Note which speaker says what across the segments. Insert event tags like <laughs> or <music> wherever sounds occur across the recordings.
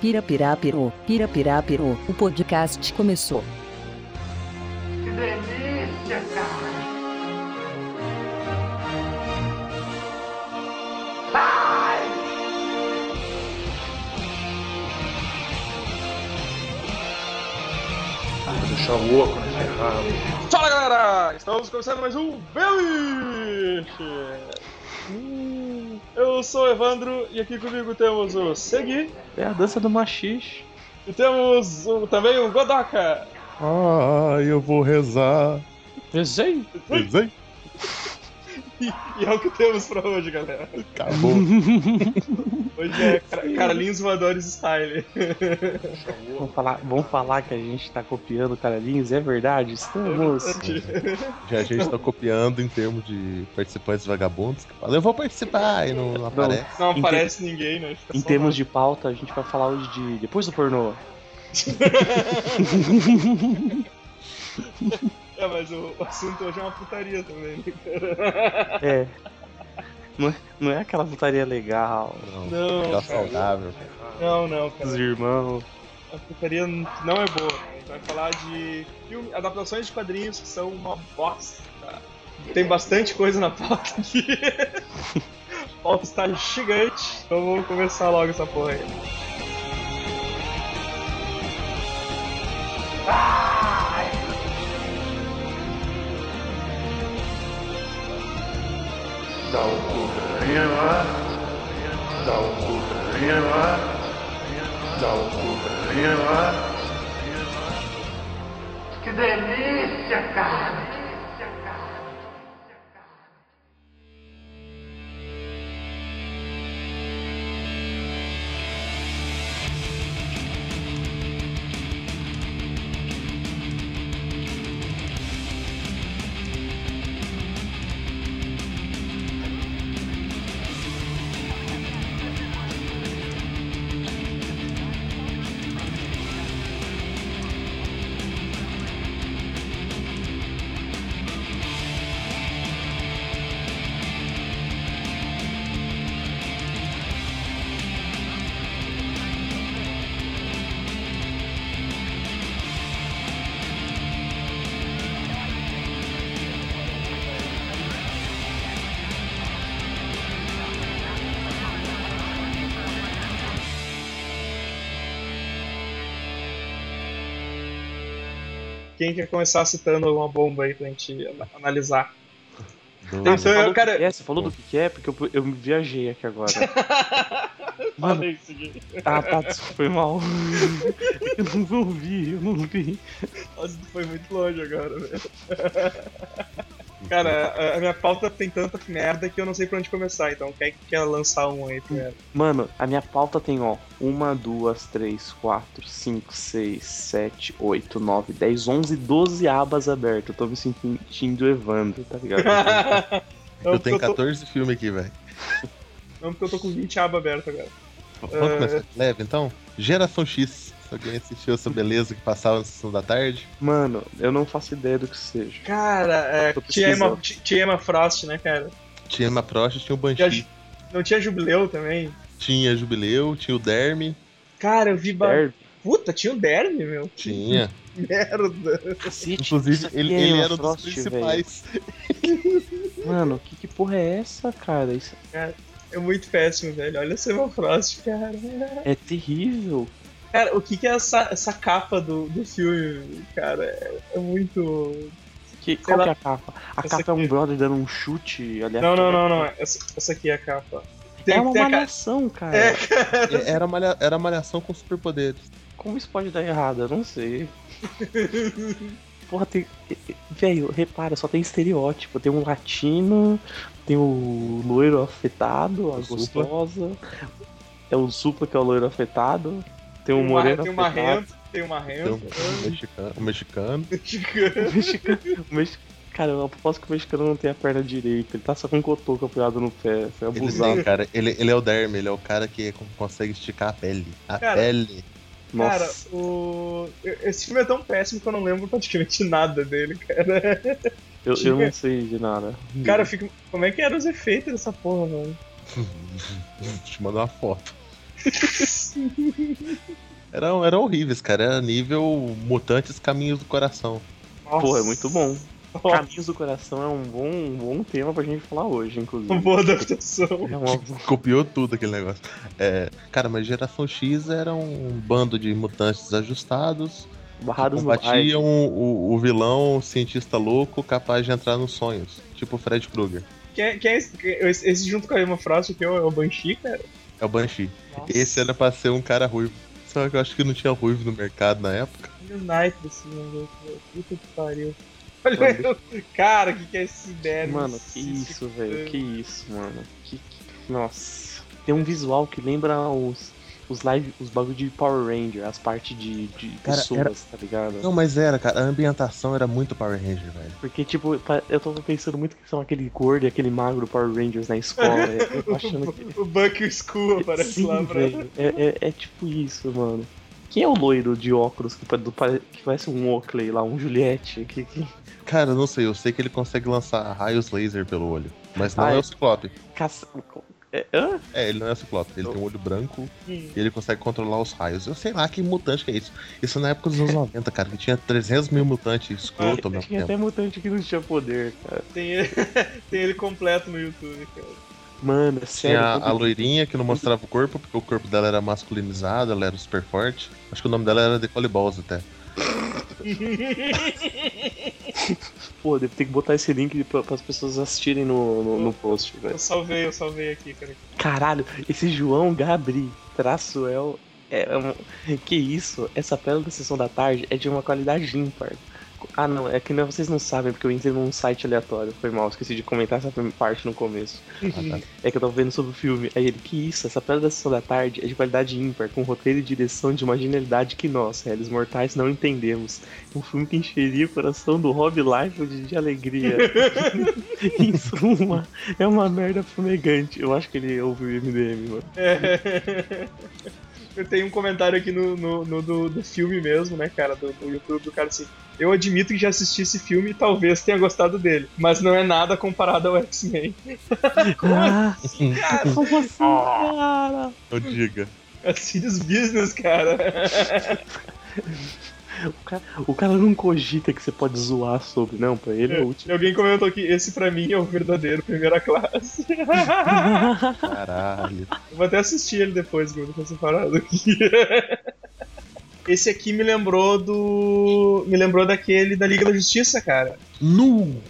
Speaker 1: Pirapirapiru, Pirapirapiru, o podcast começou.
Speaker 2: Que delícia, cara! Vai!
Speaker 3: Deixar louco, né? Ferrado.
Speaker 4: Fala galera! Estamos começando mais um Beliche! Hum, Eu sou o Evandro e aqui comigo temos o Segui
Speaker 3: É a dança do machixe.
Speaker 4: e temos o- também o Godoka!
Speaker 5: Ah, eu vou rezar.
Speaker 3: Desenho.
Speaker 5: Rezei,
Speaker 4: E, e é o que temos pra hoje, galera.
Speaker 5: acabou.
Speaker 4: Hoje é Car- Carlinhos Voadores Style.
Speaker 3: Vão falar, vão falar que a gente tá copiando o Carlinhos, é verdade? Estamos.
Speaker 5: Já a gente tá copiando em termos de participantes vagabundos que falam, eu vou participar e não, não aparece.
Speaker 4: Não
Speaker 3: Em
Speaker 4: aparece ninguém, né? Fica
Speaker 3: Em
Speaker 4: só
Speaker 3: termos de pauta, a gente vai falar hoje de depois do pornô.
Speaker 4: nós. É, mas o assunto hoje é uma putaria também. né?
Speaker 3: É. Não é, não é aquela putaria legal.
Speaker 5: Não,
Speaker 4: Não, cara.
Speaker 5: fica saudável.
Speaker 4: Não, não, cara.
Speaker 3: Os irmãos.
Speaker 4: A putaria n- não é boa. A gente vai falar de filme, adaptações de quadrinhos que são uma bosta. tá? Tem bastante coisa na pauta aqui. <laughs> A pauta está gigante. Então vamos começar logo essa porra aí.
Speaker 2: Dá o cu pra mim agora. Dá o cu pra mim agora. Dá o cu pra mim agora. Que delícia, cara!
Speaker 4: Quem quer começar citando alguma bomba aí pra gente ana- analisar?
Speaker 5: Não,
Speaker 4: Então,
Speaker 3: Você falou
Speaker 4: eu, cara,
Speaker 3: do que é? Você falou do que é? Porque eu, eu me viajei aqui
Speaker 4: <laughs>
Speaker 3: agora. Mano,
Speaker 4: falei isso aqui.
Speaker 3: ah, tá, desculpa, foi mal. <laughs> Eu não ouvi, eu não vi.
Speaker 4: Nossa, tu foi muito longe agora, velho. <laughs> Cara, a- a minha pauta tem tanta merda que eu não sei pra onde começar. Então, quem é que quer lançar um aí primeiro?
Speaker 3: Mano, a minha pauta tem, ó, 1, 2, 3, 4, 5, 6, 7, 8, 9, 10, 11, 12 abas abertas. Eu tô me sentindo Evandro, tá
Speaker 4: <laughs>
Speaker 3: ligado?
Speaker 4: Não,
Speaker 5: eu
Speaker 4: porque
Speaker 5: tenho
Speaker 4: tá eu tô,
Speaker 5: 14 filmes aqui, velho.
Speaker 4: não, porque eu tô com 20 abas abertas agora.
Speaker 5: Vamos começar de leve então? Geração X. Se alguém assistiu essa beleza que passava na sessão da tarde,
Speaker 3: Mano, eu não faço ideia do que seja.
Speaker 4: Cara, é,
Speaker 3: Tô
Speaker 4: tinha, Emma,
Speaker 3: pesquisando.
Speaker 4: ti- tinha Emma Frost, né, cara?
Speaker 5: tinha uma Prost, tinha o
Speaker 4: Tinha
Speaker 5: Banshee,
Speaker 4: Ju- não tinha Jubileu também?
Speaker 5: tinha Jubileu, tinha o Derme,
Speaker 4: Cara, eu vi... Ba...
Speaker 3: Derby?
Speaker 4: Puta, tinha o Derby, meu.
Speaker 5: tinha.
Speaker 4: Merda.
Speaker 3: Cacete, isso
Speaker 5: Inclusive,
Speaker 3: aqui
Speaker 5: ele,
Speaker 3: é
Speaker 5: ele
Speaker 3: Emma
Speaker 5: era um dos
Speaker 3: Frost,
Speaker 5: principais.
Speaker 3: velho. Mano, que, que porra é essa, cara? Isso
Speaker 4: É muito péssimo, velho. Olha essa Emma Frost, cara.
Speaker 3: é terrível.
Speaker 4: Cara, o que que é essa, essa capa do, do filme, cara? É, é muito...
Speaker 3: Que, qual
Speaker 4: lá.
Speaker 3: que é a capa? A
Speaker 4: Essa
Speaker 3: capa é um
Speaker 4: aqui.
Speaker 3: brother dando um chute
Speaker 4: Não,
Speaker 3: aleatório.
Speaker 4: não, não, não. Essa, essa aqui é a capa. Tem,
Speaker 3: É uma
Speaker 4: tem a ca-
Speaker 3: malhação, cara.
Speaker 4: É.
Speaker 5: Era, malha, era malhação com superpoderes.
Speaker 3: Como isso pode dar errado? Eu não sei. <laughs> Porra, tem. Velho, repara, só tem estereótipo. Tem um latino, tem o loiro afetado, a
Speaker 5: Supla.
Speaker 3: gostosa. É o supla que é o loiro afetado. Tem o
Speaker 4: tem uma-
Speaker 3: moreno
Speaker 4: Tem uma
Speaker 3: afetado.
Speaker 4: renta, tem uma
Speaker 5: Tem um,
Speaker 4: renta.
Speaker 5: um mexicano, um mexicano.
Speaker 3: <laughs> O mexicano, o mexi- Cara, eu aposto que o mexicano não tem a perna direita. Ele tá só com um cotoco apoiado no pé. Foi
Speaker 5: Ele,
Speaker 3: abusado.
Speaker 5: tem, cara, ele, ele é o derme, ele é o cara que con- consegue esticar a pele. A
Speaker 4: Cara,
Speaker 5: pele.
Speaker 3: Nossa.
Speaker 4: Cara, o... esse filme é tão péssimo que eu não lembro praticamente <laughs> nada dele, cara.
Speaker 3: eu, eu
Speaker 4: tinha-
Speaker 3: não sei de nada.
Speaker 4: Cara, eu fico... como é que eram os efeitos dessa porra, mano?
Speaker 5: Te mandar uma foto. Eram, eram horríveis, cara. Era nível Mutantes Caminhos do Coração.
Speaker 3: Porra, é muito bom. Caminhos do Coração é um bom, um bom tema pra gente falar hoje, inclusive.
Speaker 4: <laughs> Uma boa adaptação.
Speaker 3: É uma
Speaker 5: Copiou tudo aquele negócio. É, cara, mas Geração X era um bando de mutantes ajustados que
Speaker 3: barrada
Speaker 5: combatiam o, o vilão cientista louco capaz de entrar nos sonhos. Tipo o Fred Krueger.
Speaker 4: Quem, quem é esse, quem- esse, esse junto com a Emma Frost que é o, é o Banshee, cara?
Speaker 5: É o Banshee. Esse era pra ser um cara ruivo. Só que eu acho que não tinha ruivo no mercado na época.
Speaker 4: Olha o Nitro, assim, mano. Puta que pariu. Olha, cara, o que, que é esse tipo ideia?
Speaker 3: Mano, que isso, velho. Que isso, mano. Que, que- Nossa. Tem um visual que lembra os, os live, os bagulho de Power Ranger, as partes de, de
Speaker 5: Cara,
Speaker 3: pessoas, tá ligado?
Speaker 5: Não, mas era, cara. A ambientação era muito Power Ranger, velho.
Speaker 3: Porque, tipo, pa- eu tava pensando muito que são aquele gordo e aquele magro Power Rangers na escola. eu tô achando que.
Speaker 4: <laughs> O Buck School aparece
Speaker 3: Sim,
Speaker 4: lá pra.
Speaker 3: velho. É, é- é tipo isso, mano. Quem é o loiro de óculos que, pa- do pare- que parece um Oakley lá, um Juliette? Que, que-
Speaker 5: Cara, eu não sei. Eu sei que ele consegue lançar raios laser pelo olho. Mas não
Speaker 3: Ah,
Speaker 5: é
Speaker 3: é.
Speaker 5: o Ciclope.
Speaker 3: caça- é- hã?
Speaker 5: É, ele não é o Ciclope. Ele
Speaker 3: Eu-
Speaker 5: tem um olho branco
Speaker 4: Hum.
Speaker 5: e ele consegue controlar os raios. Eu sei lá que mutante que é isso. Isso na época dos anos 90, cara, que tinha 300 mil mutantes escroto ao mesmo
Speaker 3: Ah, Tinha
Speaker 5: tempo.
Speaker 3: até mutante que não tinha poder, cara.
Speaker 4: Tem ele, <laughs> tem ele completo no YouTube, cara.
Speaker 3: Mano, é
Speaker 5: Tinha
Speaker 3: sério.
Speaker 5: a,
Speaker 3: quando-
Speaker 5: a loirinha que não mostrava o corpo, porque o corpo dela era masculinizado, ela era super forte. Acho que o nome dela era Decole Balls até.
Speaker 3: Pô, deve ter que botar esse link pra, pras pessoas assistirem no, no, no post, velho.
Speaker 4: Eu salvei, eu salvei aqui, cara.
Speaker 3: Caralho, esse João Gabri, traço El. É, é um- que isso? Essa pérola da sessão da tarde é de uma qualidade ímpar. Ah, não, é que não, vocês não sabem, porque eu entrei num site aleatório. Foi mal, esqueci de comentar essa parte no começo.
Speaker 5: Ah, tá.
Speaker 3: É que eu tava vendo sobre o filme. Aí ele, que isso? Essa pérola da sessão da tarde é de qualidade ímpar, com roteiro e direção de uma genialidade que nós, réis mortais, não entendemos. Um filme que encheria o coração do Rob Liefeld de
Speaker 5: <laughs>
Speaker 3: alegria. em suma, é uma merda fumegante. Eu acho que ele ouviu o MDM, mano.
Speaker 4: É. Eu tenho um comentário aqui no, no- no do, do filme mesmo, né, cara, do, do YouTube do cara assim. Eu admito que já assisti esse filme e talvez tenha gostado dele, mas não é nada comparado ao X-Men. <laughs>
Speaker 3: Ah, como assim, cara?
Speaker 5: Não diga.
Speaker 4: É Sirius Business, cara.
Speaker 3: O cara, o cara não cogita que você pode zoar sobre, não, pra ele é
Speaker 4: <laughs>
Speaker 3: útil.
Speaker 4: E alguém comentou aqui, esse pra mim é o verdadeiro primeira classe. <laughs>
Speaker 5: Caralho.
Speaker 4: Eu vou até assistir ele depois, Bruno, com essa parada aqui. <laughs> Esse aqui me lembrou do. Me lembrou daquele da Liga da Justiça, cara. <laughs>
Speaker 5: Nu!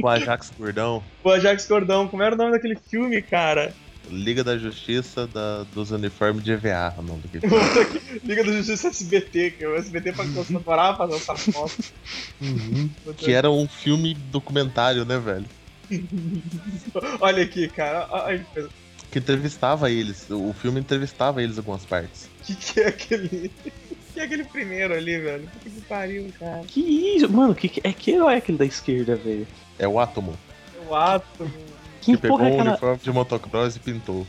Speaker 5: O Ajax Gordão,
Speaker 4: O Ajax Gordão, como era o nome daquele filme, cara?
Speaker 5: Liga da Justiça da- dos Uniformes de EVA, o nome daquele.
Speaker 4: <laughs> Liga da Justiça SBT, que o SBT pra parar fazer um essa foto.
Speaker 5: Uhum. Que era um filme documentário, né, velho?
Speaker 4: Olha aqui, cara. Ai, meu, o
Speaker 5: Que entrevistava eles. O filme entrevistava eles em algumas partes.
Speaker 4: que, que é aquele. O que é aquele primeiro ali, velho? Puta que pariu, cara.
Speaker 3: Que isso? Mano, que, que- é que herói é aquele da esquerda, velho?
Speaker 5: É o Átomo,
Speaker 4: O ato.
Speaker 3: Que
Speaker 5: que pegou
Speaker 3: porra é
Speaker 5: um
Speaker 3: aquela,
Speaker 5: uniforme de motocross e pintou.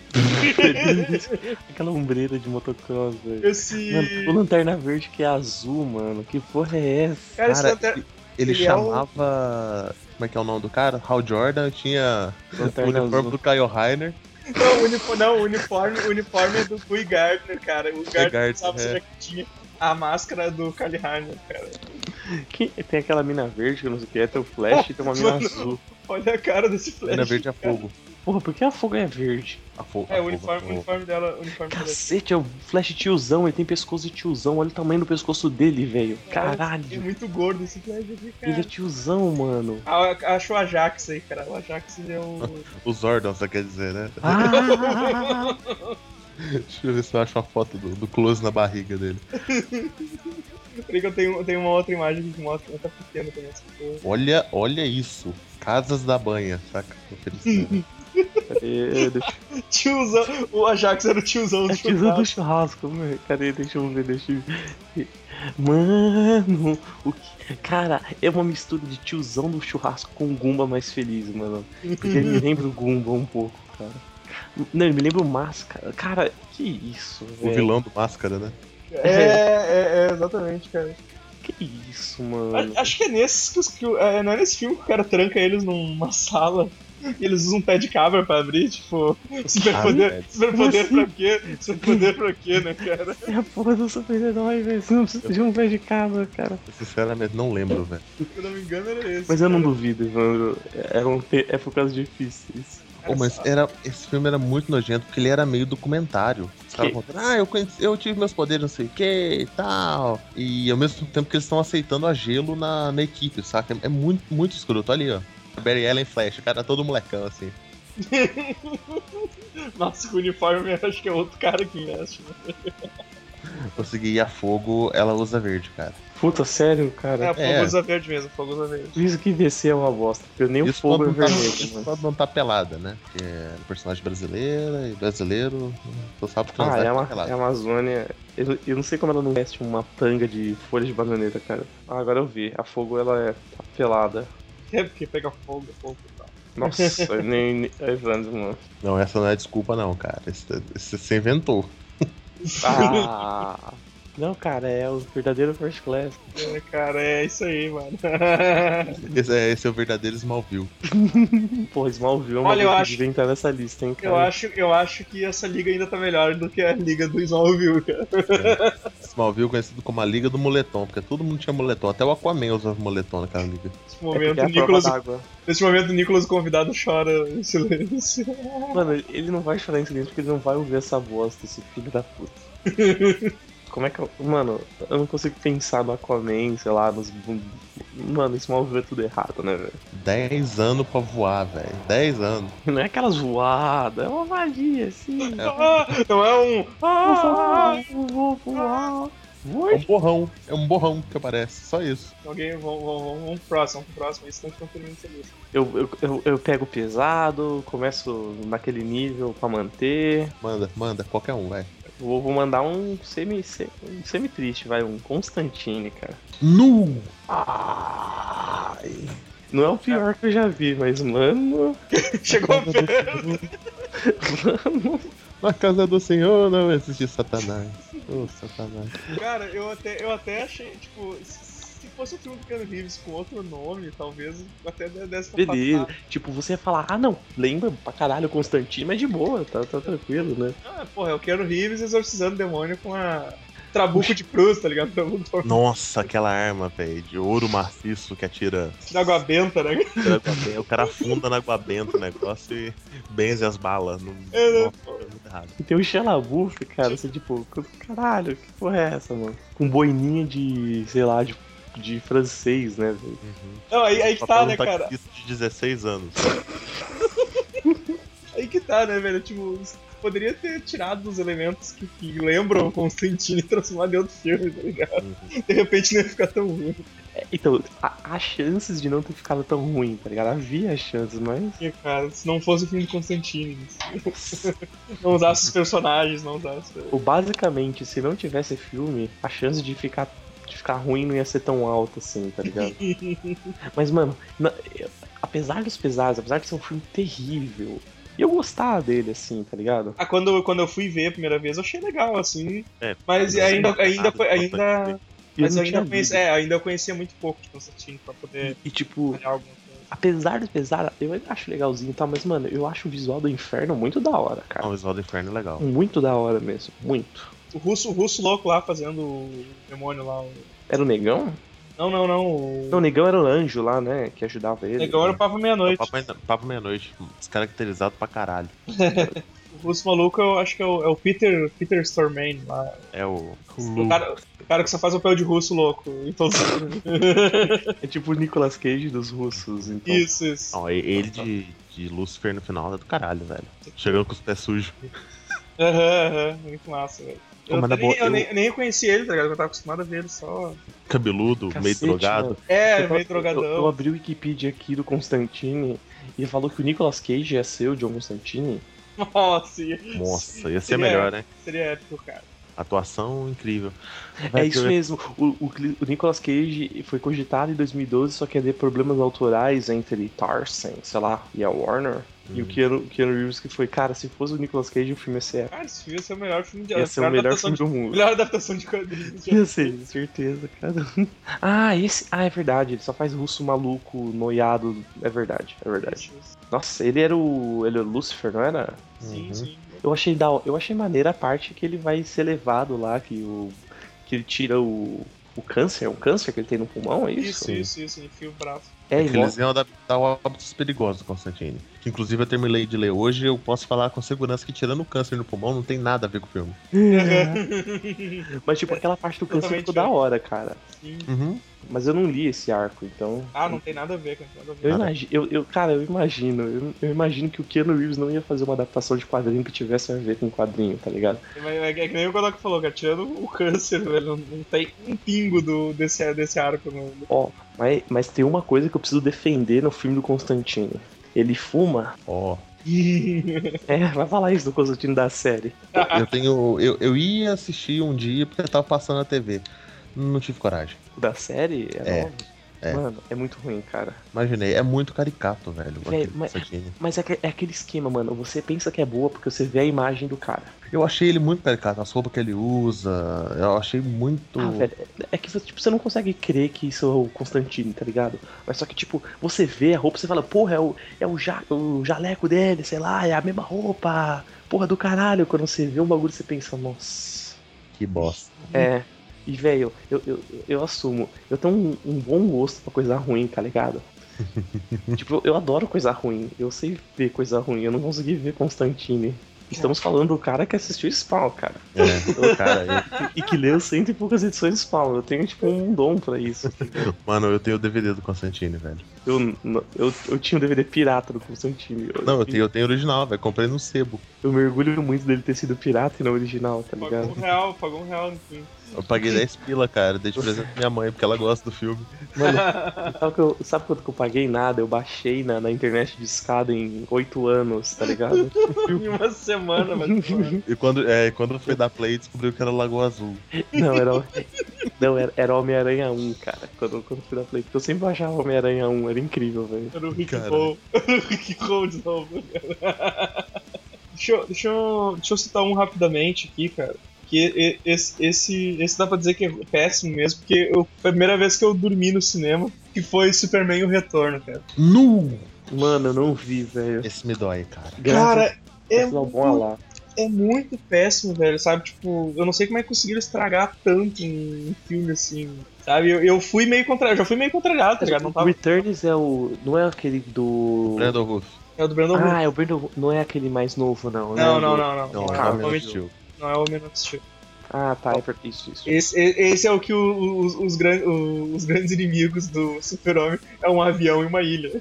Speaker 3: <laughs> aquela ombreira de motocross, velho?
Speaker 4: Esse.
Speaker 3: Mano, o Lanterna Verde que é azul, mano. Que porra é essa?
Speaker 4: Cara, esse
Speaker 5: Cara,
Speaker 4: lanterna-
Speaker 5: Ele,
Speaker 4: Ele é o-
Speaker 5: chamava. Como é que é o nome do cara? Hal Jordan tinha o
Speaker 3: Lanterna
Speaker 5: uniforme
Speaker 3: azul.
Speaker 5: do Kyle Rainer.
Speaker 4: Não, o uniforme, não, o uniforme, o uniforme é do Guy Gardner, cara. O Gardner
Speaker 5: Gardner,
Speaker 4: sabe
Speaker 5: é.
Speaker 4: é. que tinha a máscara do Kali Harner, cara.
Speaker 3: Que- tem aquela mina verde, que eu não sei o que é, tem o Flash e tem uma mina
Speaker 4: Mano.
Speaker 3: azul.
Speaker 4: Olha a cara desse
Speaker 5: Lanterna
Speaker 4: Flash.
Speaker 5: verde a fogo.
Speaker 3: Porra, por que a fogo é verde?
Speaker 5: A fogo.
Speaker 4: É,
Speaker 5: a
Speaker 4: o uniforme,
Speaker 5: fogo,
Speaker 4: o
Speaker 5: a fogo.
Speaker 4: uniforme dela, o uniforme dela.
Speaker 3: Cacete, é o Flash tiozão, ele tem pescoço de tiozão. Olha o tamanho do pescoço dele, velho.
Speaker 4: É
Speaker 3: Caralho.
Speaker 4: muito gordo esse Flash aqui,
Speaker 3: Ele é
Speaker 4: cara.
Speaker 3: tiozão,
Speaker 4: <laughs>
Speaker 3: mano.
Speaker 4: Ah, Acho o Ajax aí, cara. O Ajax ele é
Speaker 3: <laughs>
Speaker 4: o.
Speaker 5: O Zordon, você quer dizer, né? <laughs>
Speaker 3: Ah,
Speaker 5: Deixa eu ver se eu acho uma foto do, do close na barriga dele.
Speaker 4: Peraí que eu tenho, eu tenho uma outra imagem aqui que mostra, ela tá pequena também. essa porra.
Speaker 5: Olha, olha isso. Casas da banha, saca? Oferecendo.
Speaker 3: é, deixa-
Speaker 4: Tiozão, o Ajax era o tiozão
Speaker 3: é
Speaker 4: do
Speaker 3: tiozão do
Speaker 4: churrasco.
Speaker 3: churrasco, mano. Cara, deixa eu ver, deixa eu ver. Mano, o que... cara, é uma mistura de tiozão do churrasco com o Gumba mais feliz, mano. Porque ele me lembra o Gumba um pouco, cara. Não, ele me lembra o Máscara. Cara, que isso,
Speaker 5: o
Speaker 3: velho.
Speaker 5: vilão do máscara, né?
Speaker 4: É, é, é, exatamente, cara.
Speaker 3: Que isso, mano.
Speaker 4: A- Acho que é nesses que os. que o- É, não é nesse filme que o cara tranca eles numa sala E eles usam um pé de cabra pra abrir, tipo, superpoder.
Speaker 5: velho.
Speaker 4: Superpoder
Speaker 3: Como assim?
Speaker 4: pra quê? Superpoder pra quê, né, cara?
Speaker 3: É a porra do super-herói, velho. Você não precisa de um pé de cabra, cara.
Speaker 5: Eu sinceramente não lembro, velho.
Speaker 4: Se eu não me engano, era esse.
Speaker 3: Mas eu não
Speaker 4: cara.
Speaker 3: duvido, Evandro. É, um te- é por causa difíceis.
Speaker 5: Pô, mas era, esse filme era muito nojento, porque ele era meio documentário. Os caras contando, ah, eu, conheci- eu tive meus poderes, não sei o que e tal. E ao mesmo tempo que eles estão aceitando a gelo na, na equipe, saca? É, muito, muito escroto. Olha ali, ó. Barry Allen Flash, o cara todo molecão, assim.
Speaker 4: Nossa, com o uniforme acho que é outro cara que mexe. né?
Speaker 5: Consegui ir a fogo, ela usa verde, cara.
Speaker 3: Puta, sério,
Speaker 4: É,
Speaker 3: cara.
Speaker 4: fogo
Speaker 5: É.
Speaker 4: usa verde mesmo, fogo usa verde.
Speaker 3: Por isso que DC é uma bosta, porque nem o
Speaker 5: Isso
Speaker 3: fogo é
Speaker 5: quando não tá-
Speaker 3: vermelho,
Speaker 5: isso
Speaker 3: mano.
Speaker 5: quando não tá pelada, né? Porque é personagem brasileira e brasileiro só sabe
Speaker 3: Ah,
Speaker 5: transar
Speaker 3: é,
Speaker 5: com
Speaker 3: uma,
Speaker 5: pelada.
Speaker 3: é a Amazônia. Eu, eu não sei como ela não veste uma tanga de folhas de bananeta, cara. Ah, agora eu vi. A fogo ela é tá pelada.
Speaker 4: É porque pega fogo, fogo e tal.
Speaker 5: <laughs>
Speaker 3: Nossa, nem, nem é Evandro, mano.
Speaker 5: Não, essa não é desculpa, não, cara. Isso- isso Você inventou.
Speaker 3: Ah. <laughs> Não, cara, é o verdadeiro first class.
Speaker 4: É, cara, é isso
Speaker 3: <laughs>
Speaker 4: aí, mano.
Speaker 5: Esse é, esse é o verdadeiro Smallville.
Speaker 3: Porra, Smallville é uma
Speaker 4: Olha, eu
Speaker 3: coisa
Speaker 4: acho-
Speaker 3: que devia entrar nessa lista, hein, cara.
Speaker 4: eu, acho, eu acho que essa liga ainda tá melhor do que a liga do Smallville, cara.
Speaker 5: Smallville conhecido como a Liga do Moletom, porque todo mundo tinha moletom. Até o Aquaman usava moletom naquela liga.
Speaker 4: Nesse
Speaker 3: É porque
Speaker 4: momento,
Speaker 3: é a
Speaker 4: o Nicolas,
Speaker 3: prova d'água.
Speaker 4: nesse momento, o Nicolas convidado chora em silêncio.
Speaker 3: Mano, ele não vai chorar em silêncio porque ele não vai ouvir essa bosta, esse filho da puta.
Speaker 4: <laughs>
Speaker 3: Como é que eu. Mano, eu não consigo pensar no Aquaman, sei lá, nos. Mano, Smallville é tudo errado, né, velho?
Speaker 5: 10 anos pra voar, velho. 10 anos.
Speaker 3: Não é aquela zoada, é uma magia, assim.
Speaker 4: <laughs> Ah, não é um. Ah,
Speaker 3: Ah, eu vou voar.
Speaker 5: É um borrão. É um borrão que aparece. Só isso.
Speaker 4: Alguém, vamos, vamos, vamos, vamos pro próximo, vamos pro próximo, isso não termina essa lista.
Speaker 3: Eu, eu, eu, eu pego pesado, começo naquele nível pra manter.
Speaker 5: Manda, manda. Qualquer um, vai.
Speaker 3: Vou, vou mandar um semi, se- um semi triste, vai, um Constantine, cara.
Speaker 5: Nu!
Speaker 3: Não é o pior que eu já vi, mas, mano.
Speaker 4: <laughs> Chegou perto.
Speaker 5: Na casa do Senhor não existe Satanás. Ô, Satanás.
Speaker 4: Cara, eu até, eu até achei, tipo, se se fosse o filme do Keanu Reeves com outro nome, talvez até de- desse pra
Speaker 3: Beleza.
Speaker 4: passar.
Speaker 3: Tipo, você ia falar, ah não, lembra pra caralho o Constantino, mas de boa, tá, tá tranquilo, né?
Speaker 4: Ah, porra, é o Keanu Reeves exorcizando o demônio com a trabuco de cruz, tá ligado? Trabuco de cruz.
Speaker 5: Nossa, aquela arma, velho, de ouro maciço que atira.
Speaker 4: da água benta, né?
Speaker 5: atira água benta. O cara afunda na água benta o negócio e benze as balas. Não,
Speaker 4: É, né?
Speaker 5: Nossa, é muito errado.
Speaker 3: E tem o Xelabuf, cara, você tipo, caralho, que porra é essa, mano? Com boininha de, sei lá, de, de francês, né? velho?
Speaker 4: Não, aí, aí que
Speaker 5: Só
Speaker 4: tá,
Speaker 5: pra
Speaker 4: né,
Speaker 5: um
Speaker 4: cara?
Speaker 5: taxista de 16 anos.
Speaker 4: Aí que tá, né, velho? Tipo, poderia ter tirado os elementos que, que lembram o Constantine e transformado em outro filme, tá ligado? De repente não ia ficar tão ruim.
Speaker 3: É, Então, há há chances de não ter ficado tão ruim, tá ligado? Havia chances, mas.
Speaker 4: <laughs> E, Cara, se não fosse o filme do Constantine, não usasse os personagens, não usasse.
Speaker 3: Ou, basicamente, se não tivesse filme, a chance de ficar, de ficar ruim não ia ser tão alta assim, tá ligado?
Speaker 4: <laughs>
Speaker 3: Mas, mano, na- eu- apesar dos pesares, apesar de ser um filme terrível, eu gostava dele, assim, tá ligado?
Speaker 4: Ah, quando, quando eu fui ver a primeira vez, eu achei legal, assim.
Speaker 5: É,
Speaker 4: mas
Speaker 5: mas
Speaker 4: ainda,
Speaker 5: é
Speaker 4: ainda, foi-
Speaker 5: errado,
Speaker 4: ainda,
Speaker 3: E eu
Speaker 4: mas
Speaker 3: não
Speaker 4: eu ainda,
Speaker 3: tinha
Speaker 4: conheci,
Speaker 3: visto.
Speaker 4: é, ainda eu conhecia muito pouco de Constantino pra poder
Speaker 3: E, tipo,
Speaker 4: olhar alguma coisa.
Speaker 3: apesar dos pesares, eu ainda acho legalzinho e tal, mas, mano, eu acho o visual do inferno muito da hora, cara.
Speaker 5: Não, o Visual do Inferno é legal.
Speaker 3: Muito da hora mesmo, muito.
Speaker 4: O russo, o russo louco lá fazendo o demônio lá. o-
Speaker 3: Era o negão?
Speaker 4: Não, não, não. O...
Speaker 3: Não, o negão era o anjo lá, né? Que ajudava ele.
Speaker 4: Negão era o Papa Meia-Noite.
Speaker 5: É Papo, Meia- Papo Meia-Noite, descaracterizado pra caralho.
Speaker 4: O russo maluco eu acho que é o, é o Peter, Peter Stormain lá.
Speaker 5: É o.
Speaker 4: O cara, o cara que só faz o papel de russo louco. Então,
Speaker 3: É tipo o Nicolas Cage dos russos, então.
Speaker 4: isso, isso.
Speaker 5: Não, e- ele de, de Lucifer no final é do caralho, velho. Chegando com os pés sujos.
Speaker 4: Aham, aham. Muito massa, velho.
Speaker 5: Pô,
Speaker 4: Eu,
Speaker 5: mas na
Speaker 4: nem,
Speaker 5: boa,
Speaker 4: eu
Speaker 5: eu-
Speaker 4: nem, nem conheci ele, tá ligado? Eu tava acostumado a ver ele só.
Speaker 5: Cabeludo, meio
Speaker 3: Cacete,
Speaker 5: drogado.
Speaker 3: mano.
Speaker 4: É,
Speaker 3: Eu-
Speaker 4: meio
Speaker 3: Eu, eu
Speaker 4: drogadão.
Speaker 3: abri o Wikipedia aqui do Constantine e falou que o Nicolas Cage ia ser o John Constantine.
Speaker 4: Nossa, ia-
Speaker 5: Nossa, ia ser
Speaker 4: Seria-
Speaker 5: melhor, né?
Speaker 4: Seria épico, cara.
Speaker 5: Atuação incrível.
Speaker 3: É
Speaker 5: Vai
Speaker 3: isso
Speaker 5: ter-
Speaker 3: mesmo. O, o, Cli- o Nicolas Cage foi cogitado em 2012, só que ia ter problemas autorais entre Tarzan, sei lá, e a Warner. E o
Speaker 5: Uhum.
Speaker 3: Keanu, Keanu Reeves que foi, cara, se fosse o Nicolas Cage, o filme ia ser,
Speaker 4: Cara, esse filme ia ser o melhor filme de
Speaker 3: ia ser o melhor
Speaker 4: adaptação
Speaker 3: filme
Speaker 4: de-
Speaker 3: do mundo.
Speaker 4: melhor adaptação de
Speaker 3: <laughs>
Speaker 4: quadrinhos. de-
Speaker 3: Ia ser, certeza, cara. é <laughs> Ah, esse. Ah, é verdade. Ele só faz russo maluco, noiado. É verdade, é verdade. Nossa, ele era o. Ele era o Lucifer, não era?
Speaker 4: Sim,
Speaker 5: Uhum.
Speaker 4: sim.
Speaker 3: Eu achei da, eu achei maneira a parte que ele vai ser levado lá, que o que ele tira o, o câncer, o câncer que ele tem no pulmão, é isso?
Speaker 4: Isso, isso, isso. Enfia o braço.
Speaker 3: É,
Speaker 5: Que
Speaker 3: ele
Speaker 5: eles iam adaptar o Hábitos Perigosos, Constantine. Que inclusive eu terminei de ler hoje, eu posso falar com segurança que tirando o câncer no pulmão não tem nada a ver com o filme.
Speaker 3: É. <laughs> Mas tipo, aquela parte do câncer
Speaker 4: Totalmente
Speaker 3: ficou da hora, cara.
Speaker 4: Sim.
Speaker 5: Uhum.
Speaker 3: Mas eu não li esse arco, então.
Speaker 4: Ah, não tem nada a ver, cara. Nada a ver.
Speaker 3: Eu imagino, eu, eu- cara, eu imagino, eu, eu imagino que o Keanu Reeves não ia fazer uma adaptação de quadrinho que tivesse a ver com quadrinho, tá ligado?
Speaker 4: Mas É, é que nem o Godoka falou, cara. Tirando o câncer, velho, não tem um pingo do, desse, desse arco no. no-
Speaker 3: Ó, mas, mas tem uma coisa que eu preciso defender no filme do Constantino. Ele fuma?
Speaker 5: Ó.
Speaker 3: É, vai falar isso do Constantino da série.
Speaker 5: Eu tenho. Eu, eu ia assistir um dia porque eu tava passando na TV. Não tive coragem.
Speaker 3: Da série? É.
Speaker 5: É,
Speaker 3: novo.
Speaker 5: é.
Speaker 3: Mano, é muito ruim, cara.
Speaker 5: Imaginei. É muito caricato, velho.
Speaker 3: Velho,
Speaker 5: aquele
Speaker 3: mas-
Speaker 5: Constantine.
Speaker 3: Mas é, aque- é aquele esquema, mano. Você pensa que é boa porque você vê a imagem do cara.
Speaker 5: Eu achei ele muito caricato. As roupas que ele usa. Eu achei muito.
Speaker 3: Ah, velho, é- é que você, tipo, você não consegue crer que isso é o Constantino, tá ligado? Mas só que, tipo, você vê a roupa, você fala, porra, é o, é o, ja- o jaleco dele, sei lá, é a mesma roupa. Porra do caralho, quando você vê um bagulho, você pensa, nossa.
Speaker 5: Que bosta.
Speaker 3: É. E, velho, eu, eu, eu assumo. Eu tenho um, um bom gosto pra coisa ruim, tá ligado? tipo, eu, eu adoro coisa ruim. Eu sei ver coisa ruim. Eu não consegui ver Constantine. Estamos falando do cara que assistiu Spawn, cara.
Speaker 5: É, cara,
Speaker 3: <laughs> E que leu cento e poucas edições de Spawn. Eu tenho, tipo, um dom pra isso.
Speaker 5: eu- mano, eu tenho o DVD do Constantine, velho.
Speaker 3: Eu, n- eu, eu tinha um DVD pirata do Constantine. Eu,
Speaker 5: Não, eu tenho, eu tenho o original, velho. Comprei no sebo.
Speaker 3: eu mergulho muito dele ter sido pirata e não original, tá
Speaker 4: Pagou um
Speaker 3: ligado?
Speaker 4: real, pagou um real no filme.
Speaker 5: Eu paguei 10 pila, cara. Dei de presente pra minha mãe, porque ela gosta do filme.
Speaker 3: Sabe, que eu- sabe quanto que eu paguei? Nada. Eu baixei na, na internet de escada em oito anos, tá ligado?
Speaker 4: em uma semana,
Speaker 3: <laughs>
Speaker 4: <laughs> mas.
Speaker 5: E quando, é, quando foi dar play, descobriu que era Lagoa Azul.
Speaker 3: Não, era, não, era, era Homem-Aranha 1, cara. Quando, quando eu fui na Play. Porque eu sempre baixava Homem-Aranha 1, era incrível, velho.
Speaker 4: Era o Rick
Speaker 5: Cara.
Speaker 4: Roll. Era o Rick Roll de novo, cara. Deixa, eu- deixa, eu, deixa eu citar um rapidamente aqui, cara. Que e- e- esse, esse, esse dá pra dizer que é péssimo mesmo, porque eu- foi a primeira vez que eu dormi no cinema, que foi Superman o Retorno, cara.
Speaker 5: Nu!
Speaker 3: Mano, eu não vi, velho.
Speaker 5: Esse me dói, cara.
Speaker 4: Cara, é,
Speaker 3: graças ao bom lá.
Speaker 4: é muito péssimo, velho, sabe? Tipo, eu não sei como é que conseguiram estragar tanto um filme assim, sabe? Eu, eu fui meio contra, já fui meio contrariado, tá ligado? Não tava.
Speaker 3: Returns é o. Não é aquele do.
Speaker 5: Brandon Ruff.
Speaker 4: É o do Brandon Routh.
Speaker 3: Ah, é o Brandon. Não é aquele mais novo, não. né?
Speaker 4: Não, não, não, não.
Speaker 5: Ah, Não,
Speaker 4: Não,
Speaker 5: é
Speaker 4: é o
Speaker 5: Homem
Speaker 4: Homem-
Speaker 5: de Steel.
Speaker 4: não é o Homem of Steel.
Speaker 3: Ah, tá. É pra... Isso, isso.
Speaker 4: Esse, e- esse é o que o- o- os, os gran- o- os grandes inimigos do Super-Homem é um avião e uma ilha.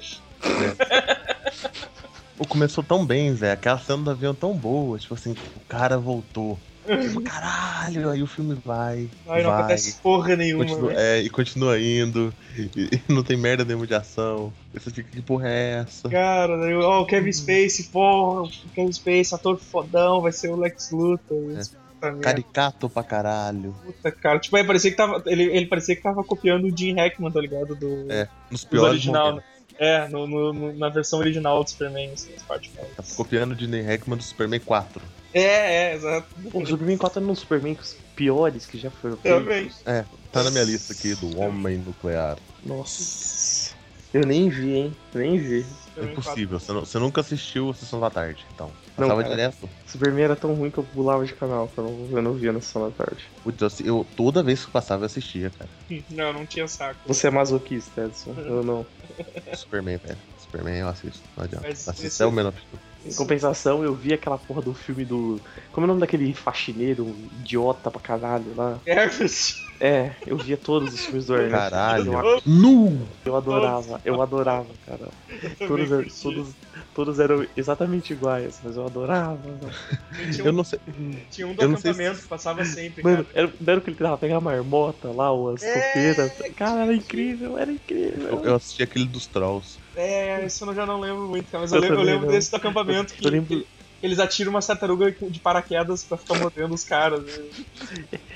Speaker 5: Pô, começou tão bem, velho. Aquela cena do avião tão boa. Tipo assim, o cara voltou. Tipo, Caralho, aí o filme vai.
Speaker 4: Aí não
Speaker 5: vai.
Speaker 4: acontece porra nenhuma.
Speaker 5: continua-
Speaker 4: né?
Speaker 5: é, e continua indo. E, e não tem merda nenhuma de ação. E Você fica, que porra é essa?
Speaker 4: Cara, daí, ó, o
Speaker 5: Uhum.
Speaker 4: Kevin Space, porra, o Kevin Space, ator fodão, vai ser o Lex Luthor.
Speaker 5: É.
Speaker 4: isso, tá puta merda,
Speaker 5: Caricato pra caralho.
Speaker 4: puta, cara. Tipo, aí parecia que tava. Ele, ele parecia que tava copiando o Jim Hackman, tá ligado? Do,
Speaker 5: É, Nos
Speaker 4: dos
Speaker 5: piores
Speaker 4: original.
Speaker 5: momentos.
Speaker 4: É, no, no- no- na versão original do Superman, assim, as partes. mais-
Speaker 5: Tá copiando o Disney Hackman do Superman 4.
Speaker 4: É, é, exato.
Speaker 3: Pô, o Superman 4 é um dos Superman piores que já foram
Speaker 4: Também.
Speaker 3: feitos.
Speaker 5: É, tá na minha lista aqui do Homem Nuclear.
Speaker 3: Nossa. Eu nem vi, hein? Nem vi.
Speaker 5: É
Speaker 4: Superman
Speaker 5: impossível, você, nu- você nunca assistiu a Sessão da Tarde, então.
Speaker 3: Não,
Speaker 5: Passava
Speaker 3: cara.
Speaker 5: direto.
Speaker 3: Superman era tão ruim que eu pulava de canal. que Eu não, eu não via na sessão da tarde.
Speaker 5: Putz, eu assi- eu, toda vez que passava eu assistia, cara.
Speaker 4: 4. Não, não tinha saco. <laughs>
Speaker 3: Você é masoquista, Edson. Eu não.
Speaker 5: Superman, velho. Superman eu assisto, não adianta.
Speaker 4: Mas
Speaker 5: Assisto
Speaker 4: esse-
Speaker 5: é o menor de tudo.
Speaker 3: Em compensação, eu vi aquela porra do filme do. Como é o nome daquele faxineiro um idiota pra caralho lá?
Speaker 4: Everest.
Speaker 3: É, eu via todos os filmes do Arnold.
Speaker 5: Caralho.
Speaker 3: Eu,
Speaker 5: Nu!
Speaker 3: eu adorava, eu adorava, cara. Todos, eram- todos, todos eram exatamente iguais, mas eu adorava.
Speaker 5: Eu não sei.
Speaker 4: Tinha um do
Speaker 5: Eu não sei se-
Speaker 4: acampamento que passava sempre,
Speaker 3: Mano,
Speaker 4: cara.
Speaker 3: era, não era que ele tentava pegar a marmota lá, ou as
Speaker 4: É,
Speaker 3: copeiras. Cara, era incrível, era incrível.
Speaker 5: Eu, eu assisti aquele dos Trolls.
Speaker 4: É, isso eu já não lembro muito, cara, mas eu,
Speaker 3: Eu
Speaker 4: lembro, eu
Speaker 3: também
Speaker 4: lembro
Speaker 3: não.
Speaker 4: desse do acampamento que,
Speaker 3: Eu lembro,
Speaker 4: que eles atiram uma tartaruga de paraquedas pra ficar mordendo os
Speaker 3: <laughs>
Speaker 4: caras. né?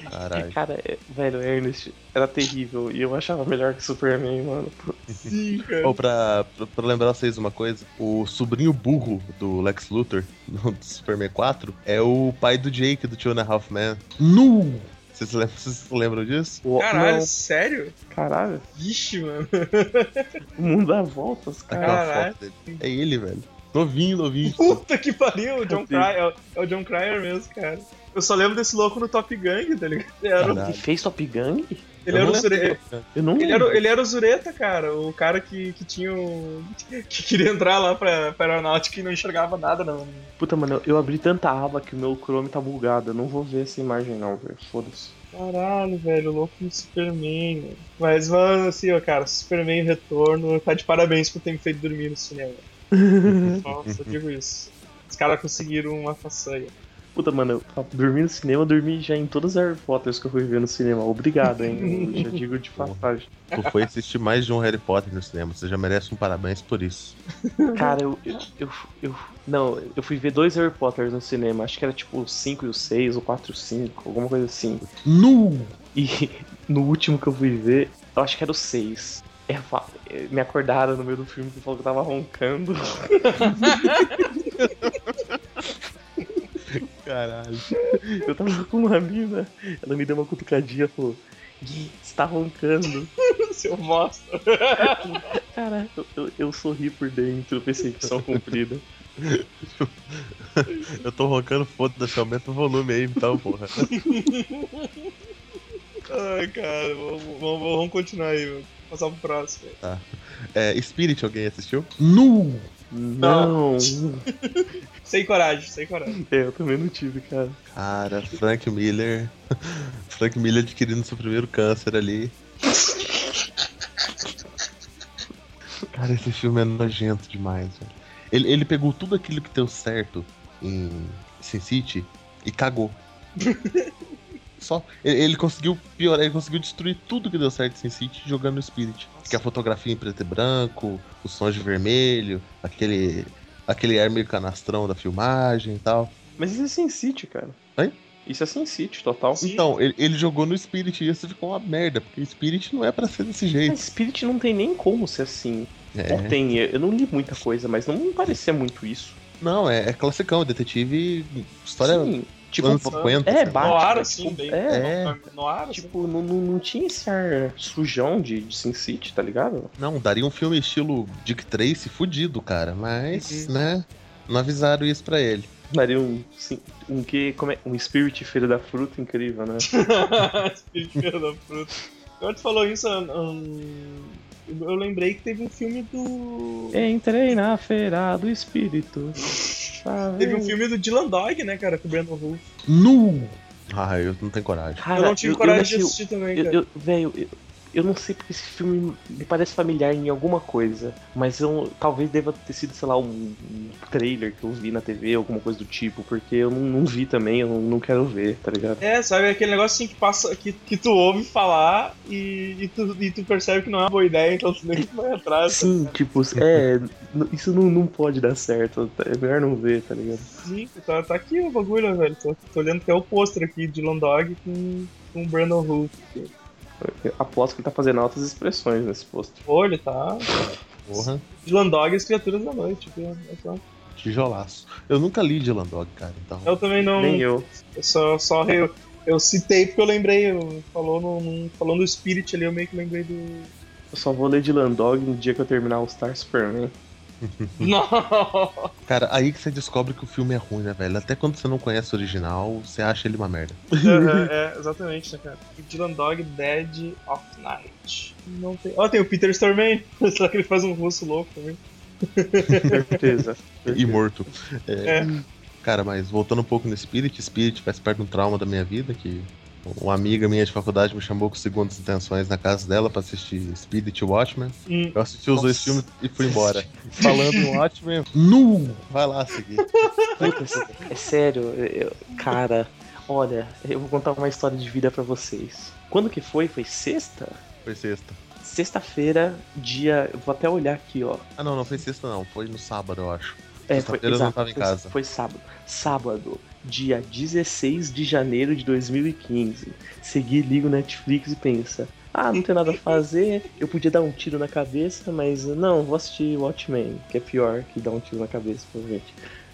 Speaker 5: Caralho.
Speaker 3: Cara, é- velho, Ernest era terrível e eu achava melhor que Superman, mano.
Speaker 4: Sim, cara.
Speaker 5: Ou pra, pra- pra lembrar vocês uma coisa, o sobrinho burro do Lex Luthor, <laughs> do Superman 4, é o pai do Jake, do Two and a Half Man. Nu! Vocês lembram, vocês lembram disso?
Speaker 3: O-
Speaker 4: Caralho,
Speaker 3: Não,
Speaker 4: sério?
Speaker 3: caralho,
Speaker 4: Vixe, mano.
Speaker 3: o mundo dá voltas, cara.
Speaker 5: Aquela
Speaker 4: Caralho.
Speaker 5: foto dele. É ele, velho. Novinho, novinho.
Speaker 4: Puta que pariu, o John
Speaker 3: Sim.
Speaker 5: Assim.
Speaker 4: Cryer. É o- é o John Cryer mesmo, cara. Eu só lembro desse louco no Top Gang, tá ligado? Ele era, o-
Speaker 5: Caralho.
Speaker 3: Ele fez Top Gun?
Speaker 4: ele
Speaker 5: Ah, Eu
Speaker 4: era
Speaker 5: não
Speaker 4: o
Speaker 5: lembro
Speaker 4: Zure-
Speaker 5: dele.
Speaker 3: Eu não
Speaker 4: Ele era, o-
Speaker 3: lembro.
Speaker 4: ele era o Zureta, cara, o cara que, que tinha o. <laughs> que queria entrar lá pra, pra aeronáutica e não enxergava nada, não.
Speaker 3: Puta, mano, eu abri tanta aba que o meu Chrome tá bugado. Eu não vou ver essa imagem, não, velho. Foda-se.
Speaker 4: Caralho, velho, o louco do Superman. mano. Mas, mano, assim, ó, cara, Superman Retorno tá de parabéns por ter me feito dormir no
Speaker 5: <laughs>
Speaker 4: cinema. Só, só digo isso. Os caras conseguiram uma façanha. <laughs>
Speaker 3: Puta, mano, eu pra dormir no cinema, eu dormi já em todas as Harry Potters que eu fui ver no cinema. Obrigado, hein? Eu já digo de passagem.
Speaker 5: Tu foi assistir mais de um Harry Potter no cinema. Você já merece um parabéns por isso.
Speaker 3: Cara, eu, eu, eu, eu- Não, eu fui ver dois Harry Potters no cinema. Acho que era tipo o 5 e o 6, ou 4 e o 5, alguma coisa assim.
Speaker 5: Nu!
Speaker 3: E <laughs> no último que eu fui ver, eu acho que era o 6. É, fa- é, me acordaram no meio do filme que falou que eu tava roncando. <laughs>
Speaker 5: Caralho.
Speaker 3: Eu tava com uma mina, ela me deu uma cutucadinha e falou: Gui, você tá roncando.
Speaker 4: Seu bosta.
Speaker 3: Cara, eu, eu, eu sorri por dentro, eu pensei que só cumprida.
Speaker 5: Eu tô roncando, foda-se, aumenta o volume aí então, porra.
Speaker 4: Ai, cara, vamos, vamos- vamos continuar aí, mano. Passar pro próximo.
Speaker 5: É, Spirit, alguém assistiu? Nu!
Speaker 3: Não! <laughs>
Speaker 4: Sem coragem, sem coragem.
Speaker 3: É, eu também não tive, cara.
Speaker 5: Cara, Frank Miller. <laughs> Frank Miller adquirindo seu primeiro câncer ali. Cara, esse filme é nojento demais, velho. Ele, ele pegou tudo aquilo que deu certo em Sin City e cagou. Só. Ele, ele conseguiu piorar, ele conseguiu destruir tudo que deu certo em Sin City jogando o Spirit. Que é a fotografia em preto e branco, os sons de vermelho, aquele. aquele ar meio canastrão da filmagem e tal.
Speaker 3: Mas isso é Sin City, cara.
Speaker 5: Hein?
Speaker 3: Isso é Sin City, total.
Speaker 4: Sim.
Speaker 5: Então, ele, ele jogou no Spirit e isso ficou uma merda, porque o Spirit não é pra ser desse
Speaker 3: Mas
Speaker 5: jeito.
Speaker 3: Spirit não tem nem como ser assim. Ou
Speaker 5: É.
Speaker 3: tem, eu não li muita coisa, mas não me parecia muito isso.
Speaker 5: Não, é, é classicão, detetive, história
Speaker 3: Sim, tipo,
Speaker 5: anos 50.
Speaker 3: é,
Speaker 5: sabe?
Speaker 3: Batman,
Speaker 4: No ar,
Speaker 3: tipo,
Speaker 4: assim, bem.
Speaker 3: é.
Speaker 4: No ar, assim.
Speaker 3: Tipo, não, não, não tinha esse ar sujão de, de Sin City, tá ligado?
Speaker 5: Não, daria um filme estilo Dick Tracy fudido, cara, mas,
Speaker 3: Uhum.
Speaker 5: né, não avisaram isso pra ele.
Speaker 3: Daria um, sim, um que, como é, um Spirit Feira da Fruta incrível, né? Tipo-
Speaker 4: <laughs> Espírito Feira da Fruta. Agora tu falou isso, hum, eu lembrei que teve um filme do.
Speaker 3: <laughs> Entrei na feira do espírito. Ah,
Speaker 4: Teve um filme do Dylan Dog, né, cara, com o Brandon Wolf.
Speaker 5: Nu! Ah, eu não tenho coragem.
Speaker 3: Cara,
Speaker 4: eu não
Speaker 3: eu-
Speaker 4: tive
Speaker 3: eu
Speaker 4: coragem
Speaker 3: achei-
Speaker 4: de assistir também,
Speaker 3: Eu,
Speaker 4: cara.
Speaker 3: eu- velho, eu, eu não sei porque esse filme me parece familiar em alguma coisa, mas eu talvez deva ter sido, sei lá, um, um trailer que eu vi na TV, alguma coisa do tipo, porque eu não, não vi também, eu não, não quero ver, tá ligado?
Speaker 4: É, sabe, é aquele negócio assim que passa, que, que tu ouve falar e, e, tu, e tu percebe que não é uma boa ideia, então tu nem vai atrás. tá
Speaker 3: Sim, tipo, é, n- isso não, não pode dar certo, tá? é melhor não ver, tá ligado?
Speaker 4: Sim, tá, tá aqui o bagulho, velho. Tô, tô olhando até o pôster aqui de Dylan Dog com, com o Brandon Wolf.
Speaker 3: Eu aposto que ele tá fazendo altas expressões nesse posto.
Speaker 4: Olha, tá.
Speaker 5: Porra,
Speaker 4: Dylan Dog e as criaturas da noite. viu? É só-
Speaker 5: tijolaço. Eu nunca li Dylan Dog, cara, então.
Speaker 4: Eu também não.
Speaker 3: Nem eu.
Speaker 4: Eu só, só eu, eu citei porque eu lembrei, eu- falou no, no- falando do Spirit ali, eu meio que lembrei <laughs> do.
Speaker 3: Eu só vou ler de Landog no dia que eu terminar o Star Superman.
Speaker 4: Não!
Speaker 5: Cara, aí que você descobre que o filme é ruim, né, velho? Até quando você não conhece o original, você acha ele uma merda.
Speaker 4: é, é, exatamente, né, cara? Dylan Dog Dead of Night. Não tem. Ó, tem o Peter Storman. <laughs> Será que ele faz um russo louco também?
Speaker 3: Certeza.
Speaker 5: e morto. É.
Speaker 4: É.
Speaker 5: Cara, mas voltando um pouco no Spirit, Spirit faz parte de um trauma da minha vida, que uma amiga minha de faculdade me chamou com segundas intenções na casa dela pra assistir Spirit e Watchmen.
Speaker 4: Hum.
Speaker 5: Eu assisti os
Speaker 3: Nossa.
Speaker 5: dois filmes e fui embora. <laughs> Falando em Watchmen, nu! Vai lá seguir.
Speaker 3: Puta, é sério, eu- cara, olha, eu vou contar uma história de vida pra vocês. Quando que foi? Foi sexta?
Speaker 5: Foi sexta.
Speaker 3: Sexta-feira, dia. eu Vou até olhar aqui, ó.
Speaker 5: Ah, não, não foi sexta não, foi no sábado, eu acho.
Speaker 3: É, foi,
Speaker 5: Sexta-feira eu não
Speaker 3: exato,
Speaker 5: tava em
Speaker 3: foi-
Speaker 5: casa.
Speaker 3: foi sábado. Sábado, dia 16 de janeiro de 2015. Segui, ligo o Netflix e pensa. Ah, não tem nada a fazer, eu podia dar um tiro na cabeça, mas não, vou assistir Watchmen, que é pior que dar um tiro na cabeça, provavelmente.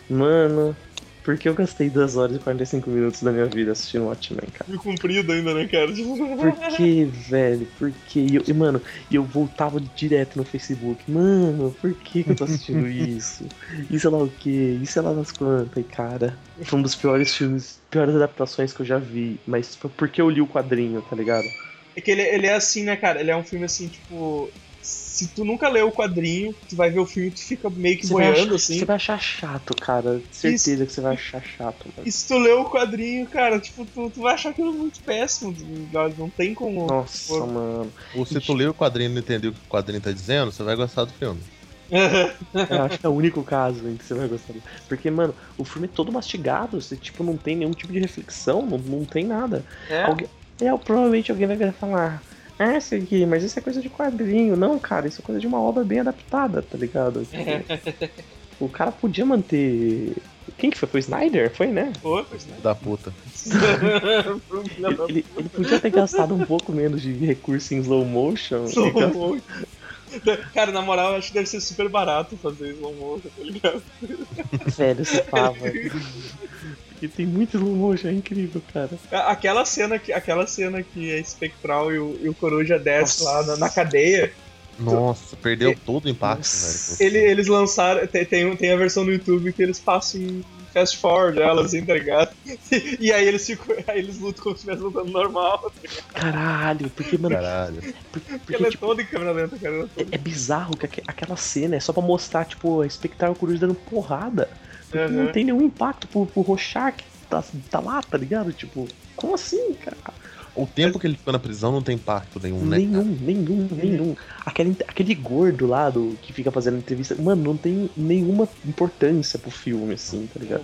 Speaker 3: Mano, por que eu gastei 2 horas e 45 minutos da minha vida assistindo Watchmen, cara?
Speaker 4: Meio comprido ainda, né, cara? <laughs>
Speaker 3: Por que, velho? Por que? E, eu- e, mano, eu voltava direto no Facebook. Mano, por que, que eu tô assistindo isso? E sei lá o que? E sei lá das quantas? E cara, foi um dos piores filmes, piores adaptações que eu já vi. Mas foi porque eu li o quadrinho, tá ligado?
Speaker 4: É que ele, ele é assim, né, cara? Ele é um filme assim, tipo. Se tu nunca leu o quadrinho, tu vai ver o filme e tu fica meio que
Speaker 3: vai
Speaker 4: boiando,
Speaker 3: achar,
Speaker 4: assim.
Speaker 3: você vai achar chato, cara. Certeza que você vai achar chato, mano.
Speaker 4: E se tu leu o quadrinho, cara, tipo, tu, tu vai achar aquilo muito péssimo. tu- Não tem como.
Speaker 3: Nossa, mano.
Speaker 5: Ou se tu lê o quadrinho e não entendeu o que o quadrinho tá dizendo, você vai gostar do filme.
Speaker 4: <laughs>
Speaker 3: Eu acho que é o único caso em que você vai gostar. dele. Porque, mano, o filme é todo mastigado. Você, tipo, não tem nenhum tipo de reflexão, não, não tem nada.
Speaker 4: É.
Speaker 3: Alguém- É, provavelmente alguém vai virar e falar. Ah, Sergi, mas isso é coisa de quadrinho. Não, cara, isso é coisa de uma obra bem adaptada, tá <laughs> ligado? Tipo, o cara podia manter. Quem que foi? Foi o Snyder? Foi, né?
Speaker 4: Outros,
Speaker 5: <laughs>
Speaker 4: né?
Speaker 5: Da puta.
Speaker 3: Ele, ele- ele podia ter gastado um pouco menos de recurso em slow motion.
Speaker 4: Slow
Speaker 3: e gastar-
Speaker 4: motion. um Cara, na moral, eu acho que deve ser super barato fazer slow motion, tá ligado?
Speaker 3: Velho, você fava. Porque tem muito slow motion, é incrível, cara.
Speaker 4: A- Aquela cena que, aquela cena que a Espectral e o, e o Coruja desce
Speaker 3: Nossa.
Speaker 4: lá na, na cadeia,
Speaker 5: Nossa, perdeu todo o impacto,
Speaker 3: Nossa.
Speaker 5: velho.
Speaker 4: ele- eles lançaram. Tem, tem, um- tem a versão no YouTube que eles passam em fast forward elas, assim, tá ligado? <laughs> E, aí eles ficam. Aí eles lutam como se estivesse lutando normal.
Speaker 3: Caralho, porque, mano,
Speaker 5: é um Caralho.
Speaker 4: Porque
Speaker 3: porque,
Speaker 4: ela é
Speaker 3: tipo,
Speaker 4: toda em câmera lenta, cara. ela é toda-
Speaker 3: é, é bizarro que aque- aquela cena é só pra mostrar, tipo, a espectáculo coruja dando porrada. Porque
Speaker 4: Uhum.
Speaker 3: não tem nenhum impacto pro, pro Rorschach que tá, tá lá, tá ligado? Tipo, como assim,
Speaker 5: Né,
Speaker 3: cara?
Speaker 5: O tempo que ele ficou na prisão não tem impacto nenhum, né?
Speaker 3: Nenhum, nenhum, nenhum. Aquele, aquele gordo lá do, que fica fazendo entrevista, mano, não tem nenhuma importância pro filme, assim, tá ligado?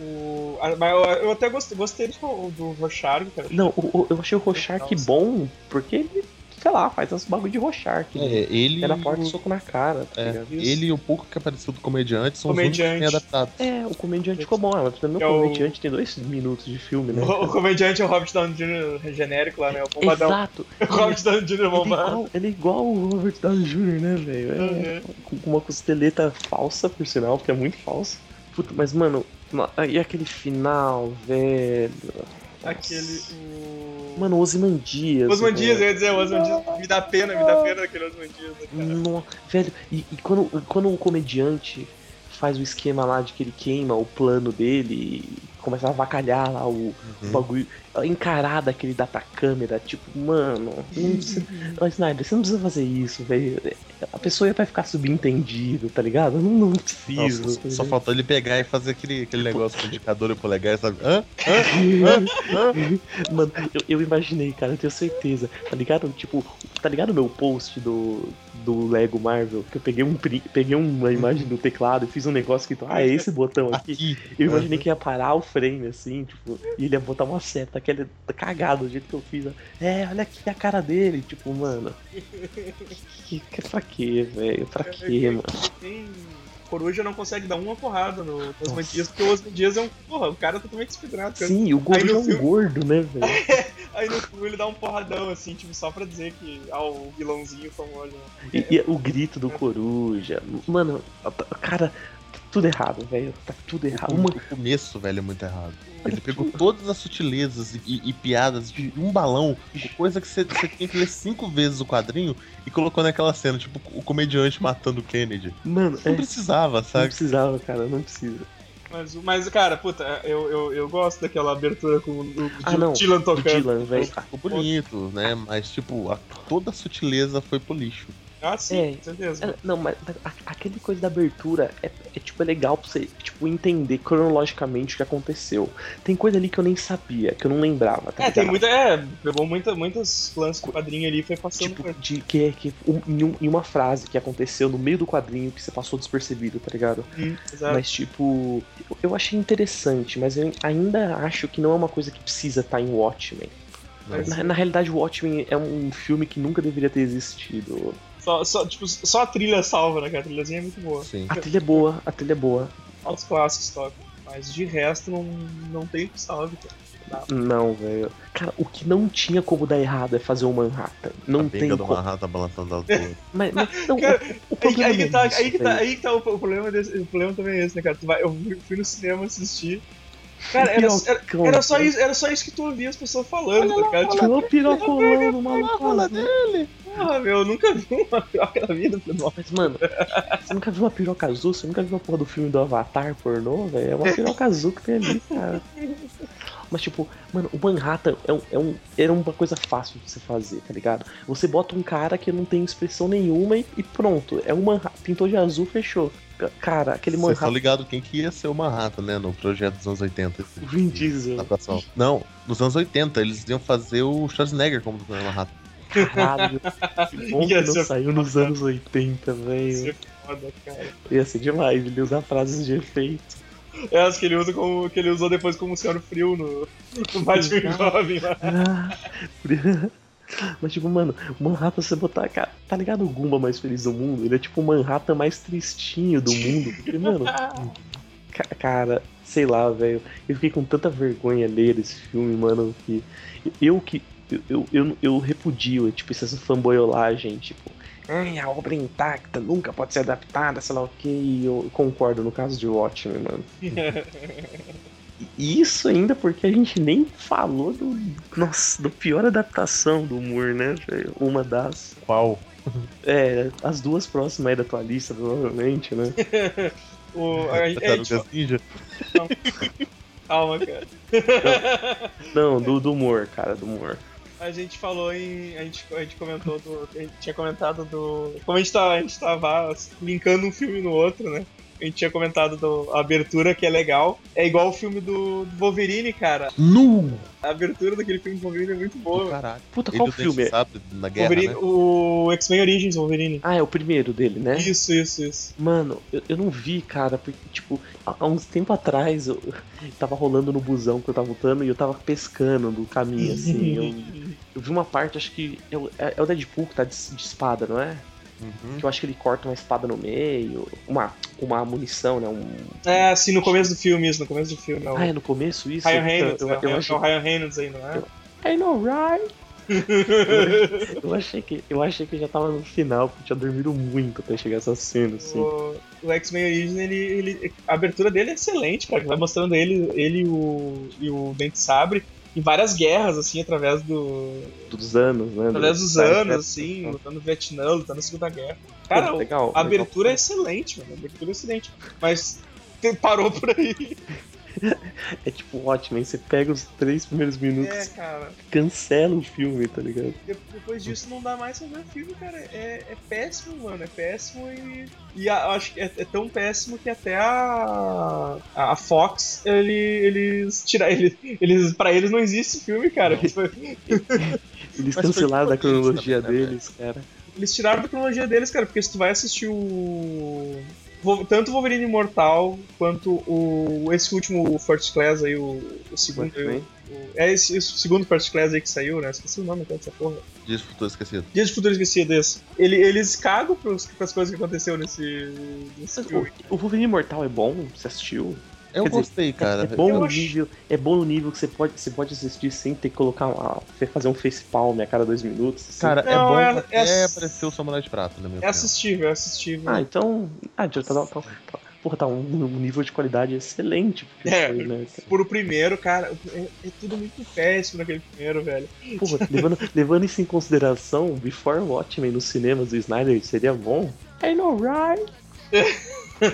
Speaker 4: O- ah, mas eu, eu até gostei, gostei do, do Rocharme, cara.
Speaker 3: Não, o- o- eu achei o Rorschach bom, porque ele, sei lá, faz uns bagulho de Rorschach.
Speaker 5: É,
Speaker 3: né?
Speaker 5: ele.
Speaker 3: Pé na porta, soco na cara, tá
Speaker 5: É,
Speaker 3: ligado?
Speaker 5: ele e o pouco que apareceu do comediante são
Speaker 4: Comediante.
Speaker 5: os únicos que têm adaptado.
Speaker 3: É, o comediante ficou bom, mas também
Speaker 4: É
Speaker 3: o
Speaker 4: o-
Speaker 3: comediante tem dois minutos de filme, né?
Speaker 4: O, o comediante é o Robert Downey Jr. genérico lá, né? O bombadão. <laughs>
Speaker 3: Exato.
Speaker 4: O Robert Downey Jr.
Speaker 3: Ele é,
Speaker 4: bombado.
Speaker 3: igual, ele é igual o Robert Downey Jr., né, velho? É, Com com uma costeleta falsa, por sinal, porque é muito falsa. Puta, mas, mano, ma- ah, e aquele final, velho? Nossa.
Speaker 4: Aquele. O...
Speaker 3: Mano, Osimandias.
Speaker 4: Osman Dias, eu ia dizer, o Osman Dias. Me dá pena, me dá pena daquele Osman Dias, né, cara?
Speaker 3: No- velho, e, e quando, quando o comediante faz o esquema lá de que ele queima o plano dele e começa a avacalhar lá o,
Speaker 5: Uhum.
Speaker 3: o bagulho, a encarada que ele dá pra câmera, tipo, mano, não precisa, Ô, Snyder, você não precisa fazer isso, velho. A pessoa vai ficar subentendido, tá ligado? Não, não precisa.
Speaker 5: Nossa,
Speaker 3: tá
Speaker 5: só
Speaker 3: ligado?
Speaker 5: faltou ele pegar e fazer aquele, aquele
Speaker 3: Tipo,
Speaker 5: negócio com o indicador e o polegar, sabe? Hã?
Speaker 3: Mano, eu, eu imaginei, cara, eu tenho certeza. Tá ligado? Tipo, tá ligado o meu post do, do Lego Marvel? Que eu peguei, um, pri- peguei uma
Speaker 4: Uhum.
Speaker 3: imagem do teclado e fiz um negócio que. Ah, é esse botão aqui.
Speaker 5: Aqui.
Speaker 3: Eu imaginei
Speaker 4: Uhum.
Speaker 3: que ia parar o frame, assim, tipo, e ele ia botar uma seta, aquele cagado do jeito que eu fiz. ó. É, olha aqui a cara dele, tipo, mano. Que, que, pra quê, velho? Pra
Speaker 4: <laughs>
Speaker 3: quê, mano?
Speaker 4: É, Tem. Coruja não consegue dar uma porrada no Osman Dias, porque o Osman Dias é um. Porra, o cara tá totalmente despedrado. cara.
Speaker 3: Sim, o gordo
Speaker 4: Aí no
Speaker 3: é um
Speaker 4: filme-
Speaker 3: gordo, né, velho?
Speaker 4: Aí no filme ele dá um porradão, assim, tipo, só pra dizer que. Ah, o vilãozinho famoso. né?
Speaker 3: E, e o grito do coruja. Mano, cara, tá tudo errado, velho. Tá tudo errado. Uma-
Speaker 5: O começo, velho, é muito errado. Ele pegou todas as sutilezas e, e- e piadas de um balão, coisa que você você tinha que ler cinco vezes o quadrinho, e colocou naquela cena, tipo, o comediante matando o Kennedy.
Speaker 3: Mano, é,
Speaker 5: Não
Speaker 3: não
Speaker 5: precisava, sabe?
Speaker 3: precisava, cara, não precisa.
Speaker 4: Mas, mas, cara, puta, eu, eu, eu gosto daquela abertura com o do
Speaker 3: Ah, não.
Speaker 4: Dylan
Speaker 3: O
Speaker 4: tocando.
Speaker 3: Dylan, velho.
Speaker 5: Ficou bonito, né? Mas, tipo, a- toda a sutileza foi pro lixo.
Speaker 4: Ah, sim,
Speaker 3: É.
Speaker 4: com certeza.
Speaker 3: É, Não, mas a- a- aquele coisa da abertura é, é, tipo é legal pra você tipo, entender cronologicamente o que aconteceu. Tem coisa ali que eu nem sabia, que eu não lembrava, tá
Speaker 4: É, tem
Speaker 3: ligado?
Speaker 4: muita. É, pegou muita, muitas lances do quadrinho ali e foi passando
Speaker 3: Tipo,
Speaker 4: por.
Speaker 3: de, que, que, um- em, um- em uma frase que aconteceu no meio do quadrinho que você passou despercebido, tá ligado?
Speaker 4: Hum, exato.
Speaker 3: Mas, tipo, eu- eu achei interessante, mas eu ainda acho que não é uma coisa que precisa estar em Watchmen.
Speaker 4: Mas-
Speaker 3: Na, na realidade, Watchmen é um filme que nunca deveria ter existido.
Speaker 4: Só, só, tipo, só a trilha salva, né, cara? A trilhazinha é muito boa.
Speaker 5: Sim.
Speaker 3: A trilha é boa, a trilha é boa.
Speaker 4: Aos clássicos top. Mas de resto, não, não tem o que salve, cara.
Speaker 3: Não, velho. Cara, o que não tinha como dar errado é fazer o Manhattan. Não
Speaker 5: a
Speaker 3: tem
Speaker 5: pinga do
Speaker 3: como.
Speaker 5: Manhattan balançando a <laughs> altura.
Speaker 3: Mas, mas não,
Speaker 4: Cara,
Speaker 3: o, o
Speaker 4: Aí,
Speaker 3: problema
Speaker 4: aí que tá,
Speaker 3: é isso,
Speaker 4: aí que tá,
Speaker 3: velho.
Speaker 4: aí que tá o, o problema desse, o problema também é esse, né, cara? Tu vai, eu fui- fui no cinema assistir. Cara, era, era,
Speaker 3: Pirocão,
Speaker 4: era só
Speaker 3: cara.
Speaker 4: isso, era só isso que tu ouvia as pessoas falando, tá, cara? Tipo,
Speaker 3: Olha
Speaker 4: <laughs>
Speaker 3: o pirocolando, maluco.
Speaker 4: porra, meu, eu nunca vi uma piroca na vida, falei, nossa.
Speaker 3: Mas, mano, você nunca viu uma piroca azul? Você nunca viu uma porra do filme do Avatar pornô, velho? É uma piroca azul que tem ali, cara. Mas, tipo, mano, o Manhattan é um, é um, era uma coisa fácil de você fazer, tá ligado? Você bota um cara que não tem expressão nenhuma e, e pronto. É um Manhattan. Pintou de azul, fechou. Cara, aquele
Speaker 5: Vocês estão
Speaker 3: Manhattan.
Speaker 5: ligados tá quem que ia ser o Manhattan, né? No projeto dos anos 80. esse-
Speaker 3: é Vin Diesel.
Speaker 5: adaptação. Não, nos anos 80 eles iam fazer o Schwarzenegger como Dr. Manhattan.
Speaker 3: Caralho. Que bom que
Speaker 4: Ia
Speaker 3: não
Speaker 4: ser-
Speaker 3: saiu nos anos 80, velho.
Speaker 4: Ia Foda, cara.
Speaker 3: Ia ser demais, ele usar frases de efeito.
Speaker 4: É as que ele usa como. que ele usou depois como senhor frio no, no Batman Jovem lá.
Speaker 3: Ah. <laughs> Mas tipo, mano, o Manhattan você botar, cara, tá ligado o Gumba mais feliz do mundo? Ele é tipo o Manhattan mais tristinho do mundo. Porque, mano, ca- cara, sei lá, velho. Eu fiquei com tanta vergonha ler esse filme, mano, que eu que eu, eu, eu, eu repudio, tipo, essa fanboyolagem, tipo, "Ai, a obra é intacta, nunca pode ser adaptada, sei lá o que, e eu concordo no caso de Watchmen, mano. E isso ainda porque a gente nem falou do. Nossa, do pior adaptação do Moore, né, velho? Uma das.
Speaker 5: Qual?
Speaker 3: É, as duas próximas aí da tua lista, provavelmente, né?
Speaker 4: O, a, a gente,
Speaker 5: Tartarugas Ninja?
Speaker 4: calma, cara.
Speaker 3: Não, do, do Moore, cara, do Moore.
Speaker 4: A gente falou em. A gente, a gente comentou do. A gente tinha comentado do. Como a gente tava, a gente tava linkando um filme no outro, né? A gente tinha comentado do, a abertura que é legal. É igual o filme do, do Wolverine, cara.
Speaker 5: Nu!
Speaker 4: A abertura daquele filme do Wolverine é muito
Speaker 5: Do
Speaker 4: boa.
Speaker 5: caralho.
Speaker 3: Puta,
Speaker 5: Ele
Speaker 3: qual
Speaker 5: do
Speaker 3: filme é?
Speaker 5: Dente Sabre na guerra,
Speaker 4: então Wolverine,
Speaker 5: né?
Speaker 4: O X-Men Origins Wolverine.
Speaker 3: Ah, é o primeiro dele, né?
Speaker 4: Isso, isso, isso.
Speaker 3: Mano, eu, eu não vi, cara, porque, tipo, há há uns tempo atrás eu <laughs> eu tava rolando no busão que eu tava lutando e eu tava pescando do caminho, assim. Eu, eu vi uma parte, acho que. É, o- é- é o Deadpool que tá de- de espada, não é?
Speaker 5: Uhum.
Speaker 3: Que eu acho que ele corta uma espada no meio, uma, uma munição, né? Um...
Speaker 4: É, assim, no começo do filme, isso, no começo do filme. Não.
Speaker 3: Ah, é no começo isso?
Speaker 4: Ryan
Speaker 3: Eu-
Speaker 4: Reynolds,
Speaker 3: eu,
Speaker 4: né?
Speaker 3: eu
Speaker 4: É
Speaker 3: achei...
Speaker 4: o Ryan Reynolds aí, não é?
Speaker 3: I know,
Speaker 4: <laughs>
Speaker 3: right? Eu achei, que, eu achei que já tava no final, porque eu tinha dormido muito até chegar essa cena, assim.
Speaker 4: O, o X-Men Origins, ele, ele- a abertura dele é excelente, cara. que Vai mostrando ele, ele e o, e o Dente Sabre em várias guerras, assim, através do.
Speaker 3: Dos anos, né?
Speaker 4: através dos
Speaker 3: Tá,
Speaker 4: anos,
Speaker 3: né? um
Speaker 4: assim, lutando no Vietnã, lutando na Segunda Guerra.
Speaker 3: Pô,
Speaker 4: Cara,
Speaker 3: legal,
Speaker 4: a
Speaker 3: legal.
Speaker 4: abertura é excelente, mano. A abertura é excelente. Mas te- parou por aí.
Speaker 3: É tipo ótimo, aí você pega os três primeiros minutos
Speaker 4: É, cara.
Speaker 3: cancela o filme, tá ligado?
Speaker 4: De- Depois disso não dá mais pra ver o filme, cara. É, é péssimo, mano. É péssimo e. E a- eu acho que é, é tão péssimo que até a. A Fox, ele, eles tira, <laughs> ele, eles. Pra eles não existe filme, cara. Tipo,
Speaker 3: Eles
Speaker 5: foi
Speaker 3: cancelaram da
Speaker 5: culpa deles
Speaker 3: cronologia
Speaker 5: também, né,
Speaker 3: deles, cara.
Speaker 4: Eles tiraram a tecnologia deles, cara, porque se tu vai assistir o. Vol- Tanto o Wolverine Imortal quanto o. esse último First Class aí, o, o segundo.
Speaker 3: Watchmen.
Speaker 4: o- é esse, esse segundo First Class aí que saiu, né? Esqueci o nome cara, dessa porra.
Speaker 5: Dias do Futuro Esquecido.
Speaker 4: Dias de Futuro Esquecido, esse. Ele, eles cagam pros, pras coisas que aconteceu nesse, nesse
Speaker 3: Mas
Speaker 4: filme.
Speaker 3: O, o Wolverine Imortal é bom? Você assistiu?
Speaker 5: Eu
Speaker 3: Quer dizer,
Speaker 5: gostei, cara.
Speaker 3: é bom
Speaker 4: eu
Speaker 3: no
Speaker 4: acho-
Speaker 3: nível, é bom no nível que você pode, você pode assistir sem ter que colocar uma, fazer um face palm a cada dois minutos. assim.
Speaker 5: Cara, é
Speaker 4: Não,
Speaker 5: bom
Speaker 4: é-
Speaker 5: até
Speaker 4: é-
Speaker 5: aparecer o Samurai de Prata, na minha
Speaker 4: É
Speaker 5: opinião.
Speaker 4: assistível, é assistível.
Speaker 3: ah, então, ah, já tá, tá- tá- porra, tá um, um nível de qualidade excelente. porque
Speaker 4: É.
Speaker 3: foi, né, cara?
Speaker 4: Por o primeiro, cara, é, é tudo muito péssimo naquele primeiro, velho.
Speaker 3: Porra, levando, levando isso em consideração, Before Watchmen nos cinemas do Snyder seria bom?
Speaker 4: É,
Speaker 3: I know, right?
Speaker 5: Não,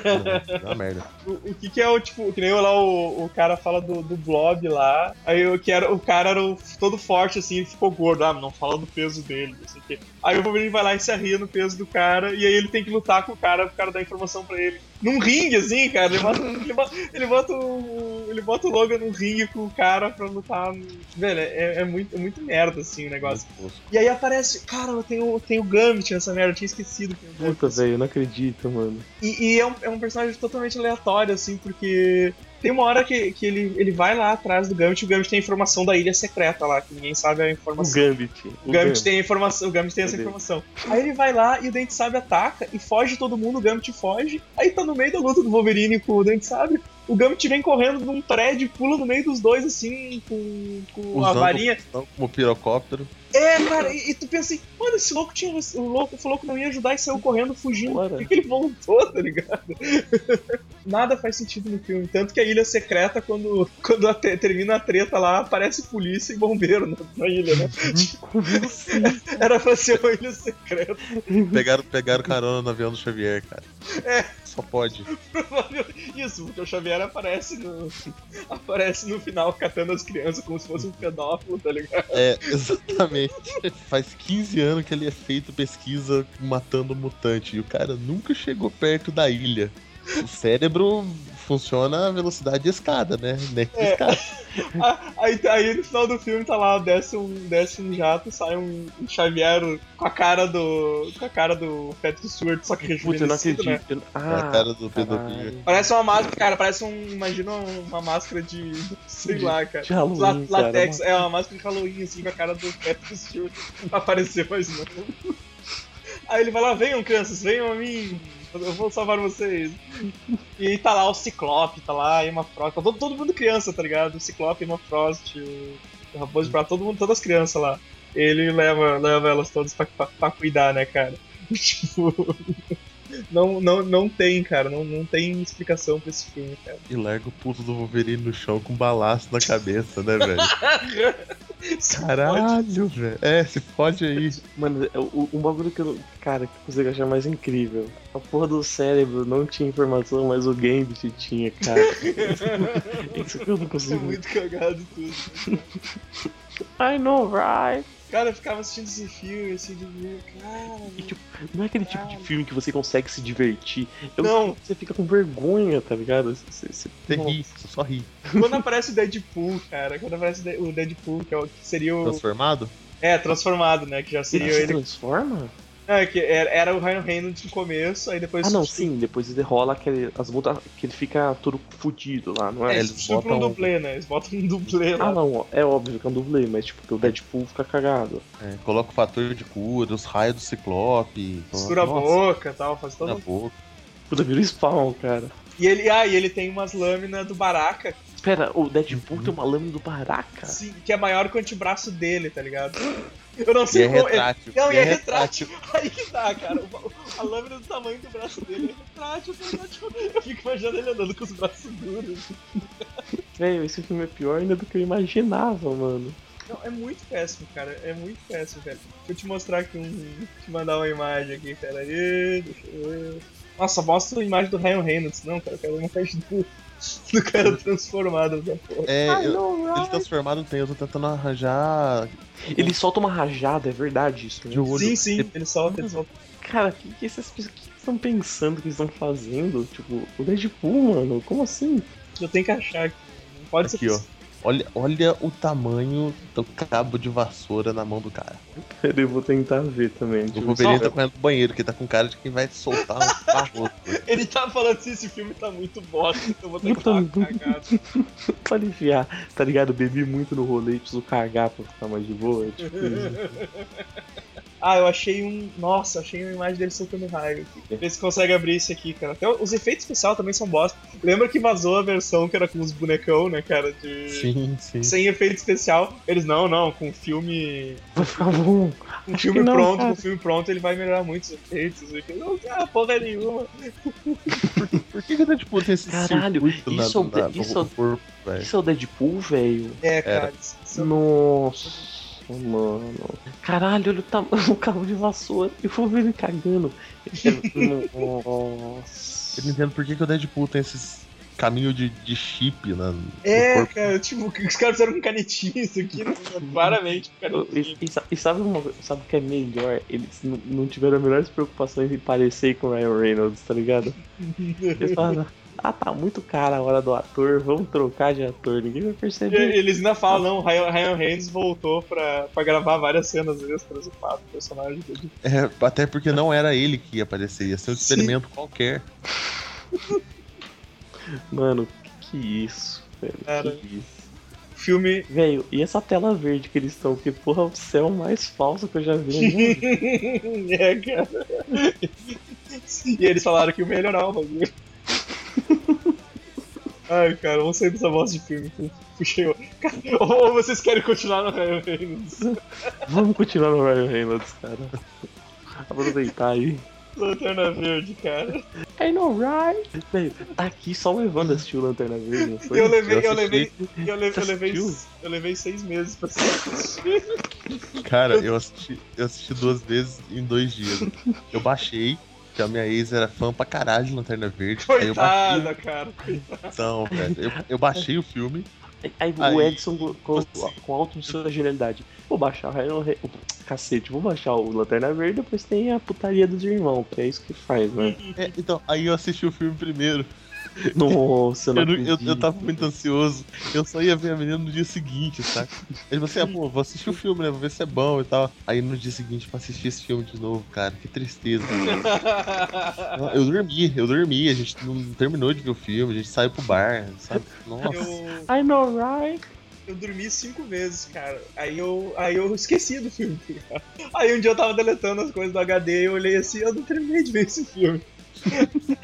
Speaker 5: é
Speaker 4: <laughs>
Speaker 5: uma merda.
Speaker 4: O, o que que é o, tipo, que nem lá o, o cara fala do, do blob lá, aí o, que era, o cara era o- todo forte, assim, ele ficou gordo, ah, não fala do peso dele, não sei o quê. Aí o Wolverine vai lá e se arria no peso do cara, e aí ele tem que lutar com o cara, o cara dá informação pra ele. Num ringue, assim, cara, ele bota, ele bota, ele bota, o, ele bota o Logan num ringue com o cara pra lutar, velho, é, é muito, é muito merda, assim, o negócio.
Speaker 5: Muito tosco.
Speaker 4: E aí aparece, cara, eu tenho, tenho o Gambit nessa merda, eu tinha esquecido que tem o
Speaker 3: É,
Speaker 4: Gambit.
Speaker 3: Puta, velho, eu não acredito, mano.
Speaker 4: E, e é, um, é um personagem totalmente aleatório, assim, porque Tem uma hora que, que ele, ele vai lá atrás do Gambit e o Gambit tem a informação da ilha secreta lá, que ninguém sabe a
Speaker 3: O
Speaker 4: informação.
Speaker 3: Gambit.
Speaker 4: O Gambit tem a informação, o Gambit tem essa
Speaker 3: Cadê?
Speaker 4: informação. Aí ele vai lá e o Dente Sabre ataca e foge todo mundo, o Gambit foge. Aí tá no meio da luta do Wolverine com o Dente Sabre. O Gambit vem correndo num prédio, pula no meio dos dois, assim, com, com a
Speaker 5: Usando-
Speaker 4: varinha.
Speaker 5: Então, como pirocóptero.
Speaker 4: É, cara, e, e tu pensa assim, mano, esse louco tinha. O louco falou que não ia ajudar e saiu correndo, fugindo.
Speaker 3: Bora. <laughs>
Speaker 4: Por que que ele voltou, tá ligado? Nada faz sentido no filme. Tanto que a ilha secreta, quando, quando a te- termina a treta lá, aparece polícia e bombeiro na, na ilha, né? <laughs> Era pra ser uma ilha secreta.
Speaker 5: Pegaram, pegaram carona no avião do Xavier, cara.
Speaker 4: É.
Speaker 5: Só pode.
Speaker 4: Isso, porque o Xavier aparece no, aparece no final catando as crianças como se fosse um pedófilo, tá ligado?
Speaker 5: É, <laughs> exatamente. Faz 15 anos que ele é feito pesquisa matando mutante. E o cara nunca chegou perto da ilha. O cérebro funciona a velocidade de escada, né? né? de
Speaker 4: É.
Speaker 5: escada.
Speaker 4: Ah, Aí, aí no final do filme tá lá, desce um, desce um jato, sai um, um Xavier com a cara do. com a cara do Patrick Stewart, só que
Speaker 3: Puta, eu não
Speaker 4: rejuvenescido,
Speaker 3: acredito. eu
Speaker 4: né?
Speaker 3: não-
Speaker 5: É
Speaker 3: Ah,
Speaker 5: a cara do Pedro
Speaker 3: caralho.
Speaker 5: Pinho.
Speaker 4: Parece uma máscara, cara, parece um. Imagina uma máscara de. sei
Speaker 3: De-
Speaker 4: lá, cara.
Speaker 3: de Halloween,
Speaker 4: La-
Speaker 3: cara,
Speaker 4: latex, é uma máscara de Halloween, assim, com a cara do Patrick Stewart aparecer mais não. Aí ele vai lá, venham crianças, venham a mim, eu vou salvar vocês. E aí tá lá o Ciclope, tá lá a Emma Frost, tá todo, todo mundo criança, tá ligado? O Ciclope, a Emma Frost, o, o Raposo de Prata, todo mundo, todas as crianças lá. Ele leva, leva elas todas pra, pra, pra cuidar, né, cara? <laughs> tipo. Não, não, não tem, cara, não, não tem explicação pra esse filme, cara.
Speaker 5: E larga o puto do Wolverine no chão com um balaço na cabeça, né, velho?
Speaker 4: <laughs>
Speaker 5: Caralho, velho. É, se fode aí.
Speaker 3: Mano, é o- um bagulho que eu. não- Cara, que eu consigo achar mais incrível. A porra do cérebro não tinha informação, mas o Gambit tinha, cara. Isso que eu não
Speaker 4: Isso é
Speaker 3: consigo.
Speaker 4: muito cagado tudo.
Speaker 3: I know, right?
Speaker 4: Cara, eu ficava assistindo esse filme, assim, de ver, cara.
Speaker 3: Não é aquele tipo de filme que você consegue se divertir. Eu-
Speaker 4: Não,
Speaker 3: Você fica com vergonha, tá ligado? Você, você-
Speaker 5: Você
Speaker 3: Nossa.
Speaker 5: ri, você só ri.
Speaker 4: quando aparece o Deadpool, cara, quando aparece o Deadpool, que, é o, que seria o.
Speaker 5: Transformado?
Speaker 4: É, transformado, né? Que já
Speaker 3: Ele
Speaker 4: seria
Speaker 3: se
Speaker 4: ele.
Speaker 3: transforma?
Speaker 4: Não, é que era, era o Ryan Reynolds no começo, aí depois.
Speaker 3: Ah, não, sim. Depois ele rola aquele, as muta... que ele fica todo fudido lá, não
Speaker 4: É,
Speaker 3: é?
Speaker 4: eles
Speaker 5: eles
Speaker 4: substituem por um
Speaker 5: botam-
Speaker 4: dublê, né? Eles botam um dublê lá.
Speaker 3: Ah, não, ó, é óbvio que é um dublê, mas tipo, que o Deadpool fica cagado.
Speaker 5: É, coloca o fator de cura, os raios do ciclope.
Speaker 4: Mistura a
Speaker 5: Nossa,
Speaker 4: boca e tal, faz todo
Speaker 5: na boca.
Speaker 3: Puta, vira spawn, cara.
Speaker 4: E ele, ah, e ele tem umas lâminas do Baraka,
Speaker 3: Espera, o Deadpool tem uma lâmina do Baraka?
Speaker 4: assim, que é maior que o antebraço dele, tá ligado? <laughs> Eu não
Speaker 5: E
Speaker 4: sei
Speaker 5: é
Speaker 4: como. ele-
Speaker 5: retrátil.
Speaker 4: Não, e
Speaker 5: é
Speaker 4: é retrátil. <laughs> Aí que tá, cara. O- A lâmina do tamanho do braço dele é retrátil, tá ligado? Tipo, Eu fico imaginando ele andando com os braços duros.
Speaker 3: Velho, esse filme é pior ainda do que eu imaginava, mano.
Speaker 4: Não, é muito péssimo, cara. É muito péssimo, velho. Deixa eu te mostrar aqui um. Te mandar uma imagem aqui, pera aí. Deixa eu ver. Nossa, mostra a imagem do Ryan Reynolds. Não, cara, eu quero uma imagem do, do cara transformado da porra.
Speaker 5: É,
Speaker 3: I
Speaker 5: eu-
Speaker 3: know, right?
Speaker 5: ele transformado tem, eu tô tentando arranjar
Speaker 3: Ele solta uma rajada, é verdade isso, né?
Speaker 5: de olho.
Speaker 4: Sim, sim, ele solta, ele solta.
Speaker 3: Cara, o que, que essas pessoas que estão pensando, que estão fazendo? Tipo, o Deadpool, mano, como assim? <laughs>
Speaker 4: Eu tenho que achar aqui. Não pode
Speaker 5: Aqui,
Speaker 4: ser
Speaker 5: ó. Olha, olha o tamanho do cabo de vassoura na mão do cara.
Speaker 3: Pera, eu vou tentar ver também.
Speaker 5: O
Speaker 3: tipo,
Speaker 5: Wolverine
Speaker 3: só-
Speaker 5: tá correndo pro banheiro, que tá com cara de quem vai soltar
Speaker 3: <laughs>
Speaker 5: um barroto.
Speaker 4: <laughs> Ele tá falando assim, esse filme tá muito bosta, então eu vou ter que
Speaker 3: Puta
Speaker 4: dar uma
Speaker 3: merda.
Speaker 4: cagada.
Speaker 3: pra aliviar, tá ligado? Eu Bebi muito no rolê, preciso cagar pra ficar mais de boa. é <laughs> Tipo, isso.
Speaker 4: Ah, eu achei um. Nossa, achei uma imagem dele soltando raio aqui. Vê se consegue abrir isso aqui, cara. Até os efeitos especiais também são bosta. Lembra que vazou a versão que era com os bonecão, né, cara? De...
Speaker 5: Sim, sim.
Speaker 4: Sem efeito especial. Eles, não, não, com o filme.
Speaker 3: vai ficar bom.
Speaker 4: Com o
Speaker 3: Acho
Speaker 4: filme
Speaker 3: que não,
Speaker 4: pronto,
Speaker 3: cara.
Speaker 4: com o filme pronto, ele vai melhorar muito os efeitos. Aqui. Não, ah, porra nenhuma.
Speaker 5: Por que que tá, tipo, tem esse
Speaker 3: Caralho,
Speaker 5: circuito na-
Speaker 3: isso é o-
Speaker 5: na- no
Speaker 3: isso é o-
Speaker 5: corpo, velho?
Speaker 3: Isso é o Deadpool, velho?
Speaker 4: É, cara. isso- isso-
Speaker 3: Nossa, mano. Caralho, olha <laughs> o tamanho do cabo de vassoura. Eu vou ver ele cagando. Nossa.
Speaker 5: Eu não entendo por que, que o Deadpool tem esses caminho de, de chip na, no
Speaker 4: É,
Speaker 5: corpo.
Speaker 4: cara, tipo, o que os caras fizeram com canetinha isso
Speaker 3: <laughs>
Speaker 4: aqui, né? Claramente, com
Speaker 3: E,
Speaker 4: canetinha.
Speaker 3: e sa- e sabe, uma, coisa- sabe o que é melhor? Eles n- não tiveram as melhores preocupações em parecer com o Ryan Reynolds, tá ligado? Eles falaram, ah, tá muito cara a hora do ator, vamos trocar de ator, ninguém vai
Speaker 4: E
Speaker 3: perceber.
Speaker 4: É, Eles ainda falam, não, o Ryan Ryan Reynolds voltou pra, pra gravar várias cenas extras e quatro personagens dele.
Speaker 5: É, até porque não era ele que ia aparecer, ia ser um
Speaker 4: Sim.
Speaker 5: experimento qualquer.
Speaker 3: Mano, que- Que isso, velho.
Speaker 4: Cara.
Speaker 3: Que isso.
Speaker 4: Filme.
Speaker 3: Velho, e essa tela verde que eles estão? Que porra, o céu mais falso que eu já
Speaker 4: <laughs>
Speaker 3: vi. né?
Speaker 4: é, cara. E eles falaram que ia melhorar o bagulho. Ai, cara, vamos sair dessa voz de filme. Puxei. o- Cara, Ou vocês querem continuar no Ryan Reynolds?
Speaker 3: Vamos continuar no Ryan Reynolds, cara. Aproveitar aí.
Speaker 4: Lanterna Verde, cara.
Speaker 3: I know, right? Velho, tá aqui só o Evandro assistiu Lanterna Verde, não foi?
Speaker 4: Eu levei,
Speaker 5: eu
Speaker 4: eu levei, eu levei, eu
Speaker 3: é, Você
Speaker 4: levei,
Speaker 3: assistiu?
Speaker 4: eu levei seis
Speaker 3: <laughs>
Speaker 4: meses pra assistir.
Speaker 5: Cara, eu assisti, eu assisti duas vezes em dois dias. Eu baixei, que a minha ex era fã pra caralho de Lanterna Verde. Aí eu baixei,
Speaker 4: Coitada, cara.
Speaker 5: então, velho, eu, eu baixei o filme.
Speaker 3: Aí o
Speaker 5: Aí,
Speaker 3: Edson com, com, com alto de sua genialidade. Vou baixar o Ryan Re- o Cacete, vou baixar o Lanterna Verde, depois tem a putaria dos irmãos, que é isso que faz, né?
Speaker 5: É, então, aí eu assisti o filme primeiro.
Speaker 3: Nossa, não
Speaker 5: Eu, não- eu- eu
Speaker 3: acredito.
Speaker 5: tava muito ansioso. Eu só ia ver a menina no dia seguinte, saca? Aí você, ah, pô, vou assistir o filme, né? Vou ver se é bom e tal. Aí no dia seguinte pra assistir esse filme de novo, cara. Que tristeza. Eu dormi, eu dormi. A gente não terminou de ver o filme, a gente saiu pro bar, sabe? Nossa.
Speaker 4: Eu,
Speaker 3: I know, right?
Speaker 4: eu dormi cinco vezes, cara. Aí eu, aí eu esqueci do filme. cara. Aí um dia eu tava deletando as coisas do HD e eu olhei assim, eu não terminei de ver esse filme. <laughs>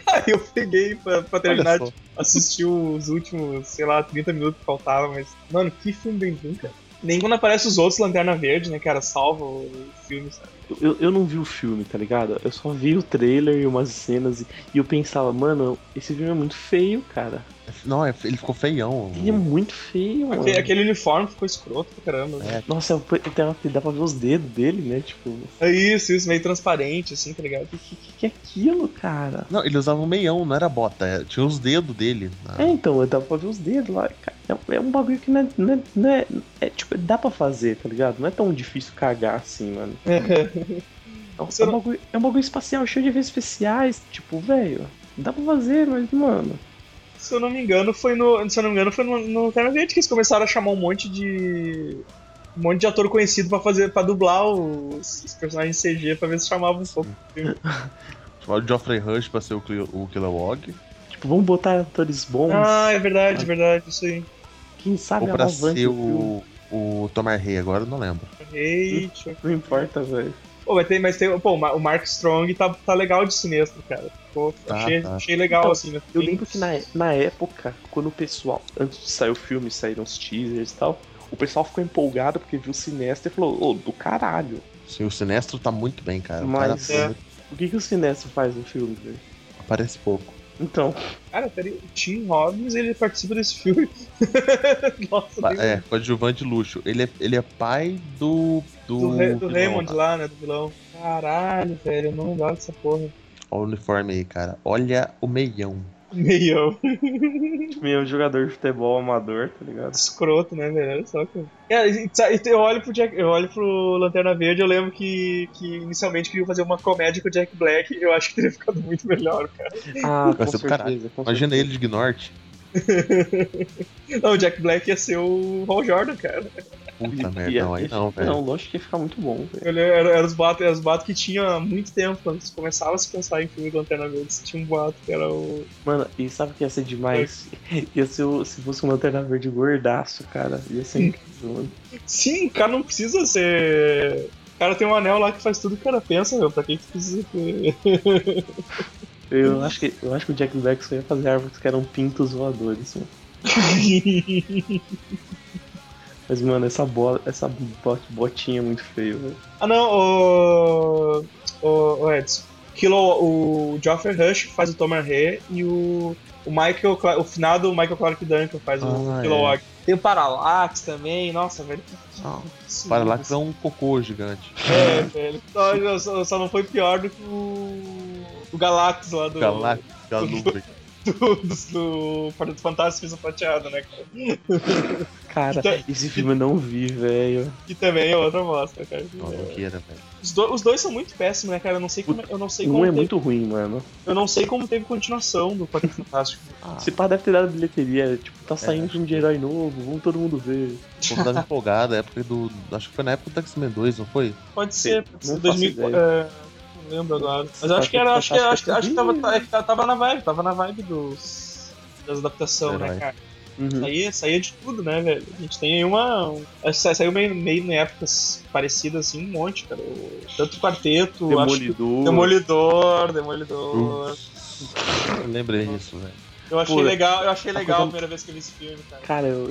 Speaker 4: aí eu peguei pra, pra terminar
Speaker 5: Olha
Speaker 4: de
Speaker 5: só.
Speaker 4: assistir os últimos, sei lá, 30 minutos que faltava, mas. Mano, que filme bem ruim, cara. Nem quando aparece os outros Lanterna Verde, né, cara? Salva o filme, sabe?
Speaker 3: Eu, eu não vi o filme, tá ligado? Eu só vi o trailer e umas cenas e, e eu pensava, mano, esse filme é muito feio, cara.
Speaker 5: Não, é- ele ficou feião.
Speaker 3: Ele é muito feio, mano.
Speaker 5: Hum. é
Speaker 4: Aquele, aquele uniforme ficou escroto pra caramba. né?
Speaker 3: Nossa, dá, dá pra ver os dedos dele, né? Tipo, o
Speaker 4: É isso, isso, meio transparente, assim, tá ligado?
Speaker 3: que, que- que é aquilo, cara?
Speaker 5: Não, ele usava um meião, não era bota. é- Tinha os dedos dele. né? na-
Speaker 3: É, então, eu dava pra ver os dedos lá, cara. É, é um bagulho que não é, não é, não é- é, Tipo, dá pra fazer, tá ligado? Não é tão difícil cagar assim, mano. Nossa, é, um bagulho, é um bagulho espacial cheio de efeitos especiais. Tipo, velho, dá pra fazer, mas, mano.
Speaker 4: Se eu não me engano, foi no. Se eu não me engano, foi no, no Lanterna Verde que eles começaram a chamar um monte de. Um monte de ator conhecido pra fazer. para dublar os, os personagens CG pra ver se chamavam um pouco.
Speaker 5: Chamaram Tipo, o Geoffrey Rush pra ser o, Cle- o Kilowog.
Speaker 3: Tipo, vamos botar atores bons.
Speaker 4: Ah, é verdade, é verdade, isso aí.
Speaker 3: Quem sabe
Speaker 5: Ou pra
Speaker 3: alavanca
Speaker 5: ser
Speaker 3: filme.
Speaker 5: o, o Tomar Rey, agora eu não lembro.
Speaker 4: Errei, deixa eu-
Speaker 3: Não importa, velho.
Speaker 4: Pô, mas tem, mas tem. Pô, o Ma- o Mark Strong tá, tá legal de sinistro, cara. Pô,
Speaker 5: Tá,
Speaker 4: achei,
Speaker 5: tá.
Speaker 4: achei legal,
Speaker 3: Então,
Speaker 4: assim, né?
Speaker 3: Eu lembro que na, na época, quando o pessoal, antes de sair o filme, saíram os teasers e tal, o pessoal ficou empolgado porque viu o Sinestro e falou, ô, do caralho.
Speaker 5: Sim, o Sinestro tá muito bem, cara. O
Speaker 3: Mas-
Speaker 5: cara
Speaker 4: É.
Speaker 3: O que, que o Sinestro faz no filme, velho?
Speaker 5: aparece pouco.
Speaker 3: <laughs> Então,
Speaker 4: Cara, peraí, o Tim Robbins ele participa desse filme. <laughs> Nossa,
Speaker 5: Pa-
Speaker 4: tem-
Speaker 5: É, coadjuvante de luxo. Ele é, ele é pai do. Do,
Speaker 4: Do, Re- do
Speaker 5: é um vilão
Speaker 4: Raymond
Speaker 5: lá.
Speaker 4: lá, né? Do vilão. Caralho, velho, eu não lembrava dessa porra.
Speaker 5: Olha o uniforme aí, cara. Olha o meião.
Speaker 4: Meião.
Speaker 3: meio Tipo, jogador de futebol amador, tá ligado?
Speaker 4: Escroto, né, velho? Olha só que. Cara, e sa- e eu olho pro Jack. Eu olho pro Lanterna Verde, eu lembro que, que inicialmente queria fazer uma comédia com o Jack Black, eu acho que teria <laughs> ficado muito melhor, cara.
Speaker 3: Ah,
Speaker 5: Vai ser do caralho.
Speaker 3: com
Speaker 5: Imagina ele de Gnorte.
Speaker 4: Não, o Jack Black ia ser o Hal Jordan, cara.
Speaker 5: Puta merda,
Speaker 3: <laughs> E-
Speaker 5: não, aí
Speaker 3: e-
Speaker 5: não,
Speaker 3: Não,
Speaker 5: velho.
Speaker 3: lógico que ia ficar muito bom, velho.
Speaker 4: Ele era, era os boatos era os boatos que tinha há muito tempo, quando se começava a se pensar em filme do Lanterna Verde, tinha um boato que era o.
Speaker 3: Mano, e sabe o que ia ser <laughs> demais? Ia ser o- se fosse um Lanterna Verde gordaço, cara. Ia ser incrível, mano.
Speaker 4: Sim, o cara não precisa ser. O cara tem um anel lá que faz tudo que o cara pensa, meu. Pra que que precisa ter. <laughs>
Speaker 3: Eu acho que, eu acho que o Jack Black só ia fazer árvores que eram pintos voadores, mano. Mas, mano, essa bola, essa bot- botinha é muito feio, velho.
Speaker 4: Ah não, o. O, o Edson. Kilo, o Geoffrey Rush faz o Thomas Rey e o. O Michael, Cla- o finado Michael Clark Duncan faz
Speaker 5: Ah,
Speaker 4: o
Speaker 5: é.
Speaker 4: Kilowog. Tem o Parallax também, nossa, velho. que-
Speaker 5: Ah,
Speaker 4: que
Speaker 5: Para lá que é um cocô gigante.
Speaker 4: É, velho. Só, só- só não foi pior do que o. O Galactus lá do.
Speaker 5: Galáctico, Galubre.
Speaker 4: Do, do, do Fantástico Fisa Prateada, né, cara?
Speaker 3: Cara, esse filme eu não vi, velho.
Speaker 4: Que também é outra bosta, cara.
Speaker 5: Não, não queira, velho.
Speaker 4: Os, do- os dois são muito péssimos, né, cara? Eu não sei como, eu não sei como
Speaker 3: Um é
Speaker 4: teve,
Speaker 3: muito ruim, mano.
Speaker 4: eu não sei como teve continuação do Quarteto Fantástico.
Speaker 5: Ah,
Speaker 3: Esse pá deve ter dado bilheteria, tipo, tá saindo um filme de herói novo, vamos todo mundo ver.
Speaker 5: o povo tava empolgado, a época do. Acho que foi na época do X-Men 2, não foi?
Speaker 4: Pode ser,
Speaker 3: Sim,
Speaker 4: pode
Speaker 3: não
Speaker 4: ser
Speaker 3: faço
Speaker 4: 2000,
Speaker 3: ideia.
Speaker 4: é, não lembro agora. Mas eu acho que era, acho que acho que acho que tava é que tava na vibe, tava na vibe dos das adaptações, né,
Speaker 5: Herói.
Speaker 4: cara? Saía, saía de tudo, né, velho? A gente tem aí uma. um- acho que Saiu meio, meio em épocas parecidas, assim, um monte, cara. O- Tanto quarteto, acho que-
Speaker 3: Demolidor.
Speaker 4: Demolidor, Demolidor.
Speaker 5: Eu lembrei disso, velho.
Speaker 4: Eu achei
Speaker 3: Pô,
Speaker 4: legal, eu achei
Speaker 3: tá
Speaker 4: legal a
Speaker 3: contando-
Speaker 4: primeira vez que eu vi esse filme, cara.
Speaker 3: Cara, eu,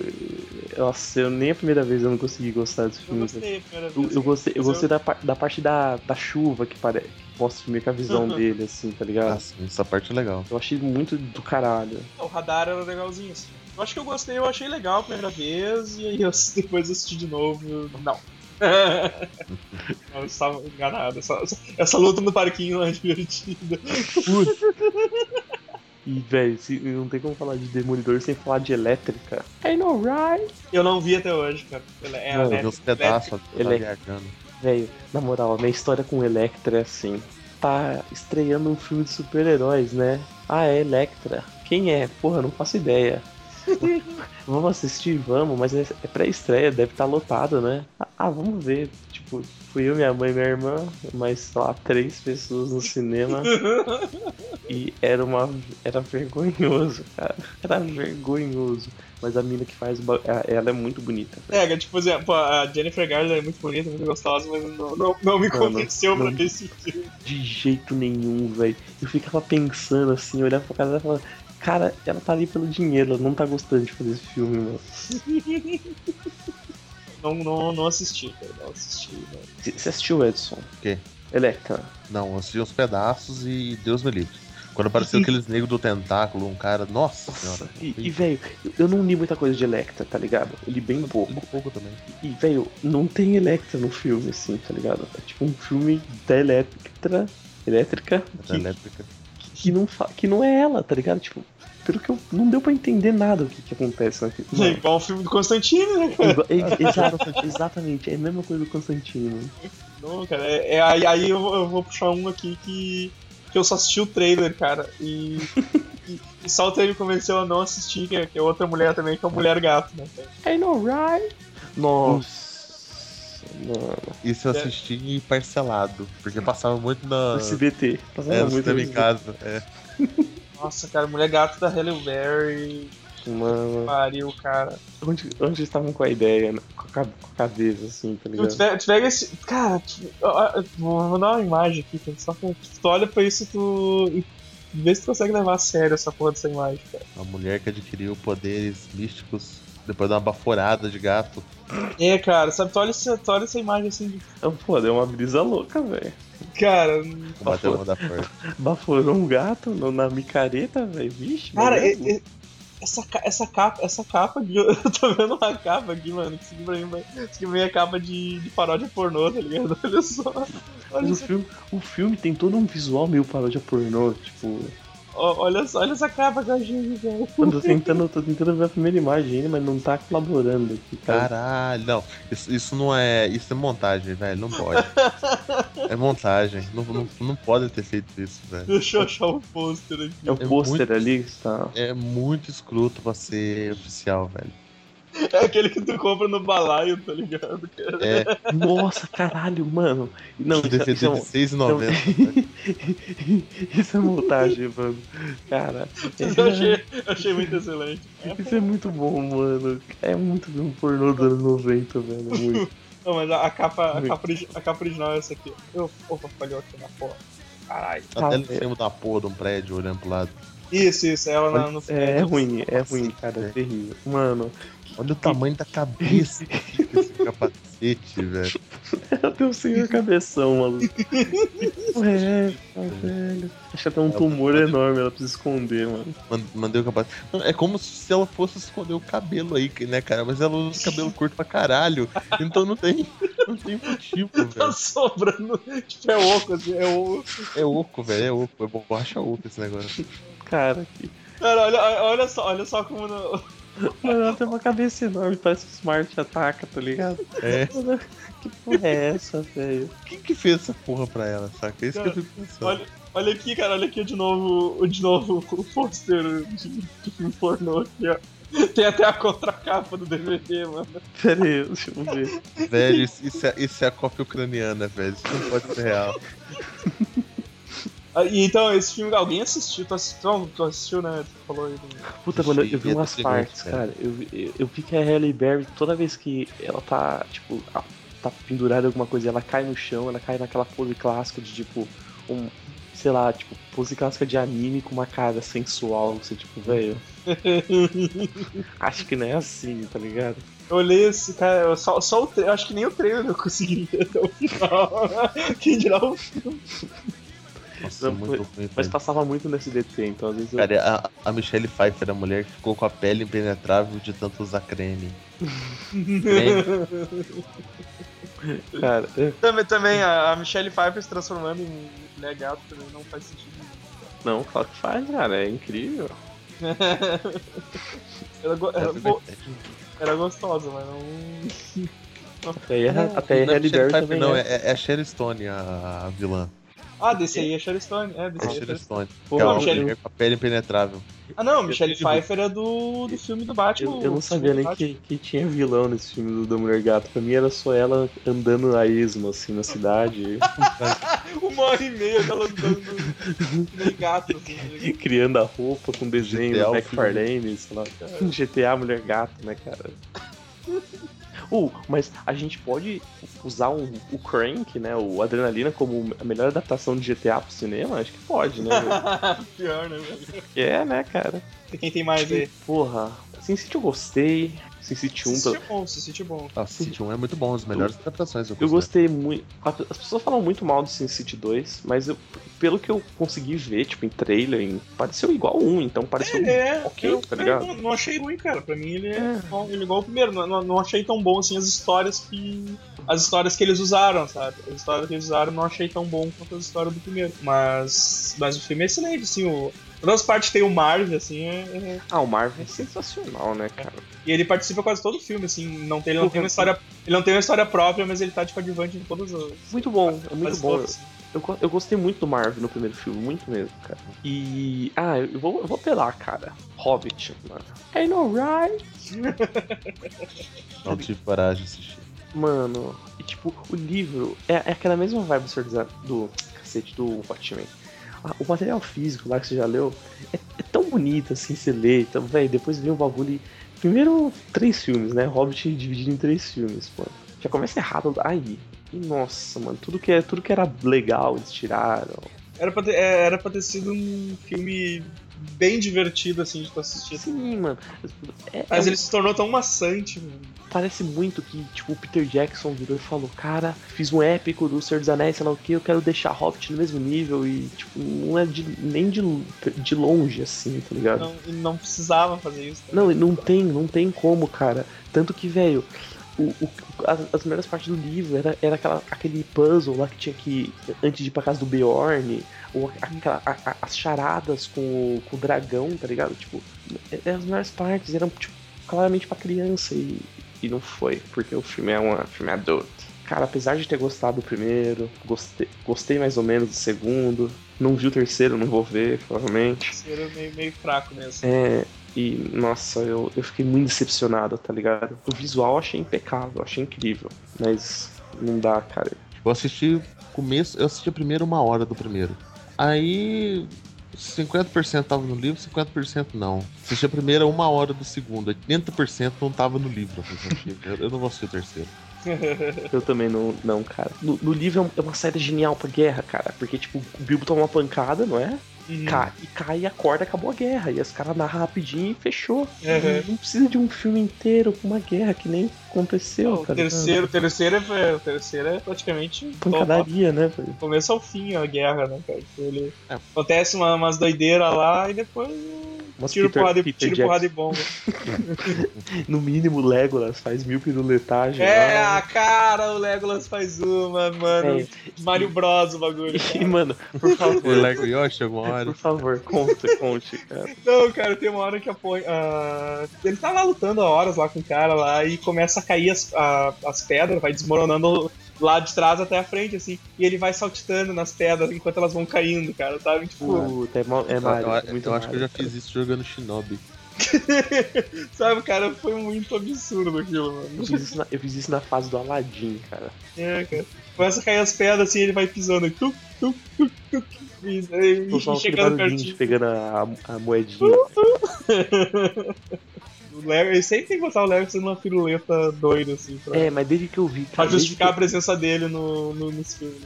Speaker 3: nossa, eu nem a primeira vez eu não consegui gostar desse
Speaker 4: Eu
Speaker 3: filme. velho.
Speaker 4: gostei a primeira
Speaker 3: Eu,
Speaker 4: vez.
Speaker 3: eu gostei, eu
Speaker 4: Mas eu-
Speaker 3: gostei da, par- da parte da, da chuva que parece. Que mostra meio que a visão
Speaker 4: Uhum.
Speaker 3: dele, assim, tá ligado?
Speaker 5: Ah, sim, essa parte é legal.
Speaker 3: Eu achei muito do caralho.
Speaker 4: É, O radar era legalzinho, assim. Eu acho que eu gostei, eu achei legal a primeira vez, e aí eu, <laughs> depois eu assisti de novo. eu- Não. <laughs> eu estava enganado. Essa, essa luta no parquinho lá é divertida.
Speaker 3: <laughs> E, velho, se- não tem como falar de Demolidor sem falar de Elétrica. I know, right?
Speaker 4: Eu não vi até hoje, cara. Ela é
Speaker 5: Não, eu vi
Speaker 4: né?
Speaker 5: uns pedaços, eu tava
Speaker 3: Ele-
Speaker 5: viajando.
Speaker 3: Velho, na moral, a minha história com Electra é assim. Tá estreando um filme de super-heróis, né? Ah, é Electra. Quem é? Porra, não faço ideia. vamos assistir? Vamos, mas é é pré-estreia, deve estar lotado, né? Ah, Ah, vamos ver. Tipo, fui eu, minha mãe e minha irmã, mais, sei lá, três pessoas no cinema. e era uma. Era vergonhoso, cara. Era vergonhoso. Mas a mina que faz. o ba- Ela é muito bonita.
Speaker 4: É, tipo, assim, pô, a Jennifer Garner é muito bonita, muito gostosa, mas não, não, não me
Speaker 3: Não,
Speaker 4: convenceu
Speaker 3: não.
Speaker 4: pra ver esse filme.
Speaker 3: De jeito nenhum, velho. Eu ficava pensando assim, eu olhava pra cara dela e falava, cara, ela tá ali pelo dinheiro, ela não tá gostando de fazer esse filme, mano.
Speaker 4: Não, não, não assisti, cara. Não assisti. Né?
Speaker 3: C- Você assistiu Edson? O
Speaker 5: quê?
Speaker 3: Electra.
Speaker 5: Não, eu assisti uns pedaços e Deus me livre. Quando apareceu aqueles negros do tentáculo, um cara. Nossa
Speaker 3: Nossa,
Speaker 5: senhora.
Speaker 3: e, e, velho, eu- eu não li muita coisa de Electra, tá ligado? Eu li bem pouco.
Speaker 5: um pouco também.
Speaker 3: E, velho, não tem Electra no filme, assim, tá ligado? É tipo um filme da Electra. Elétrica.
Speaker 5: Era
Speaker 3: Que,
Speaker 5: elétrica.
Speaker 3: que, não fa- que não é ela, tá ligado? Tipo, pelo que eu. Não deu pra entender nada o que, que acontece naquele.
Speaker 4: É igual o filme do Constantino, né, cara?
Speaker 3: Igual- ex- exa- exatamente, é a mesma coisa do Constantino.
Speaker 4: Não, cara, é, é- aí, aí eu, vou- eu vou puxar um aqui que, que eu só assisti o trailer, cara, e, e, e só o trailer convenceu a não assistir, que é, que é outra mulher também, que é o Mulher Gato, né? cara?
Speaker 3: I know, right? Nossa, mano.
Speaker 5: Isso eu assisti parcelado, porque passava muito na.
Speaker 3: O SBT. Passava
Speaker 5: É, no
Speaker 3: muito
Speaker 5: cinema em
Speaker 3: SBT.
Speaker 5: casa. É.
Speaker 4: Nossa, cara, Mulher Gato da Halle Berry,
Speaker 3: Mano,
Speaker 4: pariu, cara.
Speaker 3: onde, onde eles estavam com a ideia, né? com, a, ca- com a cabeça, assim, tá
Speaker 4: Tu,
Speaker 3: ligado?
Speaker 4: tu, pega, tu pega esse... Cara, tu- ó, ó, vou, vou dar uma imagem aqui, cara, só que tu olha pra isso e tu... E vê se tu consegue levar a sério essa porra dessa imagem, cara.
Speaker 5: A mulher que adquiriu poderes místicos depois de uma baforada de gato.
Speaker 4: É, cara, sabe, tu olha, essa- tu olha essa imagem assim, de-
Speaker 3: Então, pô, deu uma brisa louca, velho.
Speaker 4: cara,
Speaker 5: Bateu uma da porta.
Speaker 3: Baforou um gato no- na micareta, velho. Vixe, é
Speaker 4: Cara,
Speaker 3: mas
Speaker 4: e- e- essa, ca- essa capa, essa capa aqui, <laughs> eu tô vendo uma capa aqui, mano, que isso aqui pra mim vai- isso aqui pra mim é capa de, de paródia pornô, tá ligado? <laughs> Olha só. Olha,
Speaker 3: mas o
Speaker 4: isso-
Speaker 3: filme, o filme tem todo um visual meio paródia pornô, tipo.
Speaker 4: ó, olha, só- olha essa capa que eu achei, velho.
Speaker 3: Eu tô tentando, eu tô tentando ver a primeira imagem ainda, mas não tá colaborando aqui, cara.
Speaker 5: Caralho, não. Isso, isso não é. Isso é montagem, velho.
Speaker 3: <laughs>
Speaker 5: Não pode. É montagem. Não, não, não pode ter feito isso, velho.
Speaker 4: Deixa eu achar o pôster aqui.
Speaker 3: É o
Speaker 5: É
Speaker 3: pôster
Speaker 5: muito-
Speaker 3: ali tá? que está.
Speaker 5: É muito escroto pra ser oficial, velho.
Speaker 4: <laughs> É aquele que tu compra no balaio, tá <laughs> ligado? cara?
Speaker 5: É,
Speaker 3: Nossa, caralho, mano. Não,
Speaker 5: um
Speaker 3: isso,
Speaker 5: DVD
Speaker 3: isso é,
Speaker 5: de
Speaker 3: um- não,
Speaker 5: 6,90.
Speaker 3: isso é montagem, mano. Cara, é,
Speaker 4: Eu achei, eu achei muito excelente.
Speaker 3: isso é muito bom, mano. É muito bom pornô dos anos 90, velho. Muito.
Speaker 4: Não, mas a, a capa, a, capa, origi- a capa original é essa aqui. Eu, opa, falhou aqui na porra. Caralho.
Speaker 3: é um
Speaker 5: tá Até no cima da porra de um prédio olhando pro lado.
Speaker 4: Isso, isso, ela na, no
Speaker 3: É, é ruim, é ruim, cara. É terrível. Mano, <laughs>
Speaker 5: Olha o tamanho da cabeça que fica esse capacete, velho.
Speaker 3: eu tenho o senhor cabeção, maluco. É, velho. Acho que até um tumor enorme, ela precisa esconder, mano.
Speaker 5: Man- Mandei o capacete. Mano, É como se ela fosse esconder o cabelo aí, né, cara? Mas ela usa o cabelo curto pra caralho. Então não tem, não tem
Speaker 4: <laughs>
Speaker 5: motivo,
Speaker 4: Tá
Speaker 5: velho.
Speaker 4: sobrando. Tipo, é oco, assim, é oco.
Speaker 5: É oco, velho. É oco. É borracha oco esse negócio.
Speaker 3: Cara, que...
Speaker 4: Cara, olha, olha só, olha só como. Não...
Speaker 3: mano, ela tem uma cabeça enorme, parece que o Smart ataca, tá ligado?
Speaker 5: É.
Speaker 3: Mano, Que porra é essa, velho?
Speaker 5: Quem que fez essa porra pra ela, saca? É isso que eu fico pensando.
Speaker 4: Olha, olha aqui, cara, olha aqui de novo, o- de novo o pôster de, de filme pornô aqui, ó. Tem até a contracapa do DVD, mano.
Speaker 3: Pera aí, deixa eu ver.
Speaker 5: Velho, isso, isso é, isso é a cópia ucraniana, velho. Isso não pode ser real.
Speaker 4: Ah, e Então, esse filme, alguém assistiu? Tu assistiu, não, tu assistiu né? Tu falou aí. do-
Speaker 3: Puta, mano, eu- eu
Speaker 5: Devia
Speaker 3: vi
Speaker 5: ter
Speaker 3: umas
Speaker 5: sido
Speaker 3: partes,
Speaker 5: antes,
Speaker 3: cara. Eu, vi- eu, eu vi que a Halle Berry, toda vez que ela tá, tipo, a- tá pendurada em alguma coisa, ela cai no chão, ela cai naquela pose clássica de, tipo, um, sei lá, tipo, pose clássica de anime com uma cara sensual, você, tipo,
Speaker 5: <laughs>
Speaker 3: velho. Acho que não é assim, tá ligado?
Speaker 4: Eu olhei esse, cara, eu só, só o trailer, acho que nem o trailer eu consegui ver até o final. <laughs> Quem dirá o
Speaker 5: Nossa,
Speaker 3: Não,
Speaker 5: muito ruim.
Speaker 3: Mas tá-
Speaker 5: velho.
Speaker 3: passava muito no SBT, então às vezes eu.
Speaker 5: Cara, a, a Michelle Pfeiffer, a mulher que ficou com a pele impenetrável de tanto usar creme. creme.
Speaker 3: Cara, é.
Speaker 4: Também, também a a Michelle Pfeiffer se transformando em mulher gato também não faz sentido.
Speaker 3: não, claro que faz, cara, é incrível.
Speaker 4: Ela, go-
Speaker 5: É
Speaker 4: era, go-
Speaker 5: verdade.
Speaker 4: era gostosa, mas não.
Speaker 3: Até aí, a- até aí a
Speaker 5: Não,
Speaker 3: Halle
Speaker 5: Michelle
Speaker 3: Berry também.
Speaker 5: Pfeiffer não,
Speaker 3: é.
Speaker 5: é, é a Sherry Stone a, a vilã.
Speaker 4: Ah, desse aí é Sharon Stone. É, desse
Speaker 5: É a
Speaker 4: aí é
Speaker 5: Sherry
Speaker 4: Sharon Stone.
Speaker 5: Stone.
Speaker 3: Pô,
Speaker 5: que é uma
Speaker 4: Michelle-
Speaker 5: mulher com a pele impenetrável.
Speaker 4: Ah, não, Michelle
Speaker 3: Eu digo-
Speaker 4: Pfeiffer é do, do filme do Batman.
Speaker 3: Eu, eu
Speaker 4: o
Speaker 3: não sabia
Speaker 4: filme do
Speaker 3: nem
Speaker 4: Batman.
Speaker 3: que, que tinha vilão nesse filme do, da Mulher Gato. Pra mim era só ela andando a esmo, assim, na cidade,
Speaker 4: <laughs> Uma hora e meia dela andando meio gato, assim.
Speaker 3: criando a roupa com desenho
Speaker 5: GTA,
Speaker 3: do
Speaker 5: o
Speaker 3: McFarlane, sei lá. <laughs> GTA Mulher Gato, né, cara? <laughs> Uh, mas a gente pode usar um- o Crank, né, o Adrenalina, como a melhor adaptação de GTA pro cinema? Acho que pode, né? <laughs>
Speaker 4: <laughs> Pior, né, velho?
Speaker 3: Porque é, né, cara?
Speaker 4: Quem tem mais aí?
Speaker 3: Porra, Sin City eu gostei. Sin City 1, pelo-
Speaker 4: Sítio bom, Sítio bom.
Speaker 5: Nossa, City 1 é muito bom, as melhores adaptações. Eu,
Speaker 3: Eu
Speaker 5: considero.
Speaker 3: gostei muito. As pessoas falam muito mal do Sin City 2, mas eu- pelo que eu consegui ver, tipo, em trailer, em- pareceu igual um, então pareceu.
Speaker 4: Ele é.
Speaker 3: Ok,
Speaker 4: eu,
Speaker 3: tá ligado?
Speaker 4: eu não, não achei ruim, cara. Pra mim ele é,
Speaker 3: É.
Speaker 4: bom, ele é igual o primeiro. Não, não, não achei tão bom assim as histórias que. As histórias que eles usaram, sabe? As histórias que eles usaram eu não achei tão bom quanto as histórias do primeiro. Mas. Mas o filme é excelente, assim. O, todas as partes tem o Marvel, assim, é- é-
Speaker 3: Ah, o Marvel é sensacional, né, cara?
Speaker 4: e ele participa quase todo o filme, assim. Não tem, ele não
Speaker 3: Porra,
Speaker 4: tem uma história. Ele não tem uma história própria, mas ele tá de coadjuvante em todas as.
Speaker 3: Muito bom, é muito
Speaker 4: as assim.
Speaker 3: bom. Eu,
Speaker 4: outras.
Speaker 3: eu go- eu gostei muito do Marvel no primeiro filme, muito mesmo, cara. E. Ah, eu vou, eu vou apelar, cara. Hobbit, mano. I know, right?
Speaker 5: Não tive coragem de assistir.
Speaker 3: Mano. E tipo, o livro é, é aquela mesma vibe do, Senhor dos A- do cacete do Watchmen. Ah, o material físico lá que você já leu é, é tão bonito assim, você lê, então, velho, depois lê o bagulho. e- Primeiro, três filmes, né? Hobbit dividido em três filmes, pô. Já começa errado aí. E nossa, mano, tudo que, é- tudo que era legal eles tiraram.
Speaker 4: Era pra, ter, é, era pra ter sido um filme bem divertido, assim, de tu assistir.
Speaker 3: Sim, mano. É-
Speaker 4: Mas
Speaker 3: é-
Speaker 4: ele se tornou tão maçante, mano.
Speaker 3: Parece muito que, tipo, o Peter Jackson virou e falou, cara, fiz um épico do Senhor dos Anéis, sei lá o que, eu quero deixar Hobbit no mesmo nível e, tipo, não é de- nem de, de longe, assim, tá ligado?
Speaker 4: Não, ele não precisava fazer isso. né?
Speaker 3: Não, e não tem, não tem como, cara. Tanto que, velho, o, o- as, as melhores partes do livro era, era aquela, aquele puzzle lá que tinha que. Antes de ir pra casa do Beorn, ou aquela- a- a- as charadas com, o- com o dragão, tá ligado? Tipo, é- é as melhores partes eram, tipo, claramente pra criança e, e não foi, porque o filme é uma filme adulto. Cara, apesar de ter gostado do primeiro, gostei, gostei mais ou menos do segundo, não vi o terceiro, não vou ver, provavelmente.
Speaker 4: Esse Era meio, meio fraco mesmo.
Speaker 3: É, e nossa, eu, eu fiquei muito decepcionado, tá ligado? O visual eu achei impecável, eu achei incrível, mas não dá, cara.
Speaker 5: Eu assisti começo, eu assisti primeiro uma hora do primeiro. Aí 50% tava no livro, 50% não. Assisti a primeira uma hora do segundo, 80% não tava no livro. eu falei, "Eu- Eu não vou assistir o terceiro.
Speaker 3: Eu também não, não cara. No, no livro é um- é uma saída genial pra guerra, cara, porque, tipo, o Bilbo toma uma pancada, não é?
Speaker 4: Uhum.
Speaker 3: Cai, e cai e acorda, acabou a guerra. E os caras narram rapidinho e fechou.
Speaker 4: Uhum.
Speaker 3: Não precisa de um filme inteiro com uma guerra que nem aconteceu,
Speaker 4: O
Speaker 3: tá ligado?
Speaker 4: terceiro, o terceiro, é, o terceiro é praticamente top.
Speaker 3: Pancadaria, né, velho?
Speaker 4: Do começo ao fim a guerra, né, cara? Tipo, Ele...
Speaker 5: É.
Speaker 4: Acontece uma, umas doideiras lá e depois uh,
Speaker 3: Mas
Speaker 4: tiro,
Speaker 3: Peter-
Speaker 4: porrada, e-
Speaker 3: Peter
Speaker 4: tiro
Speaker 3: Jackson.
Speaker 4: porrada e bomba.
Speaker 3: No mínimo, Legolas faz mil piruletagens.
Speaker 4: É,
Speaker 3: lá.
Speaker 4: a cara, o Legolas faz uma, mano.
Speaker 3: né? É.
Speaker 4: Mario Bros o bagulho.
Speaker 3: <laughs> E,
Speaker 4: cara.
Speaker 3: mano, por
Speaker 5: O
Speaker 3: favor,
Speaker 5: Lego Yoshi alguma hora.
Speaker 3: Por favor, conte, conte, cara.
Speaker 4: Não, cara, tem uma hora que apoia. ah, ele tá lá lutando há horas lá com o cara lá e começa a cair as, a- as pedras, vai desmoronando lá de trás até a frente, assim. E ele vai saltitando nas pedras enquanto elas vão caindo, cara, sabe?
Speaker 3: <laughs>
Speaker 4: Tipo.
Speaker 3: Puta, é, mó- é
Speaker 5: Eu-
Speaker 3: Mario,
Speaker 5: eu,
Speaker 3: muito
Speaker 5: eu acho que eu já
Speaker 3: Mario,
Speaker 5: fiz isso jogando Shinobi.
Speaker 4: Sabe, cara, foi muito absurdo aquilo, mano.
Speaker 3: Eu fiz isso na, eu fiz isso na fase do Aladdin, cara.
Speaker 4: É, cara. Começa a cair as pedras assim, ele vai pisando. Tuc, tuc, tuc, tuc, e, e-
Speaker 3: Eu só
Speaker 4: e
Speaker 3: aquele
Speaker 4: chegando
Speaker 3: barulhinho de
Speaker 4: pertinho. Uh!
Speaker 3: pegando a, a moedinha.
Speaker 4: O Larry, ele sempre tem que botar o Larry sendo uma piruleta doida, assim, pra,
Speaker 3: É, mas desde que eu vi,
Speaker 4: pra
Speaker 3: cara. desde que
Speaker 4: justificar a presença dele no, no, nos filmes.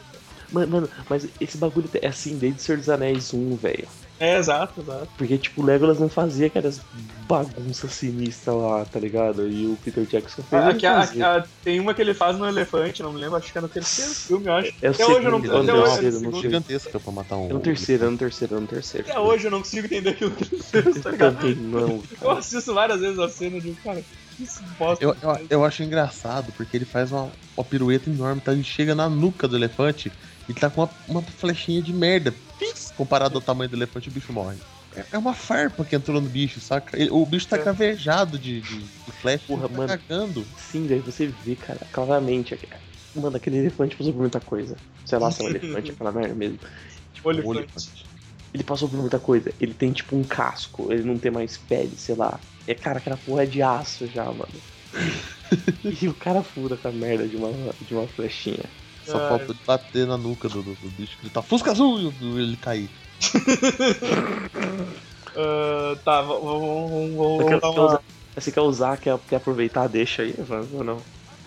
Speaker 3: Mano, mano, mas esse bagulho é assim desde Senhor dos Anéis 1, velho.
Speaker 4: É, exato, exato.
Speaker 3: Porque, tipo, o Legolas não fazia aquelas bagunças sinistras lá, tá ligado? E o Peter Jackson fez.
Speaker 4: Ah,
Speaker 3: ele
Speaker 4: que a-
Speaker 3: fazia.
Speaker 4: a- tem uma que ele faz no elefante, não me lembro, acho que é no terceiro filme, eu acho.
Speaker 3: É o
Speaker 4: até hoje eu não-
Speaker 3: segundo,
Speaker 5: até
Speaker 3: é
Speaker 5: hoje-
Speaker 3: o terceiro, não
Speaker 5: Segunda
Speaker 3: sei.
Speaker 5: gigantesca pra matar um.
Speaker 3: É no terceiro, é no terceiro, é no terceiro.
Speaker 4: Até hoje eu não consigo entender aquilo que ele fez, tá
Speaker 3: Eu
Speaker 4: ligado?
Speaker 3: Também não.
Speaker 4: Eu assisto várias vezes a cena e digo, cara, que isso bosta.
Speaker 5: Eu, eu, eu acho engraçado, porque ele faz uma, uma pirueta enorme, tá? Ele chega na nuca do elefante e tá com uma, uma flechinha de merda. Pis! Comparado ao tamanho do elefante, o bicho morre. É- É uma farpa que entrou no bicho, saca? Ele- o bicho tá
Speaker 4: É.
Speaker 5: cravejado de, de, de flecha,
Speaker 3: Porra,
Speaker 5: ele tá
Speaker 3: mano.
Speaker 5: cagando.
Speaker 3: Sim, daí você vê, cara, claramente. aque- Mano, aquele elefante passou por muita coisa. Sei lá se é
Speaker 4: <laughs>
Speaker 3: um elefante, aquela merda mesmo.
Speaker 4: Olha o
Speaker 5: Olha,
Speaker 4: elefante.
Speaker 3: Ele passou por muita coisa. Ele tem, tipo, um casco. Ele não tem mais pele, sei lá. É, cara, aquela porra é de aço já,
Speaker 4: <laughs>
Speaker 3: mano. e o cara fura com a merda de uma, de uma flechinha.
Speaker 5: Só
Speaker 4: Ai.
Speaker 5: falta ele bater na nuca do, do, do bicho, gritar Fusca Azul! e o- ele cair.
Speaker 4: Ah, tá, vamos, vamos, vamos, vamos
Speaker 3: Você quer,
Speaker 4: dar
Speaker 3: quer
Speaker 4: uma.
Speaker 3: usar, você quer usar, quer, quer aproveitar, deixa aí, Evandro, ou não?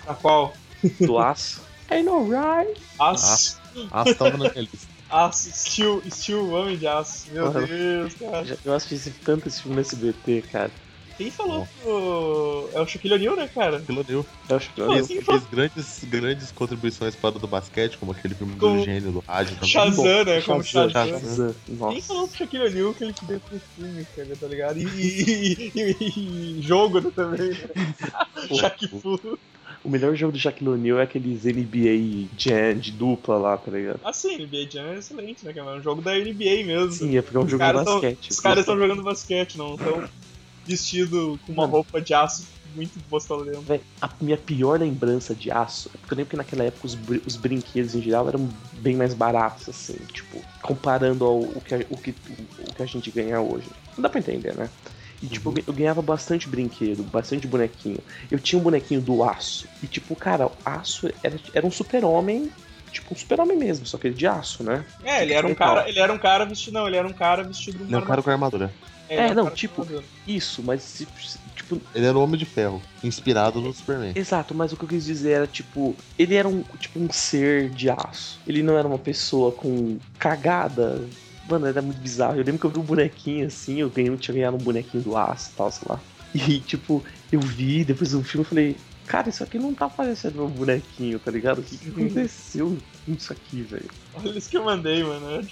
Speaker 4: A qual?
Speaker 3: Do aço. Ain't alright.
Speaker 4: Aço.
Speaker 5: Aço Ah, tava na minha lista.
Speaker 4: Aço. Steel, Steel, homem de aço. Meu
Speaker 3: Uhum.
Speaker 4: Deus, cara.
Speaker 3: Já- Eu assisti tanto esse filme no SBT, cara.
Speaker 4: Quem falou pro... É o Shaquille O'Neal, né, cara?
Speaker 5: <laughs> Aquilo deu.
Speaker 3: Eu um acho que
Speaker 4: Pô,
Speaker 5: Ele
Speaker 4: assim, fala-
Speaker 5: fez grandes, grandes contribuições para o do basquete, como aquele filme
Speaker 4: Como
Speaker 5: do gênio do rádio também.
Speaker 4: Shazam, né? Como
Speaker 3: Shazam,
Speaker 4: Shazam.
Speaker 3: Shazam.
Speaker 4: Quem falou
Speaker 3: Nossa.
Speaker 4: pro Shaquille O'Neal que ele podia pro filme, cara, tá ligado? E, e, e- e jogo né,
Speaker 3: <laughs>
Speaker 4: também. Shaquille
Speaker 3: Uhum.
Speaker 4: Fu.
Speaker 3: O melhor jogo do Shaquille O'Neal é aqueles NBA Jam de dupla lá, tá ligado?
Speaker 4: Assim, NBA Jam é excelente, né, cara? É um jogo da NBA mesmo.
Speaker 3: Sim, é porque é um
Speaker 4: Os
Speaker 3: jogo de
Speaker 4: caras tão-
Speaker 3: basquete.
Speaker 4: Os caras estão jogando basquete, não estão vestido com uma roupa de aço muito bostaleira.
Speaker 3: Véi, a minha pior lembrança de aço é porque eu lembro que naquela época os, br- os brinquedos em geral eram bem mais baratos, assim, tipo, comparando ao o que, a- o que, o que a gente ganha hoje. Não dá pra entender, né? E, tipo, eu
Speaker 4: Uhum.
Speaker 3: ga- eu ganhava bastante brinquedo, bastante bonequinho. Eu tinha um bonequinho do aço. E, tipo, cara, o aço era, era um super-homem, tipo, um super-homem mesmo, só que de aço, né?
Speaker 4: É, ele era um cara, ele era um cara vestido, não, ele era um cara vestido de
Speaker 5: Ele é um cara com armadura.
Speaker 3: É,
Speaker 4: ele era um
Speaker 3: não,
Speaker 4: cara
Speaker 3: tipo-
Speaker 4: armadura.
Speaker 3: Isso, mas, se- se- tipo,
Speaker 5: Ele era o Homem de Ferro, inspirado no Superman.
Speaker 3: Exato, mas o que eu quis dizer era, tipo, ele era um, tipo, um ser de aço. Ele não era uma pessoa com cagada. Mano, era muito bizarro. Eu lembro que eu vi um bonequinho assim, eu ganhei, eu tinha ganhado um bonequinho do aço e tal, sei lá. <laughs> E, tipo, eu vi, depois do filme, eu falei, cara, isso aqui não tá parecendo meu bonequinho, tá ligado? O que, que aconteceu com isso aqui, velho?
Speaker 4: Olha isso que eu mandei, mano.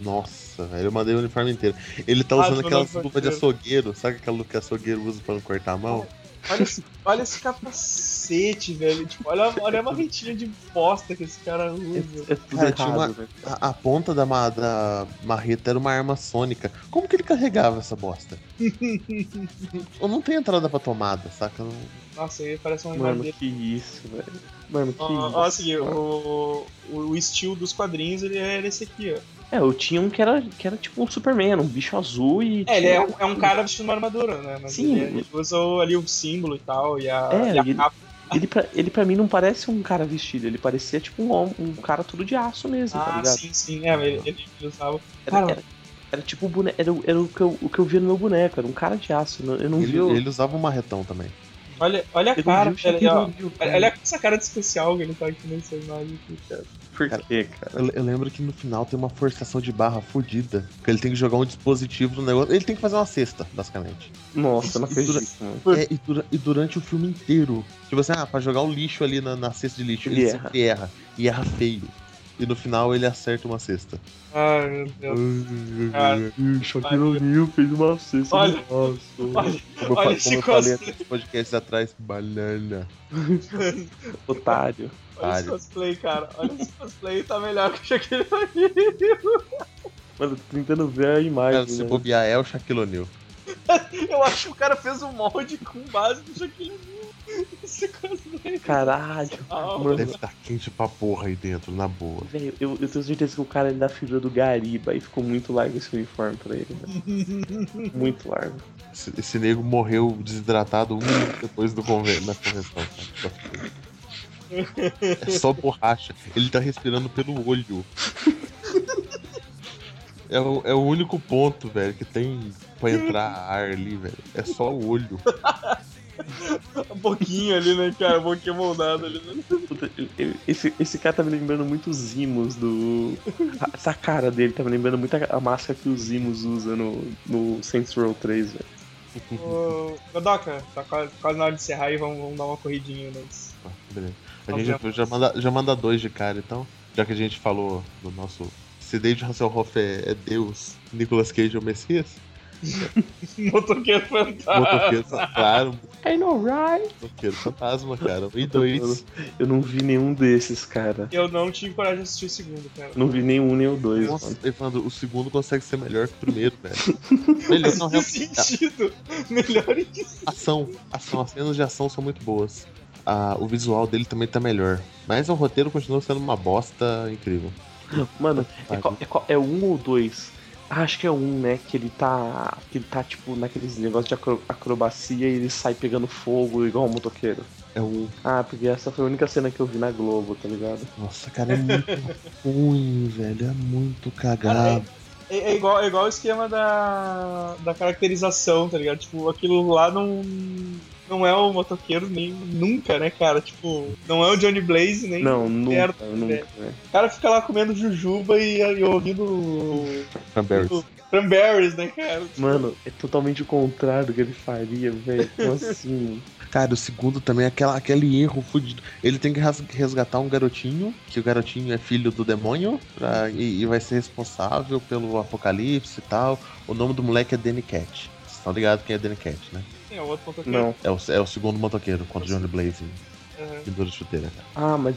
Speaker 5: Nossa, velho, eu mandei o uniforme inteiro. Ele tá
Speaker 4: Ah,
Speaker 5: usando
Speaker 4: tu
Speaker 5: aquelas
Speaker 4: mandou o
Speaker 5: luvas de
Speaker 4: uniforme
Speaker 5: açougueiro, sabe aquela luva que açougueiro usa pra não cortar a mão?
Speaker 4: Olha esse, olha esse capacete, velho. Tipo, olha, olha a marretinha de bosta que esse cara usa.
Speaker 3: É tudo
Speaker 5: Cara, tinha
Speaker 3: errado,
Speaker 5: uma-
Speaker 3: velho.
Speaker 5: A, a ponta da, ma- da marreta era uma arma sônica. Como que ele carregava essa bosta? Eu não tenho entrada pra tomada, saca? Eu não-
Speaker 4: Nossa, ele parece um uma
Speaker 3: Mano,
Speaker 4: armadilha.
Speaker 3: que isso, velho. Mano, que
Speaker 4: Ó,
Speaker 3: isso.
Speaker 4: ó, assim, o, o, o estilo dos quadrinhos ele é esse aqui, ó.
Speaker 3: É, eu tinha um que era, que era tipo um Superman, um bicho azul e.
Speaker 4: É, ele
Speaker 3: tinha-
Speaker 4: é um, é um cara vestindo uma armadura, né? Mas
Speaker 3: Sim.
Speaker 4: Ele, ele usa o- ali o símbolo e tal, e a,
Speaker 3: É,
Speaker 4: e a
Speaker 3: ele-
Speaker 4: capa.
Speaker 3: Ele pra, ele pra mim não parece um cara vestido, ele parecia tipo um, hom- um cara tudo de aço mesmo, tá
Speaker 4: Ah,
Speaker 3: ligado?
Speaker 4: sim, sim, é, ele, ele, ele usava.
Speaker 3: Era,
Speaker 4: Cara.
Speaker 3: era, era tipo o boneco, era, o- era o, que eu, o que eu via no meu boneco, era um cara de aço, não- eu não
Speaker 5: Ele,
Speaker 3: vi o.
Speaker 5: ele usava um marretão também.
Speaker 4: Olha, olha
Speaker 3: eu não
Speaker 4: a cara,
Speaker 3: vi o
Speaker 4: velho,
Speaker 3: Shaquille
Speaker 4: ó.
Speaker 3: O'Neal, cara.
Speaker 4: olha, olha essa cara de especial que ele tá aqui nessa imagem aqui, cara.
Speaker 3: Por quê, cara?
Speaker 5: Eu, eu lembro que no final tem uma forçação de barra fodida. Porque ele tem que jogar um dispositivo no negócio. Ele tem que fazer uma cesta, basicamente.
Speaker 3: Nossa, eu não
Speaker 5: Isso-
Speaker 3: acredito, mano.
Speaker 5: É, e, dura- e durante o filme inteiro. Tipo assim, ah, pra jogar o lixo ali na, na cesta de lixo,
Speaker 3: Ele
Speaker 5: ele,
Speaker 3: erra.
Speaker 5: sempre erra. E erra feio. E no final ele acerta uma cesta.
Speaker 4: Ai, meu Deus. Cara.
Speaker 3: Ih, Shaquille O'Neal fez uma cesta
Speaker 4: Olha.
Speaker 3: no aço.
Speaker 4: Olha,
Speaker 5: Como eu,
Speaker 4: Olha
Speaker 5: fa-
Speaker 4: esse
Speaker 5: como eu falei
Speaker 4: cosplay.
Speaker 5: nos podcasts atrás, banana.
Speaker 3: é Otário.
Speaker 4: <laughs> olha esse
Speaker 5: Otário.
Speaker 4: cosplay, cara. Olha esse cosplay, tá melhor que o Shaquille O'Neal.
Speaker 3: Mano, eu tô tentando ver a
Speaker 5: Cara,
Speaker 3: imagem.
Speaker 5: se
Speaker 3: né?
Speaker 5: bobear é o Shaquille O'Neal.
Speaker 4: Eu acho que o cara fez um molde com base no Shaquille O'Neal. Esse cosplay.
Speaker 3: Caralho.
Speaker 4: Ah,
Speaker 3: mano.
Speaker 5: Deve estar quente pra porra aí dentro, na boa.
Speaker 3: Velho, eu, eu tenho certeza que o cara é da figura do Gariba e ficou muito largo esse uniforme pra ele, velho. Muito largo.
Speaker 5: Esse, esse nego morreu desidratado um minuto depois do convênio na correção. É só borracha. Ele tá respirando pelo olho. É o, é o único ponto, velho, que tem pra entrar ar ali, velho. É só o olho.
Speaker 4: Um pouquinho ali, né, cara? Um pouquinho moldado ali. Né?
Speaker 3: Puta, ele- Esse, esse cara tá me lembrando muito os Zimos do. a- Essa cara dele tá me lembrando muito a, a máscara que os Zimos usa no, no Saints Row 3, velho.
Speaker 4: Ô, Godoka, tá quase, quase na hora de encerrar aí, vamos, vamos dar uma corridinha né? antes.
Speaker 5: Ah, beleza. A gente já, já manda, já manda dois de cara, então. Já que a gente falou do nosso. Se David Hasselhoff é, é Deus, Nicolas Cage é o Messias.
Speaker 4: <laughs> Motoqueiro fantasma.
Speaker 5: Motoqueiro, tá claro,
Speaker 3: I know, right?
Speaker 5: motoqueiro fantasma, cara. Um E dois.
Speaker 3: Eu não vi nenhum desses, cara.
Speaker 4: Eu não tive coragem de assistir o segundo, cara.
Speaker 3: Não vi nenhum nem o dois, mano.
Speaker 5: Nossa, Evandro, o segundo consegue ser melhor que o primeiro, velho. Melhor não,
Speaker 4: Que
Speaker 5: realmente.
Speaker 4: <laughs> sentido? Melhor em que
Speaker 5: Ação, ação, as cenas de ação são muito boas. Ah, o visual dele também tá melhor. Mas o roteiro continua sendo uma bosta incrível.
Speaker 3: Mano, é, qual- é qual- é um ou dois? Ah, acho que é um, né? Que ele tá. Que ele tá, tipo, naqueles negócios de acro- acrobacia e ele sai pegando fogo igual um motoqueiro.
Speaker 5: É um.
Speaker 3: Ah, porque essa foi a única cena que eu vi na Globo, tá ligado?
Speaker 5: Nossa, cara, é muito ruim, velho. É muito cagado.
Speaker 4: É, é igual, é igual o esquema da, da caracterização, tá ligado? Tipo, aquilo lá não, não é o motoqueiro nem nunca, né, cara? Tipo, não é o Johnny Blaze nem.
Speaker 3: Não, nunca,
Speaker 4: um Certo,
Speaker 3: nunca, né?
Speaker 4: O cara fica lá comendo jujuba e, e ouvindo
Speaker 5: Cranberries.
Speaker 4: cranberries, né, cara?
Speaker 3: Mano, é totalmente o contrário do que ele faria, velho.
Speaker 4: <laughs>
Speaker 3: Como assim?
Speaker 5: Cara, o segundo também é aquela, aquele erro fudido. Ele tem que ras- resgatar um garotinho, que o garotinho é filho do demônio, pra- e, e vai ser responsável pelo apocalipse e tal. O nome do moleque é Danny Cat. Vocês estão ligados quem é Danny Cat, né?
Speaker 4: Sim, é o outro motoqueiro.
Speaker 3: Não.
Speaker 5: É o, é o segundo motoqueiro contra o Johnny Blaze
Speaker 4: Aham.
Speaker 5: em Dura de Chuteira, cara.
Speaker 3: Ah, mas.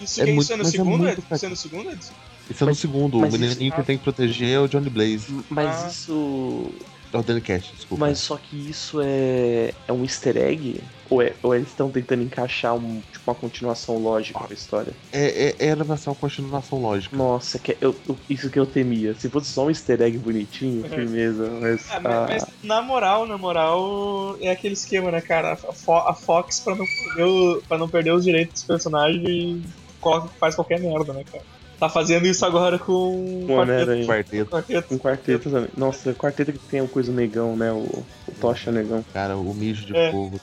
Speaker 4: Isso,
Speaker 5: É
Speaker 4: é
Speaker 5: muito-
Speaker 4: isso é no
Speaker 5: mas é
Speaker 4: segundo,
Speaker 5: muito
Speaker 4: Edson? Isso é no segundo, Edson?
Speaker 5: Esse é no
Speaker 3: Mas-
Speaker 5: segundo, o
Speaker 3: mas
Speaker 5: menininho
Speaker 4: isso-
Speaker 5: que tem que proteger é o Johnny Blaze.
Speaker 3: Mas
Speaker 4: Ah.
Speaker 3: isso.
Speaker 5: É o Danny Cat, desculpa.
Speaker 3: Mas só que isso é. é um easter egg? Ou, é, ou eles estão tentando encaixar um, tipo, uma continuação lógica da história?
Speaker 5: É, é, era pra ser uma continuação lógica.
Speaker 3: Nossa, que eu- eu- isso que eu temia. Se fosse só um easter egg bonitinho, firmeza, mas.
Speaker 4: É,
Speaker 3: ah,
Speaker 4: mas, mas na moral, na moral, é aquele esquema, né, cara? A, Fo- a Fox, pra não, perder o- pra não perder os direitos dos personagens, coloca- faz qualquer merda, né, cara? Tá fazendo isso agora com.
Speaker 3: Com Homem-Aranha.
Speaker 5: Quarteto,
Speaker 4: Quarteto.
Speaker 3: Um quarteto também. Nossa, quarteto que tem o coisa negão, né? O, o Tocha negão.
Speaker 5: cara, o mijo de
Speaker 4: É.
Speaker 5: fogo.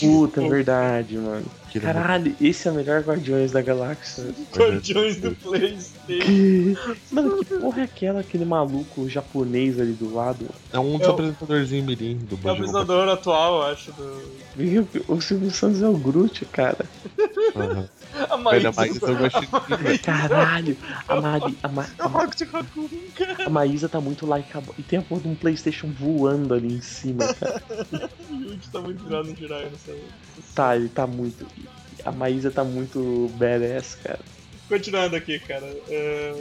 Speaker 3: Puta, é verdade, mano.
Speaker 5: Tira
Speaker 3: Caralho, esse é o melhor Guardiões da <laughs> Galáxia.
Speaker 4: Guardiões do PlayStation.
Speaker 3: Que- Mano, que porra é aquela, aquele maluco japonês ali do lado?
Speaker 5: É um dos
Speaker 4: É o-
Speaker 5: apresentadorzinhos mirim
Speaker 4: É
Speaker 5: do
Speaker 4: o
Speaker 5: Banjo.
Speaker 4: apresentador atual, eu acho. Do...
Speaker 3: Meu, O Silvio Santos é o Groot, cara.
Speaker 5: Aham.
Speaker 4: A Maísa.
Speaker 5: Ainda mais eu gosto
Speaker 3: <laughs>
Speaker 5: de
Speaker 3: Caralho, a Mari. A, Ma, a,
Speaker 4: Eu
Speaker 3: Ma-
Speaker 4: rock de Raccoon, cara.
Speaker 3: a Maísa tá muito lá e acabou. E tem a porra de um PlayStation voando ali em cima, cara.
Speaker 4: O Yuji tá muito virado no Jiraiya, não sei.
Speaker 3: Tá, ele tá muito. A Maísa tá muito badass, cara.
Speaker 4: Continuando aqui, cara. É...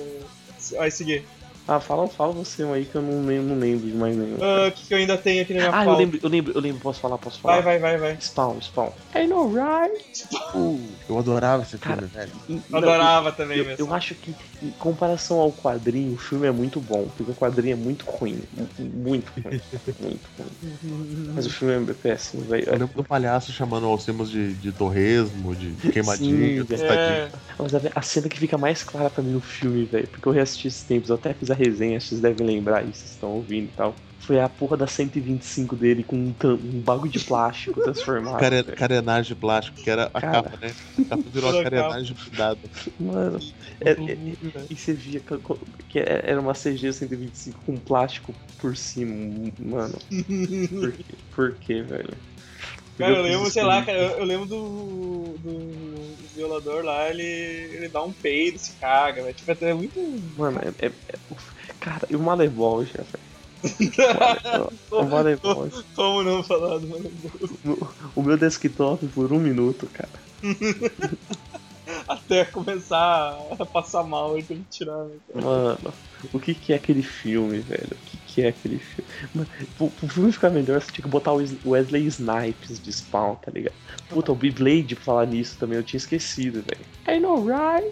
Speaker 4: Vai seguir.
Speaker 3: Ah, fala, fala você um aí que eu não, lem- não lembro de mais nenhum.
Speaker 4: Ah, O que, que eu ainda tenho aqui na minha
Speaker 3: Ah, eu
Speaker 4: pauta?
Speaker 3: lembro, eu lembro, eu lembro, posso falar, posso falar.
Speaker 4: Vai, vai, vai, vai.
Speaker 3: Spawn, spawn. I know, right?
Speaker 5: Pô, tipo, Eu adorava esse filme,
Speaker 3: Cara,
Speaker 5: velho.
Speaker 3: Não,
Speaker 4: Adorava também,
Speaker 3: Eu,
Speaker 4: mesmo.
Speaker 3: eu acho que, em comparação ao quadrinho, o filme é muito bom, porque o quadrinho é muito ruim. mu- Muito <laughs> ruim. muito ruim. Mas o filme é péssimo,
Speaker 5: Eu
Speaker 3: velho.
Speaker 5: lembro do palhaço chamando o Alcemos de, de torresmo, de de
Speaker 3: Sim,
Speaker 5: queimadinho, de tostadinho.
Speaker 4: É,
Speaker 3: Mas a, a cena que fica mais clara pra mim no filme, velho, porque eu reassisti esses tempos, eu até fiz a resenha, vocês devem lembrar isso, vocês estão ouvindo e tal. Foi a porra da 125 dele com um, tam- um bagulho de <laughs> plástico transformado.
Speaker 5: Care-
Speaker 3: velho.
Speaker 5: carenagem de plástico, que era a
Speaker 3: Cara.
Speaker 5: capa, né? A capa
Speaker 4: Virou
Speaker 5: virou uma
Speaker 4: a
Speaker 5: carenagem blindada.
Speaker 3: Mano, é- é- E você via que- que é, era uma CG 125 com plástico por cima,
Speaker 4: <laughs>
Speaker 3: mano. Por quê, por quê velho?
Speaker 4: cara, eu
Speaker 3: fiz
Speaker 4: lembro,
Speaker 3: isso
Speaker 4: sei lá,
Speaker 3: comigo.
Speaker 4: cara, eu, eu lembro do, do violador lá, ele, ele dá um peido, se caga, velho. Tipo, é muito.
Speaker 3: Mano, é. é- é- uf, cara, e o Malebol já,
Speaker 4: <laughs>
Speaker 3: velho. O Malebol.
Speaker 4: Como não falar do mano?
Speaker 3: O meu desktop por um minuto, cara.
Speaker 4: até começar a passar mal e tem que tirar. né?
Speaker 3: Mano, o que que é aquele filme, velho? O que que é aquele filme? Mano, pro, pro filme ficar melhor, você tinha que botar o Wes- Wesley Snipes de Spawn, tá ligado? Puta, o Beyblade, pra falar nisso também, eu tinha esquecido, velho. Ain't no right.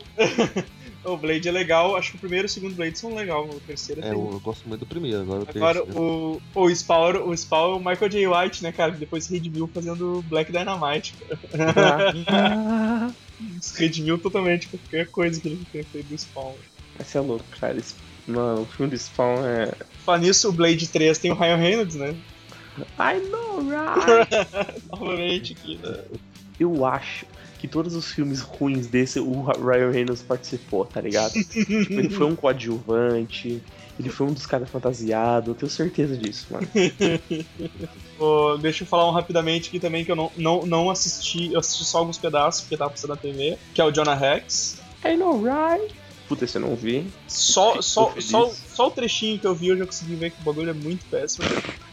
Speaker 4: O Blade é legal, acho que o primeiro e o segundo Blade são legal, o terceiro é,
Speaker 5: É, eu, eu gosto muito do primeiro, agora eu
Speaker 4: Agora
Speaker 5: tenho-
Speaker 4: o, o Spawn, o Spawn é o Michael J. White, né, cara? Depois redimiu fazendo Black Dynamite.
Speaker 3: Ah,
Speaker 4: Redimiu totalmente qualquer coisa que ele tenha feito do Spawn.
Speaker 3: <laughs> Esse é louco, cara. Esse- Mano, o filme do Spawn é...
Speaker 4: Falando nisso, o Blade 3 tem o Ryan Reynolds, né? <laughs>
Speaker 3: I know, right?
Speaker 4: Novamente aqui.
Speaker 3: Eu acho que todos os filmes ruins desse, o Ryan Reynolds participou, tá ligado? tipo, ele foi um coadjuvante, ele foi um dos caras fantasiados, eu tenho certeza disso, mano.
Speaker 4: Ô, deixa eu falar um rapidamente aqui também que eu não, não, não assisti, eu assisti só alguns pedaços porque tava passando na TV, que é o Jonah Rex.
Speaker 3: I know, right? Puta, esse eu não vi.
Speaker 4: Só,
Speaker 3: Fico
Speaker 4: só,
Speaker 3: feliz.
Speaker 4: só, só o trechinho que eu vi eu já consegui ver que o bagulho é muito péssimo.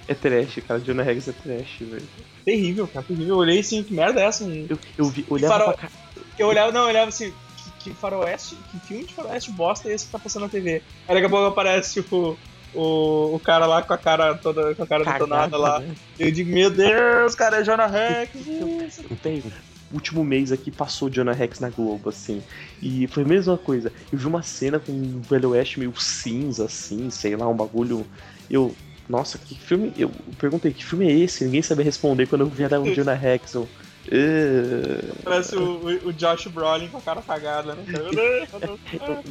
Speaker 3: É trash, cara. Jonah Rex é trash, velho.
Speaker 4: Terrível, cara, terrível. Eu olhei assim, que merda é essa? Um-
Speaker 3: Eu, eu vi, olhava
Speaker 4: Farol-
Speaker 3: pra cara.
Speaker 4: Eu olhava, não, eu olhava assim, que, que faroeste, que filme de faroeste bosta é esse que tá passando na TV? Aí daqui a pouco aparece o, o, o cara lá com a cara toda, com a cara detonada lá.
Speaker 3: né?
Speaker 4: Eu digo, meu Deus, cara, é Jonah Rex. isso.
Speaker 3: Último mês aqui passou Jonah Rex na Globo, assim. E foi a mesma coisa. Eu vi uma cena com um Velho Oeste meio cinza, assim, sei lá, um bagulho. Eu. Nossa, que filme. Eu perguntei, que filme é esse? Ninguém sabia responder quando eu vi era o Jonah Rex. Eu, "Ah".
Speaker 4: Parece o, o- o Josh Brolin com a cara cagada, né? Meu Deus, meu Deus.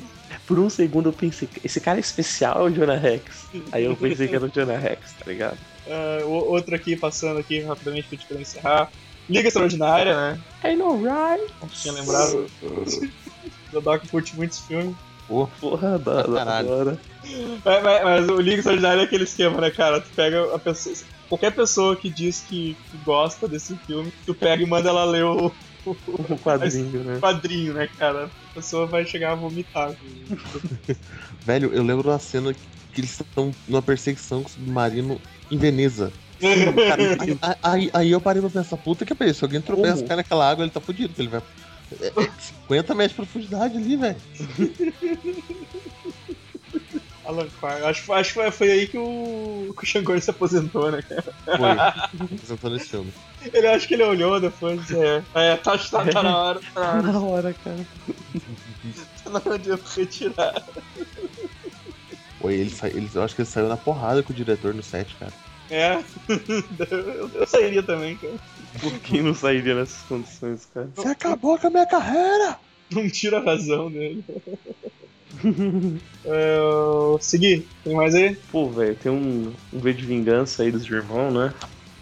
Speaker 3: Por um segundo eu pensei, esse cara é especial é o Jonah Rex. Aí eu pensei que era o Jonah Rex, tá ligado?
Speaker 4: Ah, o- outro aqui, passando aqui rapidamente pra gente poder encerrar. Liga Extraordinária, né?
Speaker 3: I know, right?
Speaker 4: Tinha lembrado. O Doc curte muitos filmes.
Speaker 5: Pô,
Speaker 3: Porra,
Speaker 5: Pra
Speaker 3: adoro,
Speaker 5: caralho.
Speaker 3: adoro.
Speaker 4: Mas, mas- mas o Liga Extraordinária é aquele esquema, né, cara? Tu pega a pessoa. Qualquer pessoa que diz que, que gosta desse filme, tu pega e manda ela ler o
Speaker 3: O quadrinho, né?
Speaker 4: quadrinho, né, cara? A pessoa vai chegar a vomitar. né?
Speaker 5: velho, eu lembro da cena que eles estão numa perseguição com o submarino em Veneza. Cara, aí- aí, aí eu parei pra pensar, puta que pariu, se alguém tropeça,
Speaker 3: Como?
Speaker 5: cai naquela água, ele tá fudido, que ele vai. É, é 50 metros de profundidade ali, velho.
Speaker 4: Alan Quire. Acho, acho que foi- foi aí que o, que o Xangor se aposentou, né, cara?
Speaker 5: Foi. Apresentando <laughs> esse é filme.
Speaker 4: Ele acho que ele olhou depois e disse, é, é tá, tá, tá na hora, tá na hora,
Speaker 3: Na hora, cara.
Speaker 4: tá na hora de eu retirar.
Speaker 5: Foi, ele sa... ele- Eu acho que ele saiu na porrada com o diretor no set, cara.
Speaker 4: É, eu, eu sairia também, cara.
Speaker 3: Por que não sairia nessas condições, cara?
Speaker 5: Você acabou com a minha carreira!
Speaker 4: Não tira a razão dele. <laughs> É, Eu... Segui, tem mais aí?
Speaker 3: Pô, velho, tem um, um V de vingança aí dos irmãos, né?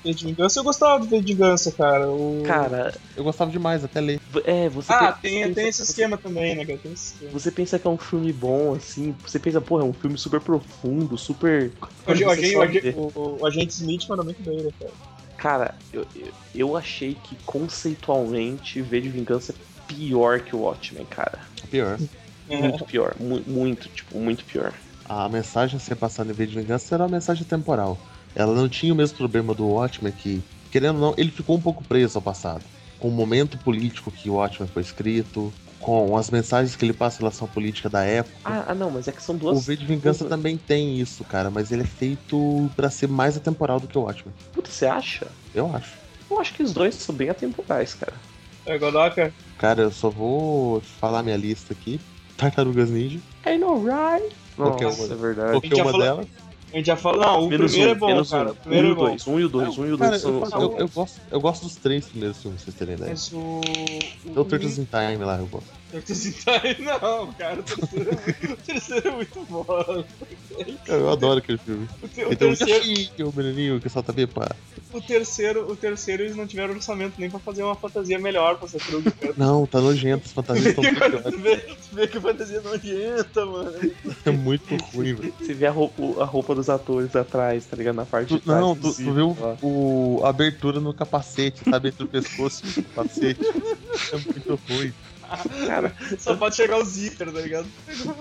Speaker 4: V de Vingança, eu gostava do V de Vingança, cara. O...
Speaker 3: Cara,
Speaker 5: Eu gostava demais, até ler.
Speaker 3: v- é, você.
Speaker 4: ah,
Speaker 3: pe-
Speaker 4: tem,
Speaker 3: pensa-
Speaker 4: tem esse esquema também, né, cara? Tem esse esquema.
Speaker 3: Você pensa que é um filme bom, assim. Você pensa, porra, é um filme super profundo, super.
Speaker 4: O, Ag- o, Ag-
Speaker 3: Você
Speaker 4: o,
Speaker 3: só
Speaker 4: Ag-
Speaker 3: vê.
Speaker 4: o- o Agente Smith manda muito bem, né, cara?
Speaker 3: Cara, eu, eu, eu achei que conceitualmente V de vingança é pior que o Watchmen, cara.
Speaker 5: Pior.
Speaker 4: É.
Speaker 3: Muito pior. mu- muito, tipo, muito pior.
Speaker 5: A mensagem a ser passada em vez de vingança era uma mensagem temporal. Ela não tinha o mesmo problema do Watchmen que, querendo ou não, ele ficou um pouco preso ao passado. Com o momento político que o Watchmen foi escrito, com as mensagens que ele passa em relação à política da época.
Speaker 3: Ah, ah, não, mas é que são
Speaker 5: o
Speaker 3: duas.
Speaker 5: V de Vingança também tem isso, cara, mas ele é feito pra ser mais atemporal do que o Watchmen.
Speaker 3: Puta, você acha?
Speaker 5: Eu acho.
Speaker 3: Eu acho que os dois são bem atemporais, cara.
Speaker 4: É, Godoka?
Speaker 5: Cara, eu só vou falar minha lista aqui. Tartarugas Ninja.
Speaker 3: I know, right?
Speaker 5: Qual que é o
Speaker 3: Nossa,
Speaker 5: outro?
Speaker 3: é verdade.
Speaker 5: Coloquei
Speaker 4: já
Speaker 5: uma
Speaker 4: falou-
Speaker 5: delas.
Speaker 4: A gente já falou. Não, o primeiro é bom,
Speaker 3: menos
Speaker 4: cara.
Speaker 3: um.
Speaker 4: O primeiro
Speaker 3: um
Speaker 4: é
Speaker 3: e
Speaker 4: bom.
Speaker 3: dois, um e o dois, um e o
Speaker 5: Cara,
Speaker 3: dois.
Speaker 5: eu,
Speaker 3: são,
Speaker 5: faço-
Speaker 3: são-
Speaker 5: eu- eu gosto, eu gosto dos três primeiros filmes, pra vocês terem ideia.
Speaker 4: Mas o.
Speaker 5: É o Turtles in Time lá, eu gosto.
Speaker 4: <laughs> Turtles in Time, tá não, cara. O terceiro, é muito- o terceiro é muito bom.
Speaker 5: Eu adoro aquele filme.
Speaker 4: O, te- o
Speaker 5: Então, um
Speaker 4: terceiro,
Speaker 5: gatinho, o menininho que solta pipa.
Speaker 4: o, terceiro, o terceiro, eles não tiveram orçamento nem pra fazer uma fantasia melhor pra ser truque. <laughs> cara.
Speaker 5: Não, tá nojento, os
Speaker 4: <laughs>
Speaker 5: fantasias estão
Speaker 4: Tu vê, tu vê que a fantasia não adianta, mano.
Speaker 5: é muito ruim,
Speaker 4: Tá
Speaker 5: velho.
Speaker 3: Você vê a roupa, a roupa dos atores atrás, tá ligado? Na parte de
Speaker 5: Tu-
Speaker 3: trás.
Speaker 5: Não,
Speaker 3: do
Speaker 5: tu, tu
Speaker 3: zíper
Speaker 5: viu
Speaker 3: lá.
Speaker 5: o, a abertura no capacete, sabe? Entre o pescoço e o capacete. É muito ruim.
Speaker 3: Cara,
Speaker 4: Só pode chegar o zíper, tá ligado?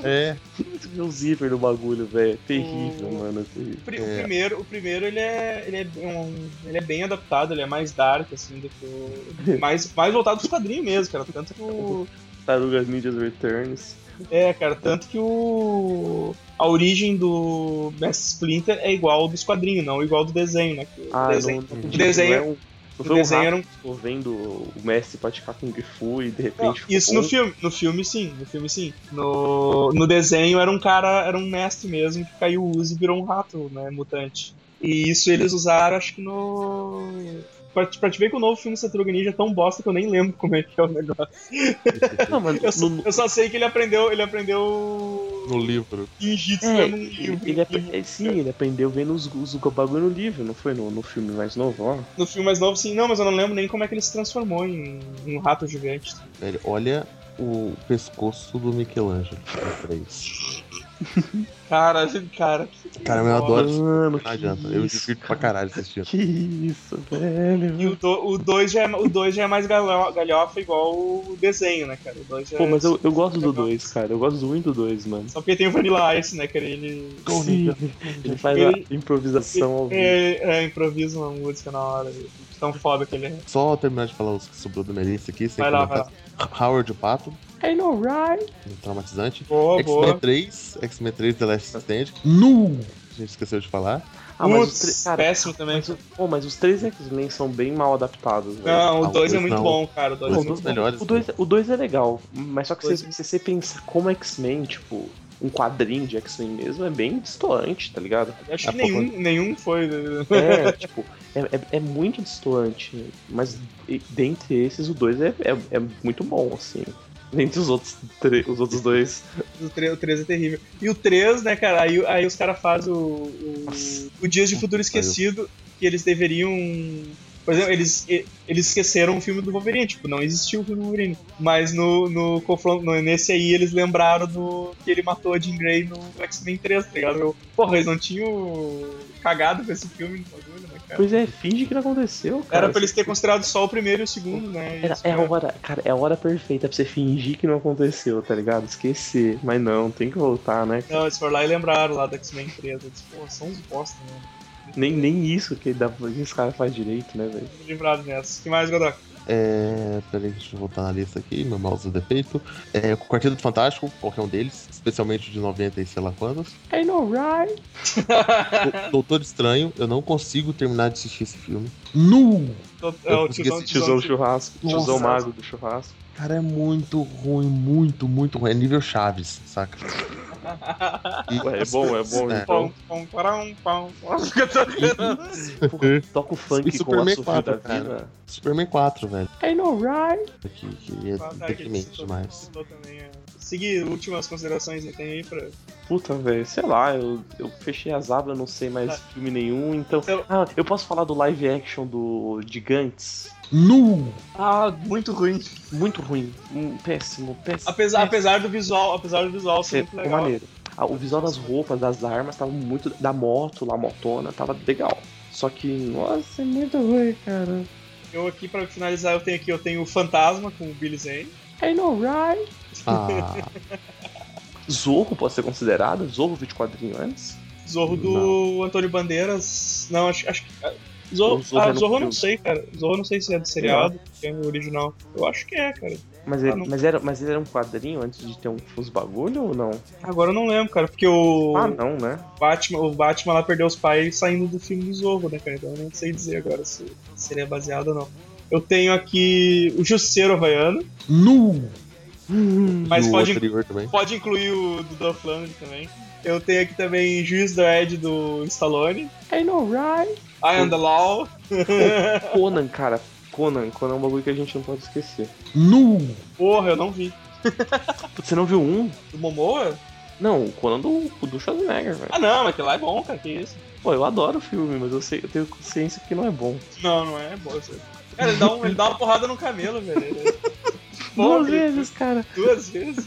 Speaker 5: É,
Speaker 3: tu viu o zíper do bagulho, velho. Terrível,
Speaker 4: O-
Speaker 3: mano. é terrível.
Speaker 4: O pri- O primeiro, o primeiro ele, é, ele, é bem, um- ele é
Speaker 3: <laughs>
Speaker 4: bem adaptado, ele é mais dark, assim, do que o. Mais, mais voltado pros quadrinhos mesmo, cara. Tanto que o,
Speaker 3: Tarugas Ninjas Returns.
Speaker 4: É, cara, tanto que o. A origem do Master Splinter é igual ao dos quadrinhos, não igual ao do desenho, né? Que o
Speaker 3: Ah,
Speaker 4: desenho,
Speaker 3: não,
Speaker 4: o desenho,
Speaker 3: não, é um- não
Speaker 4: o
Speaker 3: foi um
Speaker 4: desenho
Speaker 3: rato
Speaker 4: era um.
Speaker 3: que ficou vendo o mestre praticar Kung Fu e de
Speaker 4: Não,
Speaker 3: repente... ficou
Speaker 4: isso no
Speaker 3: bom.
Speaker 4: filme. No filme sim, no filme sim. No, no desenho era um cara, era um mestre mesmo que caiu o uso e virou um rato, né? Mutante. E isso eles usaram, acho que no. Pra, te- pra te ver que o novo filme Sataruga Ninja é tão bosta que eu nem lembro como é que é o negócio.
Speaker 3: um- Não, mas
Speaker 4: Eu só,
Speaker 3: no-
Speaker 4: eu só sei que ele aprendeu. Ele aprendeu.
Speaker 5: No livro.
Speaker 4: Ninjitsu
Speaker 3: É,
Speaker 4: num
Speaker 3: ele,
Speaker 4: livro.
Speaker 3: ele apre- é, sim, ele aprendeu vendo os, os o bagulho no livro, não foi no, no filme mais novo, ó.
Speaker 4: No filme mais novo, sim. Não, mas eu não lembro nem como é que ele se transformou em em um rato gigante.
Speaker 5: Velho, olha o pescoço do Michelangelo. no três.
Speaker 4: Cara, cara.
Speaker 5: Cara, eu adoro.
Speaker 3: Mano,
Speaker 5: Não adianta, eu divirto pra caralho assistindo.
Speaker 3: Que isso, velho.
Speaker 4: E o 2 já, é, o dois já é mais galo- galhofa igual o desenho, né, cara? O dois já
Speaker 3: Pô, mas eu,
Speaker 4: é...
Speaker 3: eu gosto do
Speaker 4: Legal.
Speaker 3: 2, cara. Eu gosto do 1 e do 2, mano.
Speaker 4: Só porque tem o Vanilla Ice, né, cara? Ele
Speaker 5: Go,
Speaker 3: Sim,
Speaker 5: Ninja.
Speaker 3: Ele faz
Speaker 4: Ele-
Speaker 3: a improvisação ao vivo.
Speaker 4: é, é, improvisa uma música na hora. de Tão foda que ele é.
Speaker 5: Só terminar de falar os que sobrou do Melissa aqui, sem
Speaker 4: Vai lá,
Speaker 5: comentar. Howard o Pato,
Speaker 3: I know, right?
Speaker 5: traumatizante.
Speaker 4: Boa,
Speaker 5: X-Men
Speaker 4: boa.
Speaker 5: 3, X-Men 3 The Last Stand. Nu! A gente esqueceu de falar.
Speaker 3: Ah, mas os, tre-
Speaker 4: Putz,
Speaker 3: cara,
Speaker 4: péssimo também.
Speaker 3: mas, o- pô, mas os três X-Men são bem mal adaptados, velho.
Speaker 4: Não,
Speaker 5: Ah,
Speaker 4: o
Speaker 5: o
Speaker 4: 2 é
Speaker 5: dois
Speaker 4: muito
Speaker 5: não.
Speaker 4: bom, cara. O
Speaker 5: Dois
Speaker 3: Pô,
Speaker 5: são
Speaker 4: dois é
Speaker 5: os
Speaker 4: muito bom.
Speaker 5: melhores, né?
Speaker 3: O 2 o dois é legal, mas só que
Speaker 4: Dois-
Speaker 3: se se você pensar como X-Men, tipo, um quadrinho de X-Men mesmo, é bem distoante, tá <laughs> ligado?
Speaker 4: Acho
Speaker 5: Ah,
Speaker 4: que
Speaker 5: pô,
Speaker 4: nenhum, nenhum foi.
Speaker 3: É, tipo, é, é- é muito distoante. Mas e- dentre esses, o 2 é, é, é muito bom, assim. Dentre os outros, tre- os outros dois.
Speaker 4: O 3, é terrível. E o 3, né, cara, aí, aí os caras fazem o, o, o Dias de Futuro Esquecido, que eles deveriam. Por exemplo, eles, e- eles esqueceram o filme do Wolverine, tipo, não existiu o filme do Wolverine. Mas no, no confronto, no- nesse aí, eles lembraram do que ele matou a Jean Grey no X-Men 3, tá ligado? Eu, porra, eles não tinham cagado com esse filme no bagulho, né, cara?
Speaker 3: Pois é, finge que não aconteceu, cara.
Speaker 4: Era pra eles terem considerado só o primeiro e o segundo, né?
Speaker 3: é, Era-
Speaker 4: Isso,
Speaker 3: é a
Speaker 4: cara.
Speaker 3: hora, cara, é a hora perfeita pra você fingir que não aconteceu, tá ligado? Esquecer. Mas não, tem que voltar, né?
Speaker 4: Não, eles foram lá e lembraram lá do X-Men 3. Eu disse, pô, são uns bosta, né?
Speaker 3: Nem, nem isso que, dá, que esse cara faz direito, né, velho?
Speaker 4: Lembrado nessa. O que mais, Godok?
Speaker 5: É. Peraí, deixa eu voltar na lista aqui, meu mouse é defeito. É, o Quarteto Fantástico, qualquer um deles, especialmente o de 90 e sei
Speaker 4: <laughs>
Speaker 5: lá quantos.
Speaker 3: I know, right?
Speaker 5: Do- Doutor Estranho, eu não consigo terminar de assistir esse filme. Nu!
Speaker 4: Tô-
Speaker 5: Eu
Speaker 4: é, o
Speaker 5: consegui
Speaker 4: tiozão,
Speaker 5: esse
Speaker 4: tiozão,
Speaker 3: Tiozão churrasco, tiozão
Speaker 5: Nossa.
Speaker 3: mago do churrasco.
Speaker 5: Cara, é muito ruim, muito, muito ruim. É nível Chaves, saca? E-
Speaker 3: Ué, é bom, é bom,
Speaker 5: É.
Speaker 3: então.
Speaker 4: Pom, pom, param, <laughs> pom, pom. Eu tô vendo.
Speaker 5: <laughs>
Speaker 3: Porra, toca o funk
Speaker 5: E
Speaker 3: com o
Speaker 5: Superman
Speaker 3: assovio da
Speaker 5: 4, cara. É
Speaker 3: vida.
Speaker 5: Superman 4, velho.
Speaker 3: I know, right?
Speaker 5: Que, que é
Speaker 4: Ah, tá, que
Speaker 5: deprimente
Speaker 4: ele
Speaker 5: demais.
Speaker 4: citou também, é. Seguir últimas considerações que tem aí pra.
Speaker 3: Puta, velho, sei lá, eu, eu fechei as abas, não sei mais
Speaker 4: Tá.
Speaker 3: filme nenhum, então.
Speaker 4: Então-
Speaker 3: Ah, eu posso falar do live action do Gigantes?
Speaker 4: <laughs>
Speaker 5: Nu!
Speaker 4: Ah, muito ruim.
Speaker 3: Muito ruim, um, péssimo, péssimo.
Speaker 4: Apesar, apesar do visual, apesar do visual ser
Speaker 3: péssimo,
Speaker 4: muito
Speaker 3: ficou
Speaker 4: legal.
Speaker 3: maneiro. Ah, o visual das roupas, das armas, tava muito. Da moto, lá, motona, tava legal. Só que, nossa, é muito ruim, cara.
Speaker 4: Eu aqui pra finalizar, eu tenho aqui, eu tenho o Fantasma com o Billy Zane.
Speaker 3: I know, right?
Speaker 5: Ah,
Speaker 3: Zorro pode ser considerado? Zorro vídeo quadrinho antes?
Speaker 4: Zorro do Antônio Bandeiras. Não, acho, acho que. ah, Zorro,
Speaker 3: O Zorro
Speaker 4: ah,
Speaker 3: é no
Speaker 4: Zorro eu não
Speaker 3: filme.
Speaker 4: sei, cara. Zorro eu não sei se é do seriado, se é no original. Eu acho que é, cara.
Speaker 3: Mas
Speaker 4: Ah,
Speaker 3: ele,
Speaker 4: não.
Speaker 3: mas, era, mas ele era um quadrinho antes de ter um, uns bagulho ou não?
Speaker 4: Agora eu não lembro, cara, porque o.
Speaker 3: Ah, não, né?
Speaker 4: Batman, o Batman lá perdeu os pais saindo do filme do Zorro, né, cara? Então eu não sei dizer agora se seria baseado ou não. Eu tenho aqui o Justiceiro Havaiano,
Speaker 5: nu!
Speaker 4: mas
Speaker 5: Hum. E o
Speaker 4: pode,
Speaker 5: anterior também.
Speaker 4: pode incluir o do Dan Flandre também. Eu tenho aqui também Juiz do Ed do Stallone,
Speaker 3: I know, right?
Speaker 4: I Am The Law,
Speaker 3: Conan, cara. Conan, Conan é um bagulho que a gente não pode esquecer.
Speaker 5: Nu!
Speaker 4: porra, eu não vi.
Speaker 3: Putz, Você não viu um?
Speaker 4: Do Momoa?
Speaker 3: Não, o Conan do, do Schwarzenegger, velho.
Speaker 4: Ah não, aquele lá é bom, cara, que isso.
Speaker 3: Pô, eu adoro o filme, mas eu, sei, eu tenho consciência que não é bom.
Speaker 4: Não, não é, é bom. isso aí. Cara, ele dá, um- ele dá uma porrada no camelo, velho. Porra,
Speaker 3: Duas vezes, cara.
Speaker 4: Duas vezes.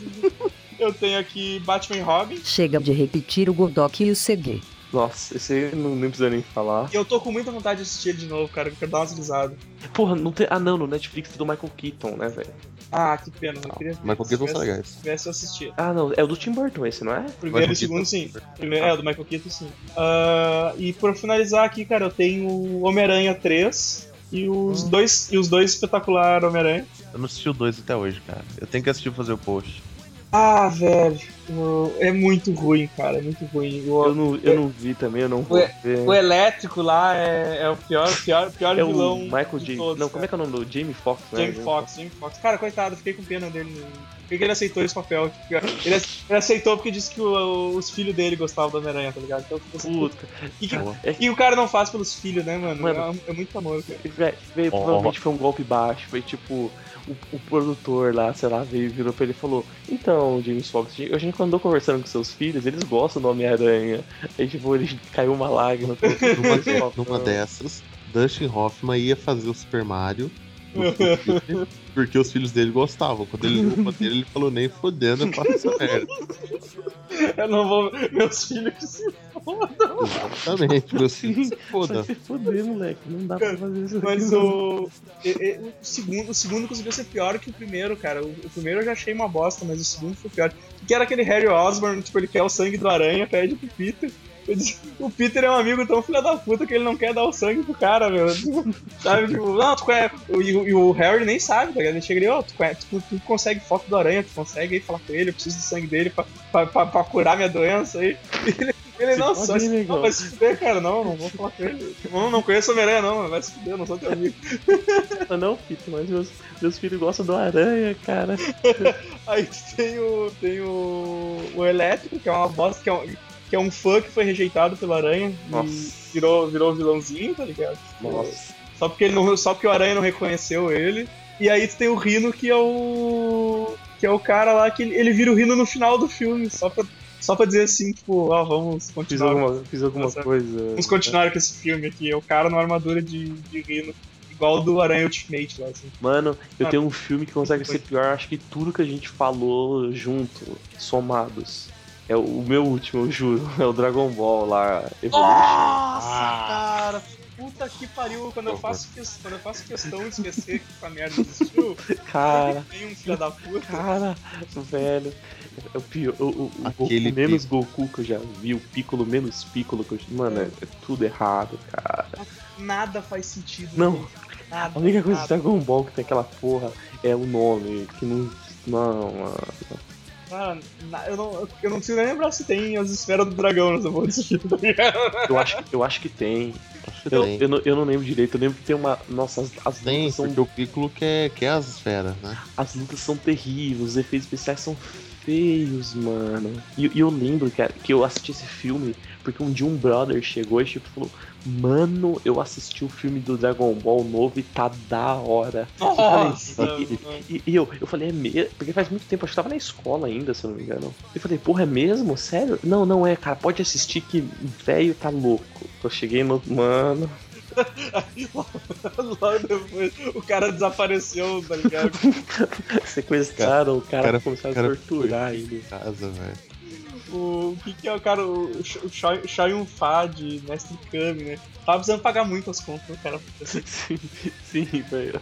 Speaker 4: Eu tenho aqui Batman e Robin.
Speaker 1: Chega de repetir o Godok e o CG.
Speaker 3: Nossa, esse aí eu não, nem precisa nem falar.
Speaker 4: E eu tô com muita vontade de assistir ele de novo, cara, que eu quero dar umas risadas.
Speaker 3: Porra, não tem. Ah, não, no Netflix tem do Michael Keaton, né, velho?
Speaker 4: Ah, que pena, eu queria ver.
Speaker 5: Mas qualquer
Speaker 4: Se
Speaker 5: coisa
Speaker 4: tivesse-
Speaker 5: legais.
Speaker 4: Se tivesse eu assistir.
Speaker 3: Ah, não, é o do Tim Burton esse, não é?
Speaker 4: Primeiro e
Speaker 5: Michael
Speaker 4: segundo,
Speaker 5: Keaton.
Speaker 4: sim. Primeiro, é, o do Michael Keaton, sim. Ah, e por finalizar aqui, Hum. cara, eu tenho o Homem-Aranha 3 e os, dois, e os dois espetacular Homem-Aranha.
Speaker 5: Eu não assisti o 2 até hoje, cara. Eu tenho que assistir pra fazer o post.
Speaker 4: Ah, velho. o- É muito ruim, cara. É muito ruim. O,
Speaker 3: Eu não, eu não vi também, eu não vou ver.
Speaker 4: o elétrico lá é, é o pior, pior, pior
Speaker 3: é o
Speaker 4: vilão.
Speaker 3: Michael
Speaker 4: de
Speaker 3: J.
Speaker 4: todos,
Speaker 3: Não, como é
Speaker 4: cara.
Speaker 3: que é o nome do Jamie Foxx, né?
Speaker 4: Jamie Foxx, Jamie Foxx. Cara, coitado, fiquei com pena dele. Por que que ele aceitou esse papel? Tipo, Ele, ace- ele aceitou porque disse que o- os filhos dele gostavam do Homem-Aranha, tá ligado? Então, tipo, assim,
Speaker 3: Puta.
Speaker 4: e, que,
Speaker 5: Boa.
Speaker 4: e o cara não faz pelos filhos, né, mano?
Speaker 3: Hum. Mano.
Speaker 4: É, é muito amor, <laughs> cara.
Speaker 3: Véi, veio,
Speaker 5: Ó.
Speaker 3: provavelmente foi um golpe baixo, foi tipo, o, o produtor lá, sei lá, veio, virou pra ele e falou, então, James Fox, a gente quando andou conversando com seus filhos, eles gostam do Homem-Aranha. Aí, tipo, ele <laughs> caiu uma lágrima. pô,
Speaker 5: Numa,
Speaker 3: James Fox,
Speaker 5: numa
Speaker 3: não.
Speaker 5: dessas, Dustin Hoffman ia fazer o Super Mario.
Speaker 4: <laughs>
Speaker 5: no filme, Porque os filhos dele gostavam. Quando ele viu o roteiro, ele falou: nem fodendo, eu faço essa merda.
Speaker 4: Eu não vou. Meus filhos que se fodam.
Speaker 5: Exatamente, meu filho. se
Speaker 3: Vai
Speaker 5: Foda.
Speaker 3: se foder, moleque. Não dá pra fazer isso.
Speaker 4: Mas o. e- e- O segundo, o segundo conseguiu ser pior que o primeiro, cara. O, o primeiro eu já achei uma bosta, mas o segundo foi pior. Que era aquele Harry Osborn, tipo, ele quer o sangue do aranha, pede pro Peter. Ele diz, O Peter é um amigo tão filha da puta que ele não quer dar o sangue pro cara, meu. <laughs> Sabe, tipo, não, tu conhece. E, o- e o Harry nem sabe, tá ligado? Ele chega e ó, tu, conhece- tu, tu consegue foto do aranha, tu consegue aí falar com ele, eu preciso do sangue dele pra, pra, pra- pra curar minha doença aí. <laughs> Ele, ele
Speaker 3: Se
Speaker 4: não,
Speaker 3: fode
Speaker 4: só,
Speaker 3: aí,
Speaker 4: se- não,
Speaker 3: negão.
Speaker 4: vai se fuder, cara, não, não vou falar com ele. Não, não conheço o Homem-Aranha, não, vai se fuder, não sou teu amigo.
Speaker 3: Ah, Não, Pito, mas meus, meus filhos gostam do aranha, cara.
Speaker 4: <laughs> Aí tem o. tem o. o Elétrico, que é uma bosta, que é um, que é um fã que foi rejeitado pelo Aranha
Speaker 3: Nossa.
Speaker 4: e virou, virou vilãozinho, tá ligado?
Speaker 3: Nossa.
Speaker 4: Só porque, ele não, só porque o Aranha não reconheceu ele. E aí tu tem o Rino, que é o. que é o cara lá que ele, ele vira o Rino no final do filme, só pra, só pra dizer assim, tipo, ó, vamos
Speaker 3: Fiz
Speaker 4: continuar.
Speaker 3: alguma, né? fiz alguma
Speaker 4: Nossa.
Speaker 3: coisa.
Speaker 4: Vamos continuar com esse filme aqui. É o cara numa armadura de, de Rino, igual do Aranha Ultimate lá, assim.
Speaker 3: Mano, eu
Speaker 4: Ah,
Speaker 3: tenho um filme que consegue
Speaker 4: foi.
Speaker 3: ser pior, acho que tudo que a gente falou junto, somados. É o- o meu último, eu juro. <laughs> É o Dragon Ball lá. Evolution.
Speaker 4: Nossa,
Speaker 3: Ah.
Speaker 4: cara! Puta que pariu! Quando eu,
Speaker 5: Horror.
Speaker 4: faço ques- quando eu faço questão de esquecer que essa merda existiu, <laughs>
Speaker 3: Cara,
Speaker 4: vem um filho da puta.
Speaker 3: cara, velho. É o pior. O, o- o
Speaker 5: Aquele
Speaker 3: Goku menos Goku que eu já vi, o Piccolo menos Piccolo que eu Mano, é, é tudo errado, cara.
Speaker 4: Nada faz sentido.
Speaker 3: Não,
Speaker 4: Nada.
Speaker 3: a única coisa de
Speaker 4: nada.
Speaker 3: Dragon Ball que tem aquela porra é o nome, que não. Não, mano.
Speaker 4: Cara, Ah, na- eu, não, eu não consigo nem lembrar se tem as esferas do dragão nessa porra desse filme. tá ligado?
Speaker 3: Eu acho, eu acho que tem.
Speaker 5: Acho que
Speaker 3: Eu,
Speaker 5: tem.
Speaker 3: eu, não, eu não lembro direito, eu lembro que tem uma. Nossa, as, as
Speaker 5: Tem,
Speaker 3: lutas são
Speaker 5: porque o Piccolo quer, quer é, as esferas, né?
Speaker 3: As lutas são terríveis, os efeitos especiais são feios, mano. E, e eu lembro, cara, que eu assisti esse filme porque um dia um brother chegou e tipo, falou: Mano, eu assisti o filme do Dragon Ball novo e tá da hora.
Speaker 4: Nossa!
Speaker 3: E, e- e eu, eu falei, é mesmo? Porque faz muito tempo, acho que eu tava na escola ainda, se eu não me engano. Eu falei, porra, é mesmo? Sério? Não, não é, cara, pode assistir que velho tá louco. Eu cheguei no. Mano.
Speaker 4: <laughs> Logo depois, o cara desapareceu, tá ligado?
Speaker 3: Sequestraram o cara,
Speaker 5: cara-
Speaker 3: começaram
Speaker 5: cara
Speaker 3: a torturar ele.
Speaker 5: Casa, velho.
Speaker 4: O, o que que é o cara, o Sh- o Shoy- Shoyun Fa de Mestre Kami, né? Tava precisando pagar muito as contas, o cara.
Speaker 3: <laughs> Sim, sim, velho.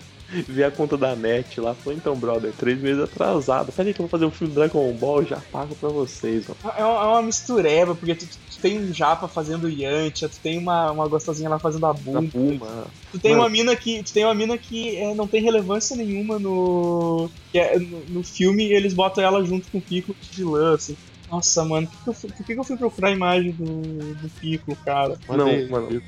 Speaker 3: Vi a conta da net lá, falou, então, brother, três meses atrasado. Peraí que eu vou fazer um filme do Dragon Ball, já pago pra vocês, mano.
Speaker 4: É uma, é uma mistureba, porque tu, tu tem um japa fazendo Yantia, tu tem uma, uma gostosinha lá fazendo a
Speaker 3: Na
Speaker 4: Boom,
Speaker 3: Puma.
Speaker 4: tu tem
Speaker 3: mano.
Speaker 4: uma mina que, tu tem uma mina que é, não tem relevância nenhuma no, que é- no, no filme e eles botam ela junto com o Piccolo de vilã, assim. Nossa, mano, por que, eu fui- por que que eu fui procurar a imagem do, do Piccolo, cara?
Speaker 5: Mandei.
Speaker 3: Não, mano.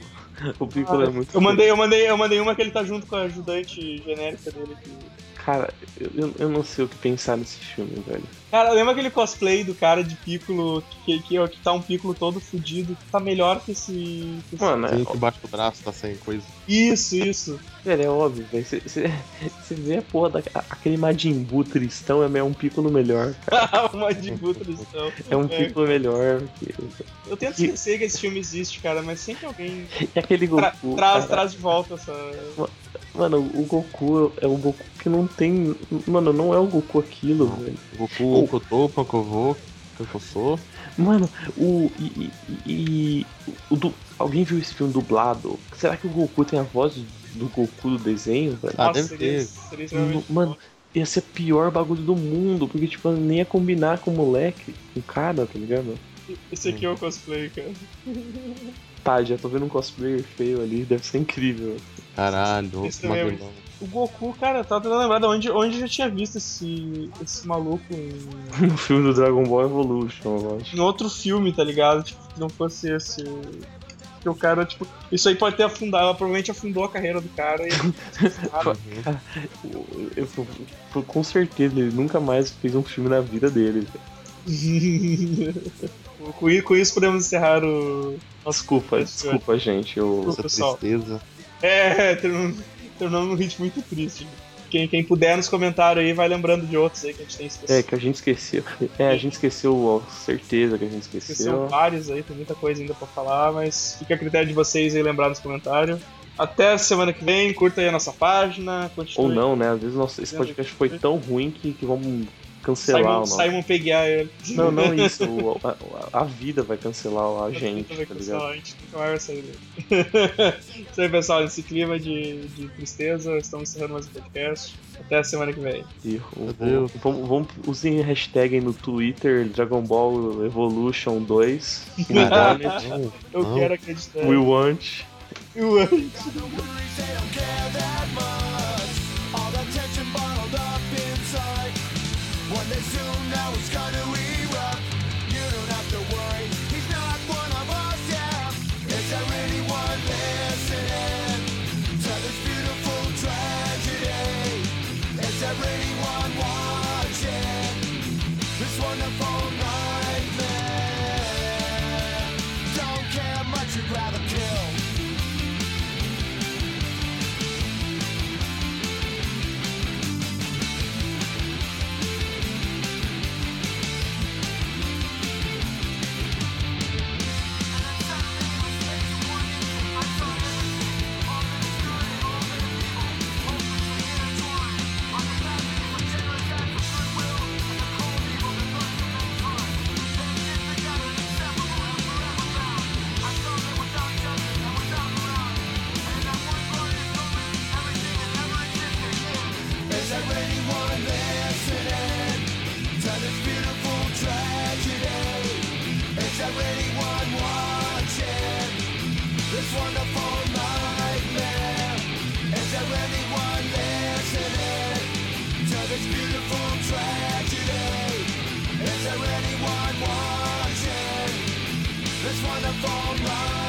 Speaker 3: O Piccolo é muito.
Speaker 4: Eu mandei, eu mandei, eu mandei uma que ele tá junto com a ajudante genérica dele que-
Speaker 3: Cara, eu, eu não sei o que pensar nesse filme, velho.
Speaker 4: Cara, lembra aquele cosplay do cara de Piccolo, que, que, que tá um Piccolo todo fudido, que tá melhor que esse... que esse-
Speaker 3: Mano, é,
Speaker 5: Tem que baixa o braço, tá sem coisa.
Speaker 3: <laughs>
Speaker 4: Isso, isso.
Speaker 3: velho, é óbvio, velho. Você vê a porra da. a- Aquele Majin Buu tristão é me- é um Piccolo melhor. cara.
Speaker 4: Uma de Butristão.
Speaker 3: É um Piccolo melhor. que-
Speaker 4: Eu tento esquecer que esse filme existe, cara, mas sempre alguém
Speaker 3: E aquele
Speaker 4: tra-
Speaker 3: Goku.
Speaker 4: traz,
Speaker 3: cara.
Speaker 4: traz de volta essa...
Speaker 3: Mano, o Goku é o Goku que não tem. Mano, não é o Goku aquilo,
Speaker 5: Não.
Speaker 3: velho.
Speaker 5: Goku, Cotô, Pancovô, Cancossô.
Speaker 3: Mano, o. E, e- e- o du- alguém viu esse filme dublado? Será que o Goku tem a voz do Goku do desenho, velho?
Speaker 5: Ah, deve
Speaker 4: seria,
Speaker 5: ter. Hum,
Speaker 4: seria extremamente
Speaker 3: Mano, ia ser o pior bagulho do mundo, porque, tipo, nem ia combinar com o moleque, com o cara, tá ligado?
Speaker 4: bom. Esse aqui é o cosplay, cara.
Speaker 3: Tá, já tô vendo um cosplayer feio ali, deve ser incrível.
Speaker 5: Caralho,
Speaker 4: Isso também é
Speaker 5: Magelão.
Speaker 4: o Goku, cara, tá eu tava tentando lembrar de onde, onde eu já tinha visto esse, esse maluco em,
Speaker 3: <laughs> No filme do Dragon Ball Evolution, eu acho.
Speaker 4: em outro filme, tá ligado? Tipo, que não fosse esse. Que o cara, tipo, isso aí pode ter afundado, ela provavelmente afundou a carreira do
Speaker 5: <laughs>
Speaker 4: cara e.
Speaker 3: Eu- eu- com certeza, ele nunca mais fez um filme na vida dele.
Speaker 4: com, i- com isso podemos encerrar o.
Speaker 3: Desculpa, desculpa, gente. Eu...
Speaker 5: Essa
Speaker 4: pessoal.
Speaker 5: tristeza.
Speaker 4: É, terminamos terminamos num ritmo muito triste. Quem, quem puder nos comentários aí, vai lembrando de outros aí que a gente tem esquecido.
Speaker 3: É, que a gente esqueceu. É, a gente esqueceu, ó, certeza que a gente esqueceu. um
Speaker 4: São vários aí, tem muita coisa ainda pra falar, mas fica a critério de vocês aí lembrar nos comentários. Até semana que vem, curta aí a nossa página, continue.
Speaker 3: Ou não, né? Às vezes nosso, esse podcast foi tão ruim que, que vamos cancelar o
Speaker 4: Simon,
Speaker 3: nosso.
Speaker 4: Simon peguear ele.
Speaker 3: Não,
Speaker 4: <laughs>
Speaker 3: não isso. o- A, a vida vai cancelar a
Speaker 4: Então
Speaker 3: gente,
Speaker 4: vai
Speaker 3: tá
Speaker 4: começar,
Speaker 3: ligado?
Speaker 4: A gente nunca mais vai sair dele. <laughs> Isso aí, pessoal, nesse clima de, de tristeza, estamos encerrando mais um podcast. Até a semana que vem.
Speaker 3: E o-
Speaker 5: Adeus.
Speaker 3: o- Vamos, vamos usem a hashtag no Twitter Dragon Ball Evolution <laughs> 2.
Speaker 5: Caralho.
Speaker 4: <laughs> Eu
Speaker 5: Não.
Speaker 4: quero acreditar.
Speaker 3: We want.
Speaker 4: Eu amo.
Speaker 6: This wonderful life